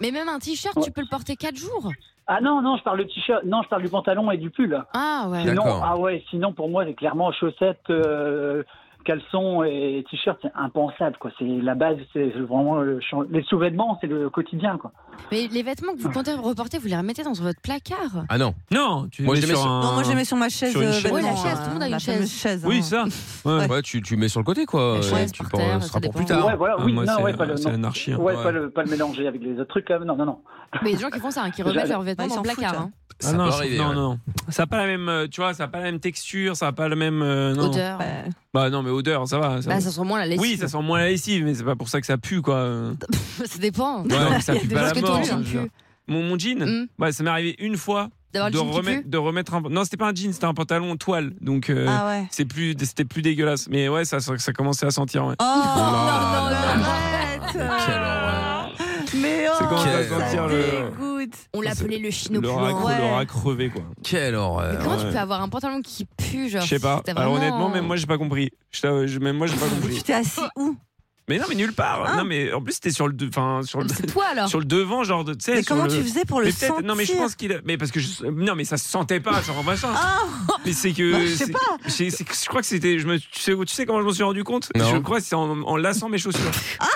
Mais même un t-shirt, tu peux le porter 4 jours.
Ah non non, je parle du t-shirt, non je parle du pantalon et du pull.
Ah ouais.
Sinon, ah ouais, sinon pour moi c'est clairement chaussettes, euh, caleçons et t-shirts, c'est impensable quoi. C'est la base, c'est vraiment le, chan- les sous-vêtements, c'est le quotidien quoi.
Mais les vêtements que vous comptez reporter, vous les remettez dans votre placard.
Ah non.
Non, tu
Moi,
les
je
mets
les
sur
mets sur-
un-
Non, moi je les mets sur ma chaise.
Sur une
euh,
chaise.
vêtements,
Ouais, la
chaise, tout le monde a
euh,
une
la fameuse
chaise.
chaise,
Oui,
hein.
ça.
Ouais, tu, tu mets sur le côté quoi.
La
Euh,
chaise
tu
par
penses-
terre,
ce
ça
sera pour
dépend.
plus tard.
Ouais,
voilà,
Ah,
oui,
moi,
non,
c'est-
ouais, pas le-
c'est
non.
anarchie. hein.
Ouais, Pas, le, pas le mélanger avec les autres trucs quand même. Non, non, non.
Mais il y a des gens qui font ça, hein, qui
Déjà,
remettent leurs
bah,
vêtements
ils
dans
s'en
le placard.
foutent,
hein.
Ça
Ah non,
peut
je-
arriver,
non,
ouais.
non. Ça a pas la même, euh, tu vois, ça a pas la même texture, ça a pas le même euh, non.
Odeur.
Bah non, mais odeur, ça va.
Bah, ça sent moins la lessive.
Oui, ça sent moins la lessive, mais c'est pas pour ça que ça pue quoi.
ça dépend.
Ouais, mais ça
Il y a
pue
des
pas
gens
la
que ton
mort. hein,
jean
je veux
pue.
dire. Mon, mon jean,
Mm.
bah, ça m'est arrivé une fois
D'avoir le
de
jean qui
remettre,
pue
de remettre un. Non, c'était pas un jean, c'était un pantalon en toile. Donc euh,
Ah ouais.
c'est plus, c'était plus dégueulasse. Mais ouais, ça, ça commençait à sentir. Ouais.
Oh,
là
Ah,
non,
là
non, arrête Mais oh,
C'est quand
ça
on va sentir le-
dégoûte.
On l'appelait le chino
Le rack,
puant.
le rack crevé quoi.
Quelle horreur.
Comment tu
Ouais.
peux avoir un pantalon qui pue genre
Je sais pas.
t'as
Alors
vraiment-
honnêtement, même moi j'ai pas compris. Je t'avoue, je- même moi j'ai pas compris.
Tu t'es assis où
Mais non, mais nulle part.
Hein
non, mais en plus c'était sur le, de- enfin sur le,
Toi alors
sur le devant, genre de. tu sais,
Mais
sur
comment tu faisais pour le
mais peut-être- Non, mais je
sentir Ah
pense qu'il. a- Mais parce que je... non, mais ça se sentait pas, genre machin. Mais c'est que.
Bah, je sais
c'est-
pas.
c'est- c'est que Je crois que c'était. Je me. Tu sais, tu sais comment je m'en suis rendu compte
Non.
Je crois que c'est en, en laçant mes chaussures.
Ah,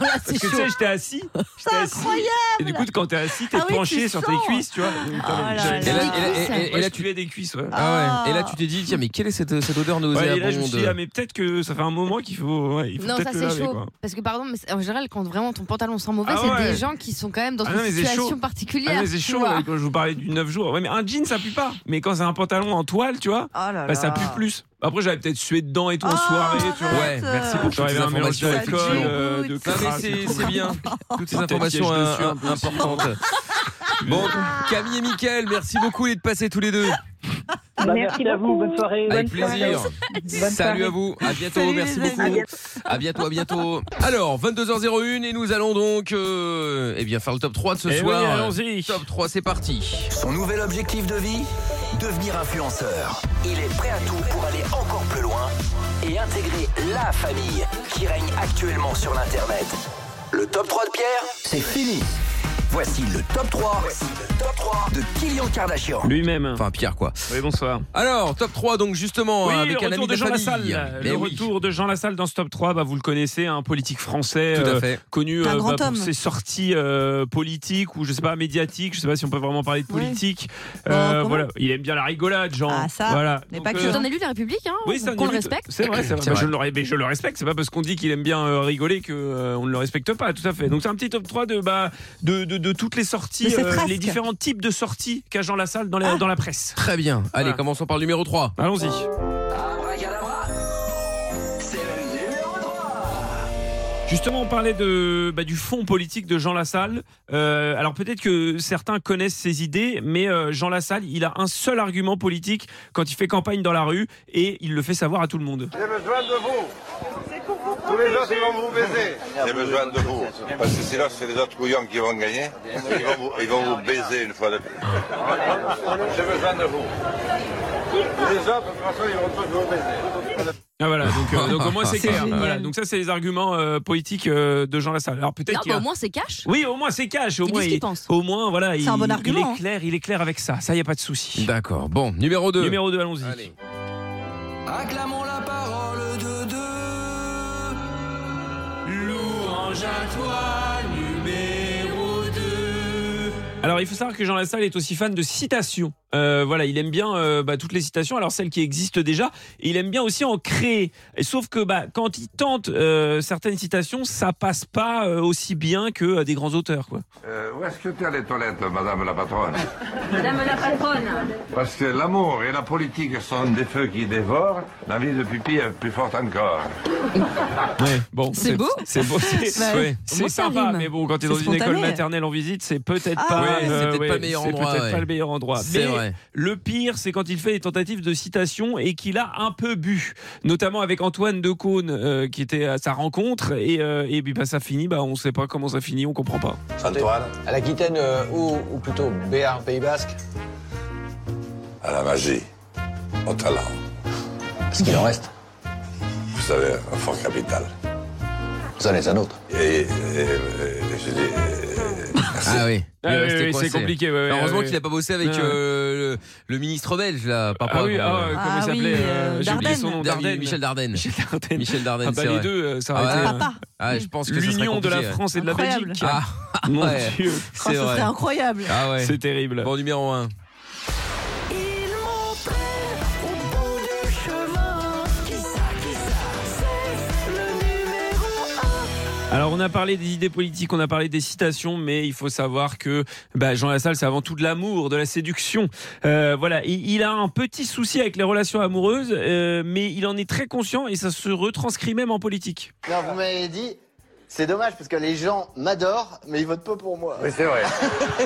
parce que tu sais, j'étais assis.
C'est incroyable
Et du coup, quand t'es assis, t'es
Ah oui,
penché
tu
sur
sens.
tes cuisses, tu vois. Donc,
Oh là là.
j'avais-
Et là- et là- et- et- et
Ouais,
là,
je suais des cuisses, ouais.
Ah ouais. Et là, tu t'es dit, tiens, mais quelle est cette, cette odeur
Ouais,
nauséabonde
et là, je me suis dit, ah, mais peut-être que ça fait un moment qu'il faut. ouais, il faut
Non,
peut-être
ça
le
c'est
laver,
chaud.
quoi.
Parce que, pardon, mais c'est- en général, quand vraiment ton pantalon sent mauvais,
Ah
c'est
ouais.
des gens qui sont quand même dans
Ah
une
non, mais c'est chaud.
situation
Ah,
particulière.
mais c'est
tu
chaud
vois.
ouais, quand je vous parlais du 9 jours. Ouais, mais un jean, ça pue pas. Mais quand c'est un pantalon en toile, tu vois,
Oh là
bah, ça
là.
pue plus. Après, j'avais peut-être sué dedans et tout en
Oh,
soirée, tu vois.
Ouais, merci pour toutes
J'aurais
ces
bien un mélange
informations.
d'alcool,
effectivement.
euh, de
Non, mais
crasse et
c'est
tout.
c'est bien. Toutes ces
Peut-être
informations
piège dessus,
euh,
un peu aussi.
importantes. Bon, Camille et Mickaël, merci beaucoup d'être passés tous les deux.
Bah, merci à vous, bonne soirée.
Avec
Bonne soirée.
plaisir.
Bonne
Salut
soirée.
à vous, à bientôt,
Salut,
merci
les amis.
beaucoup. À bientôt, à bientôt. Alors, 22h01 et nous allons donc euh, eh bien faire le top 3 de ce
Eh oui,
soir.
allons-y.
top 3, c'est parti.
Son nouvel objectif de vie Devenir influenceur. Il est prêt à tout pour aller encore plus loin et intégrer la famille qui règne actuellement sur l'Internet. Le top 3 de Pierre, c'est fini. Voici le top 3, le top 3 de Kylian Kardashian.
Lui-même.
Enfin, Pierre quoi.
Oui, bonsoir.
Alors, top 3 donc justement
Oui,
avec
le
un ami
retour de
de,
Jean
famille.
Lassalle.
Eh
Le
oui.
retour de Jean Lassalle dans ce top 3, bah, vous le connaissez, un politique français
Tout à
euh,
fait.
connu
Un
euh,
grand
bah,
homme.
pour ses sorties euh, politiques ou je sais pas médiatiques, je sais pas si on peut vraiment parler de
Ouais.
politique. Euh,
Bon, comment
voilà, il aime bien la rigolade, Jean.
Ah, ça,
voilà.
mais
Donc, euh,
pas que.
C'est un élu de la République, hein,
Oui, c'est un
qu'on le
élu de-
respecte.
C'est vrai, c'est vrai.
C'est
Bah,
vrai.
Je, le, re- mais je le respecte. C'est pas parce qu'on dit qu'il aime bien euh, rigoler que euh, on ne le respecte pas. Tout à fait. Donc c'est un petit top 3 de bah, de, de- de toutes les
De
sorties, euh,
ses fresques.
les différents types de sorties qu'a Jean Lassalle dans la,
Ah.
dans la presse.
Très bien. Allez,
Voilà.
commençons par le numéro 3.
Ah. Allons-y.
Abracadabra, c'est le numéro 3.
Justement, on parlait de, bah, du fond politique de Jean Lassalle. Euh, alors peut-être que certains connaissent ses idées, mais euh, Jean Lassalle, il a un seul argument politique quand il fait campagne dans la rue et il le fait savoir à tout le monde.
J'ai besoin de vous. Tous les autres, ils vont vous baiser.
J'ai besoin de vous. Parce que sinon, c'est les autres couillons qui vont gagner. Ils vont vous, ils vont vous baiser une fois de plus.
J'ai besoin de vous. Les autres, de toute façon, ils vont tous vous baiser.
Ah voilà, donc, euh, donc au moins c'est
C'est
clair.
génial.
Voilà, donc ça c'est les arguments euh, politiques euh, de Jean Lassalle. Alors peut-être
Non,
qu'il
bah,
a-
au moins, c'est cash.
Oui, au moins c'est cash. Au
Il
moins,
dit ce qu'il pense.
au moins voilà, il,
un bon
il
argument, hein.
est clair, il est clair avec ça. Ça y a pas de souci.
D'accord. Bon, numéro 2.
Numéro 2, allons-y.
Allez.
Acclamons la parole de deux.
Louange à toi, numéro 2. Alors, il faut savoir que Jean Lassalle est aussi fan de citations. Euh, voilà, il aime bien euh, bah, toutes les citations, alors celles qui existent déjà. Et il aime bien aussi en créer. Et sauf que bah, quand il tente euh, certaines citations, ça passe pas euh, aussi bien que euh, des grands auteurs. Quoi.
Euh, où est-ce que tu as les toilettes, madame la patronne
Madame la patronne,
Parce que l'amour et la politique sont des feux qui dévorent. L'envie de pipi est plus forte encore.
Bon,
C'est beau.
C'est beau, c'est
Ouais.
ouais,
Au moins,
c'est
ça
sympa,
rime.
mais bon, quand tu es
C'est
dans une école
spontané.
maternelle en visite, c'est peut-être
Ah.
pas, euh,
Ouais, c'est peut-être pas le meilleur
c'est
endroit,
peut-être
ouais.
pas le meilleur endroit.
C'est
Mais
vrai.
Le pire, c'est quand il fait des tentatives de citation et qu'il a un peu bu, notamment avec Antoine Decaune euh, qui était à sa rencontre et, euh, et puis bah, ça finit, bah, on sait pas comment ça finit, on comprend pas.
Antoine
À l'Aquitaine, euh, ou, ou plutôt Béarn, Pays Basque,
À la magie, au talent.
ce qu'il en reste,
Vous savez, un fort capital.
ça en est un autre.
Et, et- et- je dis, euh,
Ah oui.
Ah
Le
oui,
reste
oui,
est coincé.
c'est compliqué, ouais, ouais,
Alors, Bah, heureusement
ouais,
qu'il a pas bossé avec
Ouais, ouais.
euh, le, le ministre belge là. par
Ah
rapport
oui,
à-
ah, comment il Ah oui, s'appelait, euh, euh, j'ai oublié son nom,
Darden,
Dardenne.
Michel Dardenne. Michel
Dardenne.
Michel Dardenne.
Ah bah,
ben,
les
c'est vrai.
deux, euh, ça aurait
Ah
été,
ouais.
euh, Papa.
Ah, je pense que ça serait
L'union de la
compliqué, ouais.
France et de la Incroyable. Belgique.
Ah,
Mon
ouais.
Dieu.
C'est
Oh, ce
vrai.
serait incroyable.
Ah ouais.
C'est terrible.
Bon numéro 1.
Alors on a parlé des idées politiques, on a parlé des citations, mais il faut savoir que bah, Jean Lassalle, c'est avant tout de l'amour, de la séduction. Euh, voilà, il, il a un petit souci avec les relations amoureuses, euh, mais il en est très conscient et ça se retranscrit même en politique.
Non, vous m'avez dit, c'est dommage parce que les gens m'adorent, mais ils votent pas pour moi.
Oui, c'est vrai.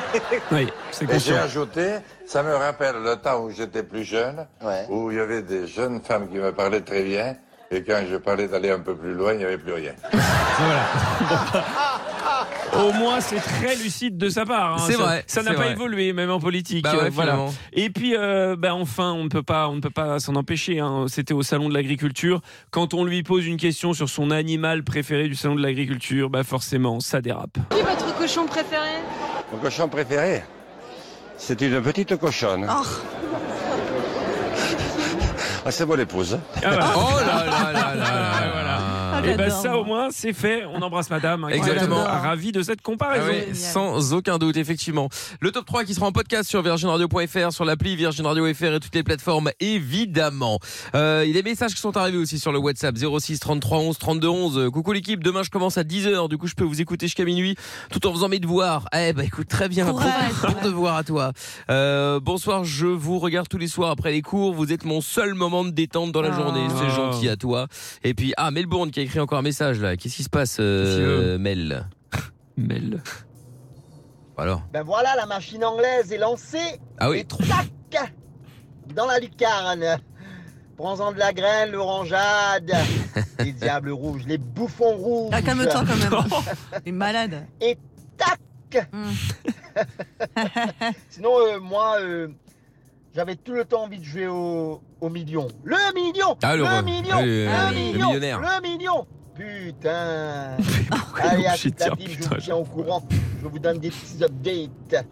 Oui, c'est
conscient.
Et j'ai ajouté, ça me rappelle le temps où j'étais plus jeune, où il y avait des jeunes femmes qui me parlaient très bien, et quand je parlais d'aller un peu plus loin, il n'y avait plus rien.
Au moins, c'est très lucide de sa part. hein.
C'est
Ça-
vrai,
Ça n'a
c'est
pas
vrai.
évolué, même en politique. euh,
Bah ouais, finalement.
Et puis, euh, bah, enfin, on ne peut pas, on ne peut pas s'en empêcher. hein. C'était au salon de l'agriculture. Quand on lui pose une question sur son animal préféré du salon de l'agriculture, bah forcément, ça dérape.
Qui est votre cochon préféré
Mon cochon préféré, c'est une petite cochonne. Ah, c'est mon épouse.
Oh là là là Et bah ça, au moins, c'est fait. On embrasse Madame. hein, qui
Ah, Exactement.
est Ravie de cette comparaison.
Ah oui, sans aucun doute, effectivement. Le top 3 qui sera en podcast sur virginradio.fr, sur l'appli Virgin Radio FR et toutes les plateformes, évidemment. Euh, il y a des messages qui sont arrivés aussi sur le WhatsApp 06 33 11 32 11. Euh, Coucou l'équipe, demain je commence à 10h, du coup je peux vous écouter jusqu'à minuit tout en faisant mes devoirs. Eh bah écoute, très bien, bon, bon devoir à toi. Euh, bonsoir, je vous regarde tous les soirs après les cours, vous êtes mon seul moment de détente dans la journée, c'est
Ah.
gentil à toi. Et puis, ah, Melbourne qui a écrit encore un message là, qu'est-ce qui se passe, euh, Mel Mel. Alors.
Ben voilà, la machine anglaise est lancée.
Ah oui.
Et tac Dans la lucarne. Prends-en de la graine, l'orangeade, les diables rouges, les bouffons rouges.
Ah, calme-toi quand même. Il est malade. Hmm.
Et tac Sinon, euh, moi, euh, j'avais tout le temps envie de jouer au, au million. Le million
Ah,
le,
le re-
million
ah, le-
le
le
million
millionnaire.
Le million Putain Allez, à toute la team, je vous tiens au courant. Je vous donne des petits updates.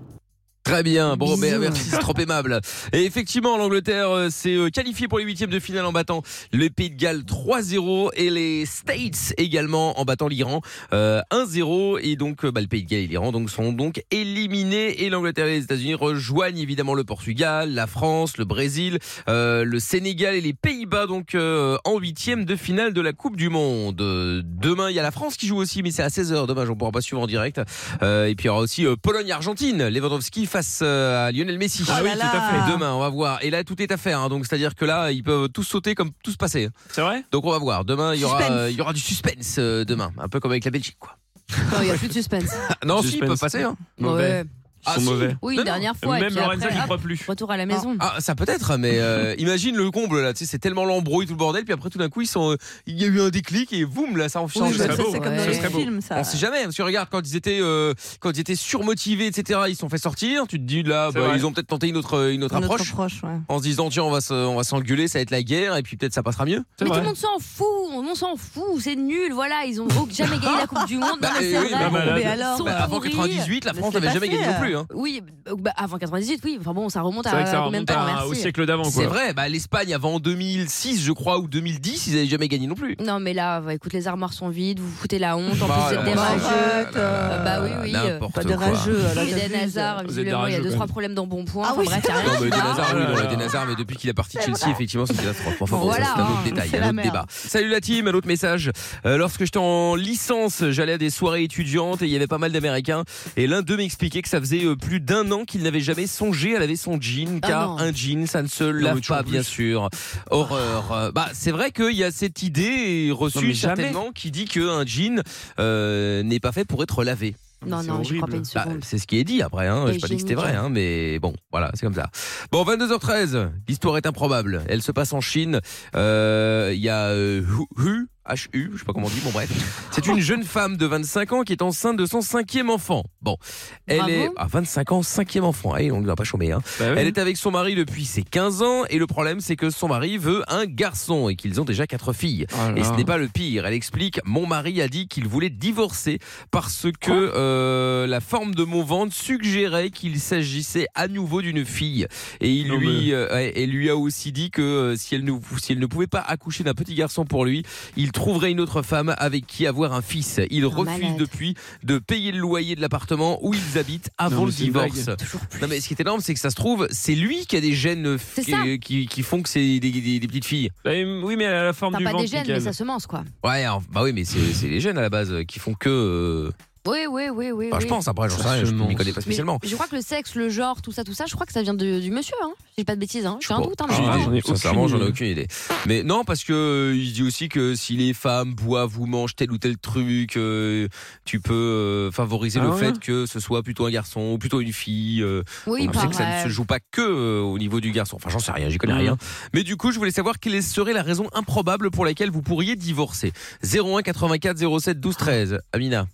Très bien, bon, mais merci, c'est trop aimable. Et effectivement, l'Angleterre euh, s'est euh, qualifiée pour les huitièmes de finale en battant le Pays de Galles 3-0 et les States également en battant l'Iran euh, 1-0. Et donc, euh, bah, le Pays de Galles et l'Iran donc, sont donc éliminés. Et l'Angleterre et les États-Unis rejoignent évidemment le Portugal, la France, le Brésil, euh, le Sénégal et les Pays-Bas donc euh, en huitièmes de finale de la Coupe du Monde. Euh, Demain, il y a la France qui joue aussi, mais c'est à 16h. Dommage, on pourra pas suivre en direct. Euh, et puis il y aura aussi euh, Pologne-Argentine. Lewandowski face euh, à Lionel Messi.
Ah oui, Oh là tout à là. fait.
Demain, on va voir. Et là, tout est à faire. hein. Donc, c'est-à-dire que là, ils peuvent tous sauter comme tous passer.
C'est vrai
Donc, on va voir. Demain, il y aura,
Suspense.
euh, il y aura du suspense euh, demain, un peu comme avec la Belgique, quoi.
Non, il n'y a plus de suspense.
non, si, ils peuvent passer. Hein.
Mauvais.
Ah,
Ils sont
si.
mauvais.
Oui, une dernière fois. et
Même
puis
Lorenza,
après,
j'y
hop,
crois
Retour à la maison.
Ah, ça peut être, mais euh, imagine le comble là. Tu sais, c'est tellement l'embrouille, tout le bordel. Puis après, tout d'un coup, ils sont, euh, il y a eu un déclic et boum, là, ça en change.
bah, ça, c'est comme dans les films, ça.
On sait jamais. Parce que regarde, quand ils étaient, euh, quand ils étaient surmotivés, etc., ils se sont fait sortir. Tu te dis là,
C'est
bah,
vrai.
ils ont peut-être tenté une autre, une autre
Notre
approche.
approche, ouais.
En se disant, tiens, on va se- on va s'engueuler, ça va être la guerre, et puis peut-être ça passera mieux.
Mais tout le monde s'en fout, on s'en fout, c'est nul, voilà, ils ont jamais gagné la Coupe du Monde.
Bah,
Non, mais
eh
c'est
oui,
vrai,
bah,
bon,
malade.
mais alors,
Bah,
sont
avant
pourris.
98, la
Mais
France
c'est
n'avait
pas
jamais gagné
fait.
non plus, hein.
Oui, euh, bah, avant 98, oui, enfin bon, ça remonte
C'est vrai que ça
à combien de
remonte
temps hein.
à- au
merci.
siècle d'avant, quoi.
C'est vrai, bah, l'Espagne avant 2006, je crois, ou 2010, ils n'avaient jamais gagné non plus.
Non, mais là, bah, écoute, les armoires sont vides, vous vous foutez la honte, en
Bah,
plus,
là,
c'est des
là, là,
rageux. euh, Bah oui, oui. euh,
N'importe quoi.
Eden Hazard,
Vous êtes
visiblement, il y a
rageux,
deux
quand
trois
même.
problèmes dans bon point. enfin, bref, il y a rien
Non, mais
qui
Eden
va.
Hazard, oui,
Ah,
bon,
là,
Eden
là.
Hazard, mais depuis qu'il est parti de
euh, C'est
Chelsea,
vrai.
effectivement, c'est une catastrophe. Enfin bon,
Voilà,
ça, c'est un autre
hein,
détail,
c'est
un
la
autre
merde.
débat. Salut la team, un autre message. Euh, lorsque j'étais en licence, j'allais à des soirées étudiantes et il y avait pas mal d'Américains. Et l'un d'eux m'expliquait que ça faisait euh, plus d'un an qu'il n'avait jamais songé à laver son jean,
Ah
car
non.
un jean, ça ne se lave
mais toujours
pas, bien
plus.
sûr. Horreur. Euh, Bah, c'est vrai qu'il y a cette idée
Non,
reçue
mais jamais.
certainement qui dit qu'un jean euh, n'est pas fait pour être lavé.
Non, non, j'y crois pas une
Bah,
seconde.
c'est ce qui est dit après, hein.
Et
je pas dit que c'était
génial.
vrai, hein, mais bon, voilà, c'est comme ça. Bon, 22h13, l'histoire est improbable. Elle se passe en Chine. Euh, Il y a euh, Hu, Hu, H-U, je sais pas comment on dit, bon bref. C'est une jeune femme de 25 ans qui est enceinte de son cinquième enfant. Bon, elle
Bravo.
est à 25 ans, cinquième enfant. Allez, on ne va pas chômer. Hein.
Bah oui.
Elle est avec son mari depuis ses 15 ans et le problème c'est que son mari veut un garçon et qu'ils ont déjà quatre filles.
Oh là.
et ce n'est pas le pire. Elle explique mon mari a dit qu'il voulait divorcer parce que euh, la forme de mon ventre suggérait qu'il s'agissait à nouveau d'une fille et il
Non,
lui euh, ouais, et lui a aussi dit que euh, si elle ne si elle ne pouvait pas accoucher d'un petit garçon pour lui, il trouverait une autre femme avec qui avoir un fils. Il refuse
malade.
depuis de payer le loyer de l'appartement où ils habitent avant
Non, mais
le
c'est une blague.
divorce. Non mais ce qui est énorme, c'est que ça se trouve, c'est lui qui a des gènes euh,
C'est
qui,
ça.
qui- qui font que c'est des, des- des petites filles.
Bah, oui, mais à la forme
T'as pas des gènes, mais ça se mange quoi.
Ouais, alors, bah oui, mais c'est c'est les gènes à la base euh, qui font que. euh,
Oui, oui, oui, oui.
enfin, je
oui.
pense. Après, j'en sais rien, je ne m'y connais pas spécialement.
Mais je crois que le sexe, le genre, tout ça, tout ça, je crois que ça vient de- du monsieur. Hein. J'ai pas de bêtises. Hein. J'ai un doute. Hein,
Ah,
mais
Aucune
je crois.
idée. Sincèrement,
aucune
j'en ai
idée.
aucune idée. Mais non, parce que euh, il dit aussi que si les femmes boivent ou mangent tel ou tel truc, euh, tu peux euh, favoriser
Ah
le
ouais
fait que ce soit plutôt un garçon ou plutôt une fille. euh,
Oui,
on sait que ça
pareil.
ne se joue pas que euh, au niveau du garçon. Enfin, j'en sais rien, j'y
Mhm.
connais rien. Mais du coup, je voulais savoir quelle serait la raison improbable pour laquelle vous pourriez divorcer. 01 84 07 12 13. Amina.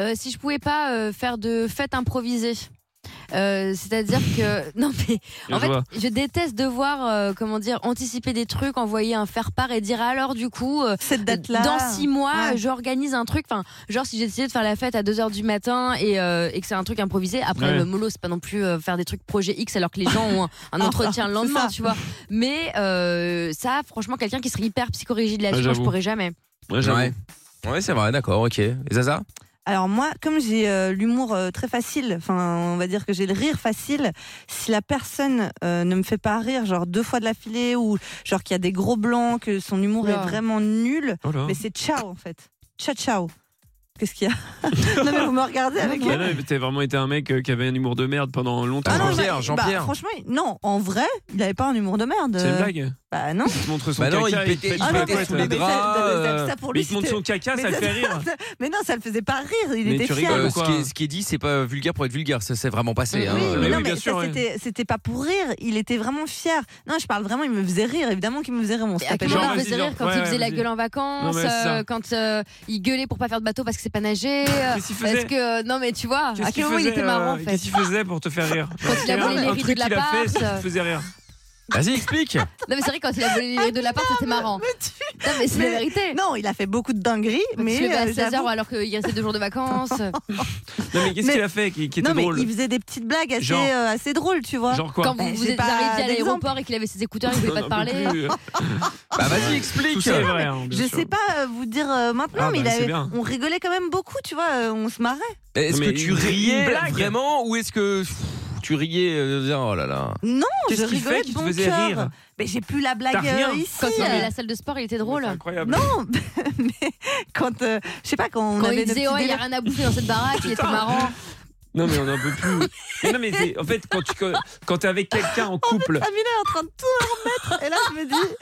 Euh, si je pouvais pas euh, faire de fête improvisée. Euh, C'est-à-dire que non mais
Bien
en fait
joué.
je déteste devoir euh, comment dire anticiper des trucs envoyer un faire part et dire alors du coup euh,
date-là.
dans six mois
Ouais.
j'organise un truc enfin genre si j'ai décidé de faire la fête à 2 heures du matin et, euh, et que c'est un truc improvisé après
Ouais.
le mollo c'est pas non plus euh, faire des trucs projet X alors que les gens ont un, un entretien le
C'est ça.
lendemain tu vois mais euh, ça franchement quelqu'un qui serait hyper psychorigide
Ouais,
là-dessus moi, je
j'avoue.
pourrais jamais
ouais, ouais c'est vrai, d'accord, ok. Et Zaza
Alors moi, comme j'ai euh, l'humour euh, très facile, enfin on va dire que j'ai le rire facile, si la personne euh, ne me fait pas rire genre deux fois de l'affilée ou genre qu'il y a des gros blancs, que son humour
Oula.
est vraiment nul,
Oh là.
mais c'est ciao en fait. Ciao ciao. Qu'est-ce qu'il y a Non mais vous me regardez
Ah
avec...
Bah non, mais T'as vraiment été un mec euh, qui avait un humour de merde pendant longtemps.
Ah non, bah, bah, franchement, non, en vrai, il n'avait pas un humour de merde.
C'est une
Euh,
blague
Bah non.
Il te montre son
Bah non,
caca,
il
il te fait
pétait- il
une
pétait
papouette.
sous les Mais ça, draps, ça, ça, euh,
Ça, pour
Mais
lui,
il te montre
c'était-
son caca,
Mais
ça le fait rire.
ça- mais non, ça le faisait pas rire. Il
Mais
était
tu
fier.
rigoles, Euh, ce, qui est, ce qui est dit, c'est pas vulgaire pour être vulgaire, ça s'est vraiment passé. hein.
Oui, mais non, mais ça, c'était- c'était pas pour rire. Il était vraiment fier. Non, je parle vraiment. Il me faisait rire. Évidemment qu'il me faisait rire. On se
À
tapait dans
quel moment
la
il
rue.
faisait rire quand
Ouais,
il
ouais,
faisait la
vas-y.
gueule en vacances,
Non, mais c'est
euh,
ça.
quand euh, il gueulait pour pas faire de bateau parce que c'est pas nager. euh,
qu'il faisait
parce que non mais tu vois, à
Qu'est-ce qu'il
quel moment il
faisait,
était marrant en
euh,
fait.
Qu'est-ce qu'il faisait pour te faire rire
il a volé les
Un
rideaux
truc
de
qu'il a fait, ça
l'appart,
te faisait rire.
Vas-y, explique
Non mais c'est vrai quand il a volé les rideaux de l'appart, c'était marrant. Non mais c'est
Mais-
la vérité.
Non, il a fait beaucoup de dingueries,
mais
mais,
tu levais à
euh,
16
j'avoue-
h alors qu'il restait deux jours de vacances.
Non, mais qu'est-ce qu'il a fait qui, qui était
non, mais
drôle
il faisait des petites blagues assez,
Genre-
euh, assez drôles, tu vois.
Genre quoi
Quand vous,
Bah,
vous
j'ai
êtes
pas
arrivé à
d'exemple.
l'aéroport et qu'il avait ses écouteurs, il voulait pas te parler.
Bah vas-y, explique
Tout ça est vrai, hein, bien
Je
sûr.
sais pas euh, vous dire euh, maintenant,
Ah,
mais il
bah, c'est
avait-
bien.
on rigolait quand même beaucoup, tu vois. euh, on se marrait.
Est-ce
Mais
que tu
une- une
riais
blague
vraiment ou est-ce que pff, tu riais euh, Oh là là.
Non,
Qu'est-ce
je
qu'il fait
rigolais
qui
de
te
bon
faisait rire
cœur. Mais j'ai plus la blague
T'as rien.
euh, ici.
Quand il allait à la salle de sport, il était drôle.
Incroyable.
Non, mais quand euh, je sais pas quand on
Quand
avait
il disait
nos petits
ouais, il y a
délires-
rien à bouffer dans cette baraque, il était marrant.
Non, mais on en peut plus. Mais non, mais c'est- en fait, quand tu quand t'es avec quelqu'un en couple.
Amina est en train de tout remettre et là je me dis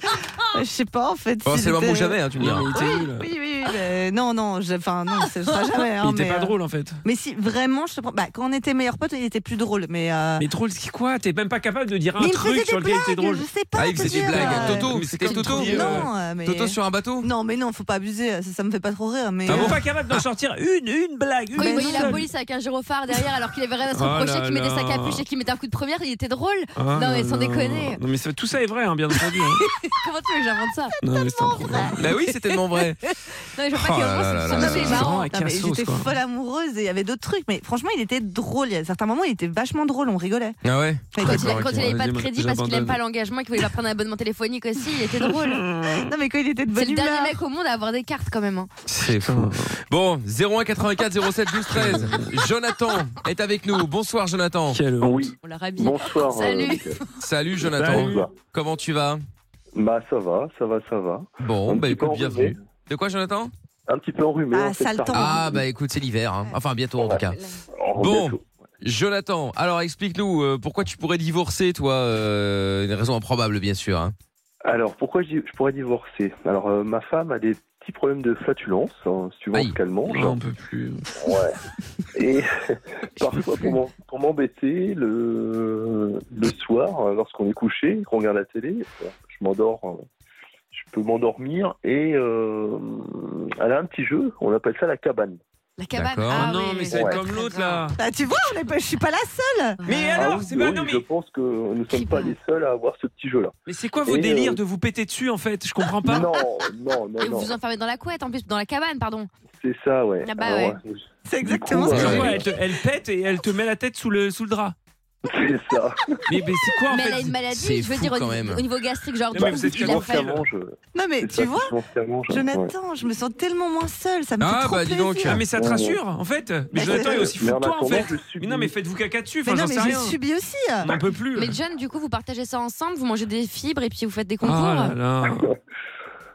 je sais pas en fait
Oh,
s'il
c'est le
était-
moment jamais, hein, tu me diras.
oui, oui oui oui, mais non non je- enfin non ce sera jamais hein,
Il était
mais,
pas
euh,
drôle en fait.
mais si vraiment je te prends bah, quand on était meilleurs potes il était plus drôle mais euh,
Mais drôle, c'est quoi T'es même pas capable de dire un
Mais il me faisait
truc
des
sur lequel t'es
blagues,
drôle.
je sais pas
Ah, il faisait
te
des
dire,
blagues.
euh,
Toto,
mais
c'était
comme
Toto
tu dis, euh,
non euh, mais...
Toto sur un bateau
non mais non faut pas abuser ça, ça me fait pas trop rire mais
T'es
euh,
pas capable d'en sortir une, une blague. Une
Quand il
blague
voyait la
seule.
police avec un gyrophare derrière alors qu'il avait rien à se
Oh
reprocher,
là
qu'il mettait sa
là.
capuche et qu'il mettait un coup de première, il était drôle.
Ah,
non mais
là,
sans
là.
déconner.
Non mais ça- tout ça est vrai, hein, bien entendu. hein.
Comment tu veux que j'invente ça
Non, mais c'est un problème.
Bah oui, c'est tellement vrai.
Non, mais je vois
Oh
pas que
là
vraiment,
là
c'est-
là
c'est
là
marrant.
là. avec
non,
la
mais
sauce,
j'étais
quoi.
folle amoureuse et il y avait d'autres trucs mais franchement il était drôle il y a certains moments il était vachement drôle on rigolait
Ah ouais
Quand il, a- quand il avait pas de
Vas-y,
crédit parce qu'il aime
j'abandonne.
pas l'engagement et qu'il voulait pas prendre un abonnement téléphonique aussi, il était drôle.
non mais quand il était de
C'est
bonne
le dernier
humeur
mec au monde à avoir des cartes quand même. hein.
C'est fou. Bon, 01 84 07 12 13. Jonathan est avec nous. Bonsoir, Jonathan.
Oui.
On l'a rhabillé.
Bonsoir. euh,
Salut.
Mickaël.
Salut, Jonathan.
Salut.
Comment tu vas
Bah ça va, ça va, ça va.
Bon,
Un
bah
petit peu
écoute,
enrhumé.
bienvenue. De quoi, Jonathan
Un petit peu enrhumé.
Ah,
en fait,
ça le
ça
temps.
va.
Ah, bah écoute, c'est l'hiver. hein. Enfin, bientôt en tout cas.
En
Bon,
bientôt.
Jonathan, alors explique-nous euh, pourquoi tu pourrais divorcer, toi euh, Une raison improbable, bien sûr. hein.
Alors pourquoi je, je pourrais divorcer Alors euh, ma femme a des petits problèmes de flatulence, hein, suivant ce qu'elle mange.
Non, on peut plus.
Ouais. Et parfois, pour m'en- pour m'embêter, le, le soir, euh, lorsqu'on est couché, qu'on regarde la télé, euh, je m'endors euh, je peux m'endormir et euh, elle a un petit jeu, on appelle ça la cabane.
La cabane.
D'accord.
Ah,
Non,
oui,
mais
oui.
c'est Ouais. comme
l'autre là.
Bah, tu vois, on est pas- je suis pas la seule.
Ah oui, oui, Je pense que nous ne sommes pas les seuls à avoir ce petit jeu-là.
Mais c'est quoi vos délires de vous péter dessus en fait Je comprends pas.
euh, Non, non, non,
Et vous vous enfermez dans la couette en plus, dans la cabane, pardon.
C'est ça, ouais.
Ah bah
Alors, euh,
ouais.
ouais,
C'est
exactement ce que j'ai
elle, te- elle pète et elle te met la tête sous le, sous le drap.
C'est ça.
Mais, mais c'est quoi en
mais
fait
elle a une
C'est
maladie, je veux
fou,
dire, au
quand
niveau,
même.
au niveau gastrique, genre.
Non, mais
tout,
vous êtes
il a
vraiment
fait-
fermant,
je-
Non, mais tu vois, Jonathan, je me sens tellement moins seule. Ça me fait trop plaisir.
Ah, mais ça te rassure en fait. Mais
Mais
Jonathan
c'est-
est aussi fou
Mais en
que toi en
attendant,
fait.
je
Mais non, mais faites-vous caca dessus.
Mais
Enfin,
non,
j'en
mais
sais
j'ai
rien.
subi aussi.
On n'en peut plus.
Mais John, du coup, vous partagez ça ensemble, vous mangez des fibres et puis vous faites des concours.
Ah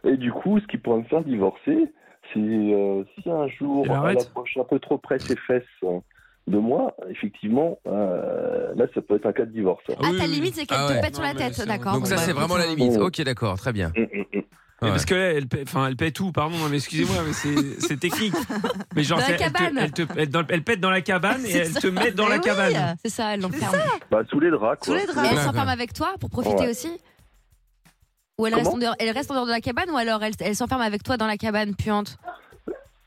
Et du coup, ce qui pourrait me faire divorcer, c'est euh, si un jour
Elle
elle
arrête.
approche un peu trop près ses fesses euh, de moi, effectivement, euh, là, ça peut être un cas de divorce.
Ah, ta limite, c'est qu'elle
Ah
te
ouais.
pète sur la tête, d'accord.
Donc
bon,
ça,
bah,
c'est
écoute,
vraiment
hein.
la limite.
Oh.
Ok, d'accord, très
Mm,
bien.
Mais Parce que là, elle paie, enfin, elle paie tout, pardon, hein, mais excusez-moi, mais c'est- c'est technique. Mais genre,
Dans la
c'est- elle, te-
cabane.
elle, te, elle, dans- elle pète dans la cabane et
C'est
elle
ça.
te met dans
Mais
la
oui,
cabane.
C'est ça, elle l'enferme.
Bah, sous les draps,
Sous
quoi.
les draps. Elle s'enferme avec toi pour profiter
Ouais.
aussi Ou elle reste,
Comment
en dehors, elle reste en dehors de la cabane ou alors elle, elle s'enferme avec toi dans la cabane puante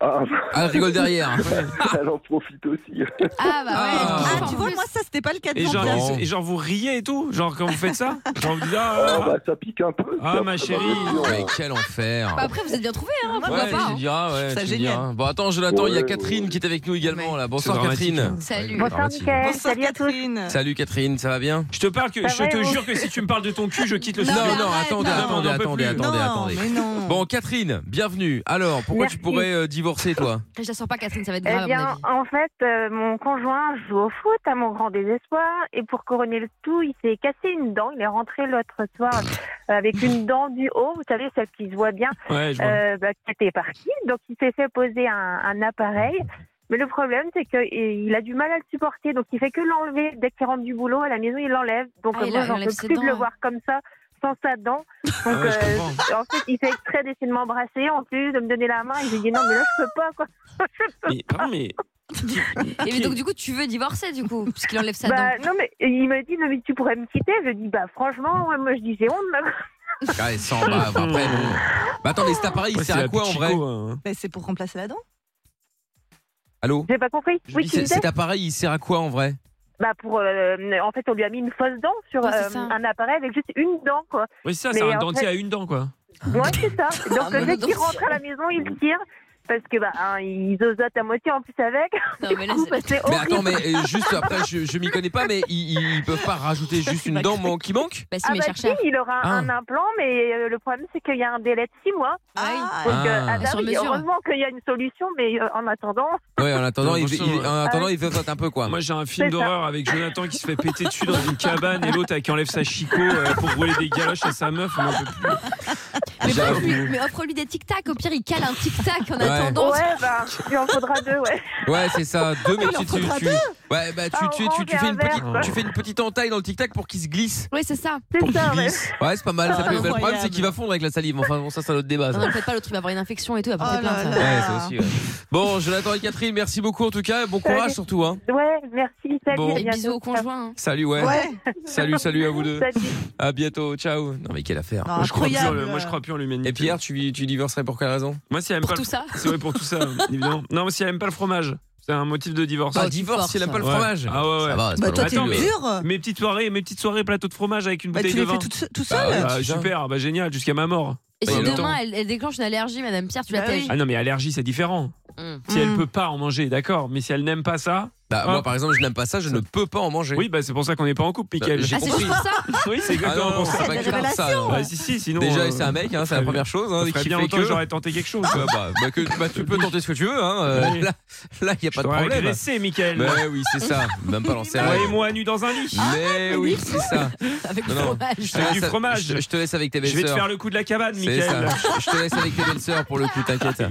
Ah,
Ah, elle rigole derrière.
elle en profite aussi.
Ah bah ouais,
Ah.
elle kiffe, en
Tu vois,
plus.
moi, ça, c'était pas le cas de
Et
mon
genre,
père.
et genre, vous riez et tout, genre quand vous faites ça. Genre, vous dites, ah,
Ah, bah, ça pique un peu.
Ah, ma chérie.
hein.
Mais quel enfer.
Bah après, vous êtes bien trouvés, hein, pourquoi
Ouais,
pas
tu
hein.
diras, ouais,
Ça
tu
génial.
diras. Bon, attends, Jonathan, il y a
Ouais,
Catherine qui est avec nous également, là. Bonsoir,
C'est dramatique,
Catherine.
Salut.
Bonsoir, Mickaël.
Salut à tous.
Salut, Catherine, ça va bien
Je te parle que,
Ça
je
va,
te
Héros
jure que si tu me parles de ton cul, je quitte le
Bah Non,
studio.
non, attendez,
Non,
attendez,
on en peut
attendez,
plus.
attendez, attendez. Bon, Catherine, bienvenue. Alors, pourquoi tu
Merci.
pourrais euh, divorcer, toi
Je la sors pas, Catherine, ça va être grave.
Eh bien, en fait, euh, mon conjoint joue au foot à mon grand désespoir. Et pour couronner le tout, il s'est cassé une dent. Il est rentré l'autre soir euh, avec une dent du haut, vous savez, celle qui se voit bien,
Ouais, je vois.
euh, bah, qui était partie. Donc, il s'est fait poser un, un appareil. Mais le problème, c'est qu'il a du mal à le supporter. Donc, il fait que l'enlever. Dès qu'il rentre du boulot à la maison, il l'enlève. Donc,
Ah, il
moi,
a- il
j'en peux
enlève ses
plus de
dents,
le
ouais.
voir comme ça, sans sa dent.
Ah
Donc,
ouais, je
euh, en fait, il s'est très décidé de m'embrasser, en plus, de me donner la main. Et je lui ai dit, non, mais là, je peux pas, quoi.
Mais, pardon, mais
Et mais donc, du coup, tu veux divorcer, du coup, puisqu'il enlève sa
Bah,
dent.
non, mais il m'a dit, non, mais tu pourrais me quitter. Je dis, bah, franchement, ouais, moi, je dis, c'est honte, là.
Ah, elle s'en bave, après. bon. Bah, attendez, cet appareil, il
Ouais,
sert
c'est
à
la
quoi, en vrai
Pichico, hein.
Bah, c'est pour remplacer la dent.
Allô
J'ai pas compris.
Je
Oui,
dis,
tu
c'est-
disais
Cet appareil, il sert à quoi, en vrai
Bah, pour. euh, en fait, on lui a mis une fausse dent sur
Ouais, c'est
euh,
ça.
un appareil avec juste une dent, quoi.
Oui, c'est ça,
Mais
c'est un
en
dentier
fait-
à une dent, quoi.
Ouais, c'est ça. Donc,
Un
dès qu'il
monodentier.
rentre à la maison, il le tire. Parce que, bah, hein, ils osotent à moitié en plus avec.
Non, mais là,
Du coup,
c'est-
bah, c'est
Mais
horrible.
attends, mais euh, juste après, je, je m'y connais pas, mais ils, ils peuvent pas rajouter juste une dent man- qui manque
Bah, si,
Ah
mais
bah
cherche
si, il aura
Ah.
un implant, mais euh, le problème c'est qu'il y a un délai de 6 mois. Donc, euh,
Ah.
à date,
Sur mesure.
heureusement qu'il y a une solution, mais euh, en attendant,
Ouais, en attendant,
Ouais,
ils
bon sang,
il,
euh, ouais.
en attendant, ils veulent un peu, quoi.
Moi, j'ai un film
C'est ça.
d'horreur avec Jonathan qui se fait péter dessus dans une cabane et l'autre qui enlève sa chicot euh, pour rouler des galoches à sa meuf. On en peut plus.
Mais,
J'avoue.
bref, lui- mais offre-lui des tic-tac, au pire, il cale un tic-tac en
Ouais.
attendant.
ouais, bah, il en faudra deux, ouais.
Ouais, c'est ça. Deux, mais
Il en
tu, tu,
faudra
tu-
deux.
ouais, bah, tu,
Ah,
tu,
orange
tu- tu
et
fais
un
une
vert,
petite,
quoi.
tu fais une petite entaille dans le tic-tac pour qu'il se glisse.
Oui, c'est ça.
Pour
C'est
qu'il
ça, ouais.
glisse. Ouais, c'est pas mal. Ça peut- le problème, c'est qu'il va fondre avec la salive. Enfin, bon, ça, c'est un autre débat. ça.
Non, ne faites pas, l'autre, il va avoir une infection et tout, il va porter plainte. ça.
Ouais, ça aussi. ouais. Bon, Jonathan et Catherine, merci beaucoup en tout cas. et Bon courage surtout. Hein.
Ouais, merci, salut.
Bon.
à
Et
bientôt.
bisous au conjoint. hein.
Salut, ouais.
Ouais.
Salut, salut à vous deux.
Salut.
À bientôt, ciao. Non, mais quelle affaire.
moi, je crois plus en, le- moi, je crois plus en l'humanité.
Et Pierre, tu, tu divorcerais pour quelle raison
Moi, si elle aime
Pour
pas
tout
le-
ça
C'est vrai pour tout ça, évidemment. Non, mais si elle aime pas le fromage, c'est un motif de divorce.
Ah, divorce, si elle aime pas le
Ouais.
fromage.
Ah ouais, ouais.
Ça va, c'est Bah, pas toi, non
t'es
mais-
dur.
Mes petites soirées, mes petites soirées plateau de fromage avec une
Bah,
bouteille
tu
de
les
vin.
fais toute se- tout seul.
Bah,
Bah,
super, bah génial, jusqu'à ma mort.
Et
Bah,
si
en même
demain,
temps.
elle, elle déclenche une allergie, Madame Pierre, tu Mmh. la pièges.
Ah non, mais allergie, c'est différent. Si elle peut pas en manger, d'accord, mais si elle n'aime pas ça. hein.
Bah, moi, par exemple, je n'aime pas ça, je ne peux pas en manger.
Oui, bah c'est pour ça qu'on n'est pas en couple, Mickaël.
Bah, j'ai Ah, c'est compris. juste pour ça
Oui, c'est exactement
Ah non,
pour ça.
c'est pas grave, ça, alors.
Bah, si, si, sinon.
Déjà,
euh,
c'est un mec, hein, c'est
ça
la
fait-
première chose.
ça
Hein,
ferait
qui
bien
fait
longtemps
que-
que j'aurais tenté quelque chose.
Ah bah, bah, que- bah, tu peux tenter ce que tu veux. Hein, euh,
Oui.
Là, là, il n'y a pas de
t'aurais
problème.
agressé, Mickaël.
Bah oui, c'est ça. Même pas lancé.
Moi et moi, nu dans un lit.
Mais oui, c'est ça.
Avec
Non, non.
Je fais du
laisse-
fromage.
Je, je te laisse avec tes
Je
belles
vais te faire le coup de la cabane, Mickaël.
Je je te laisse avec tes belles sœurs pour le coup, t'inquiète.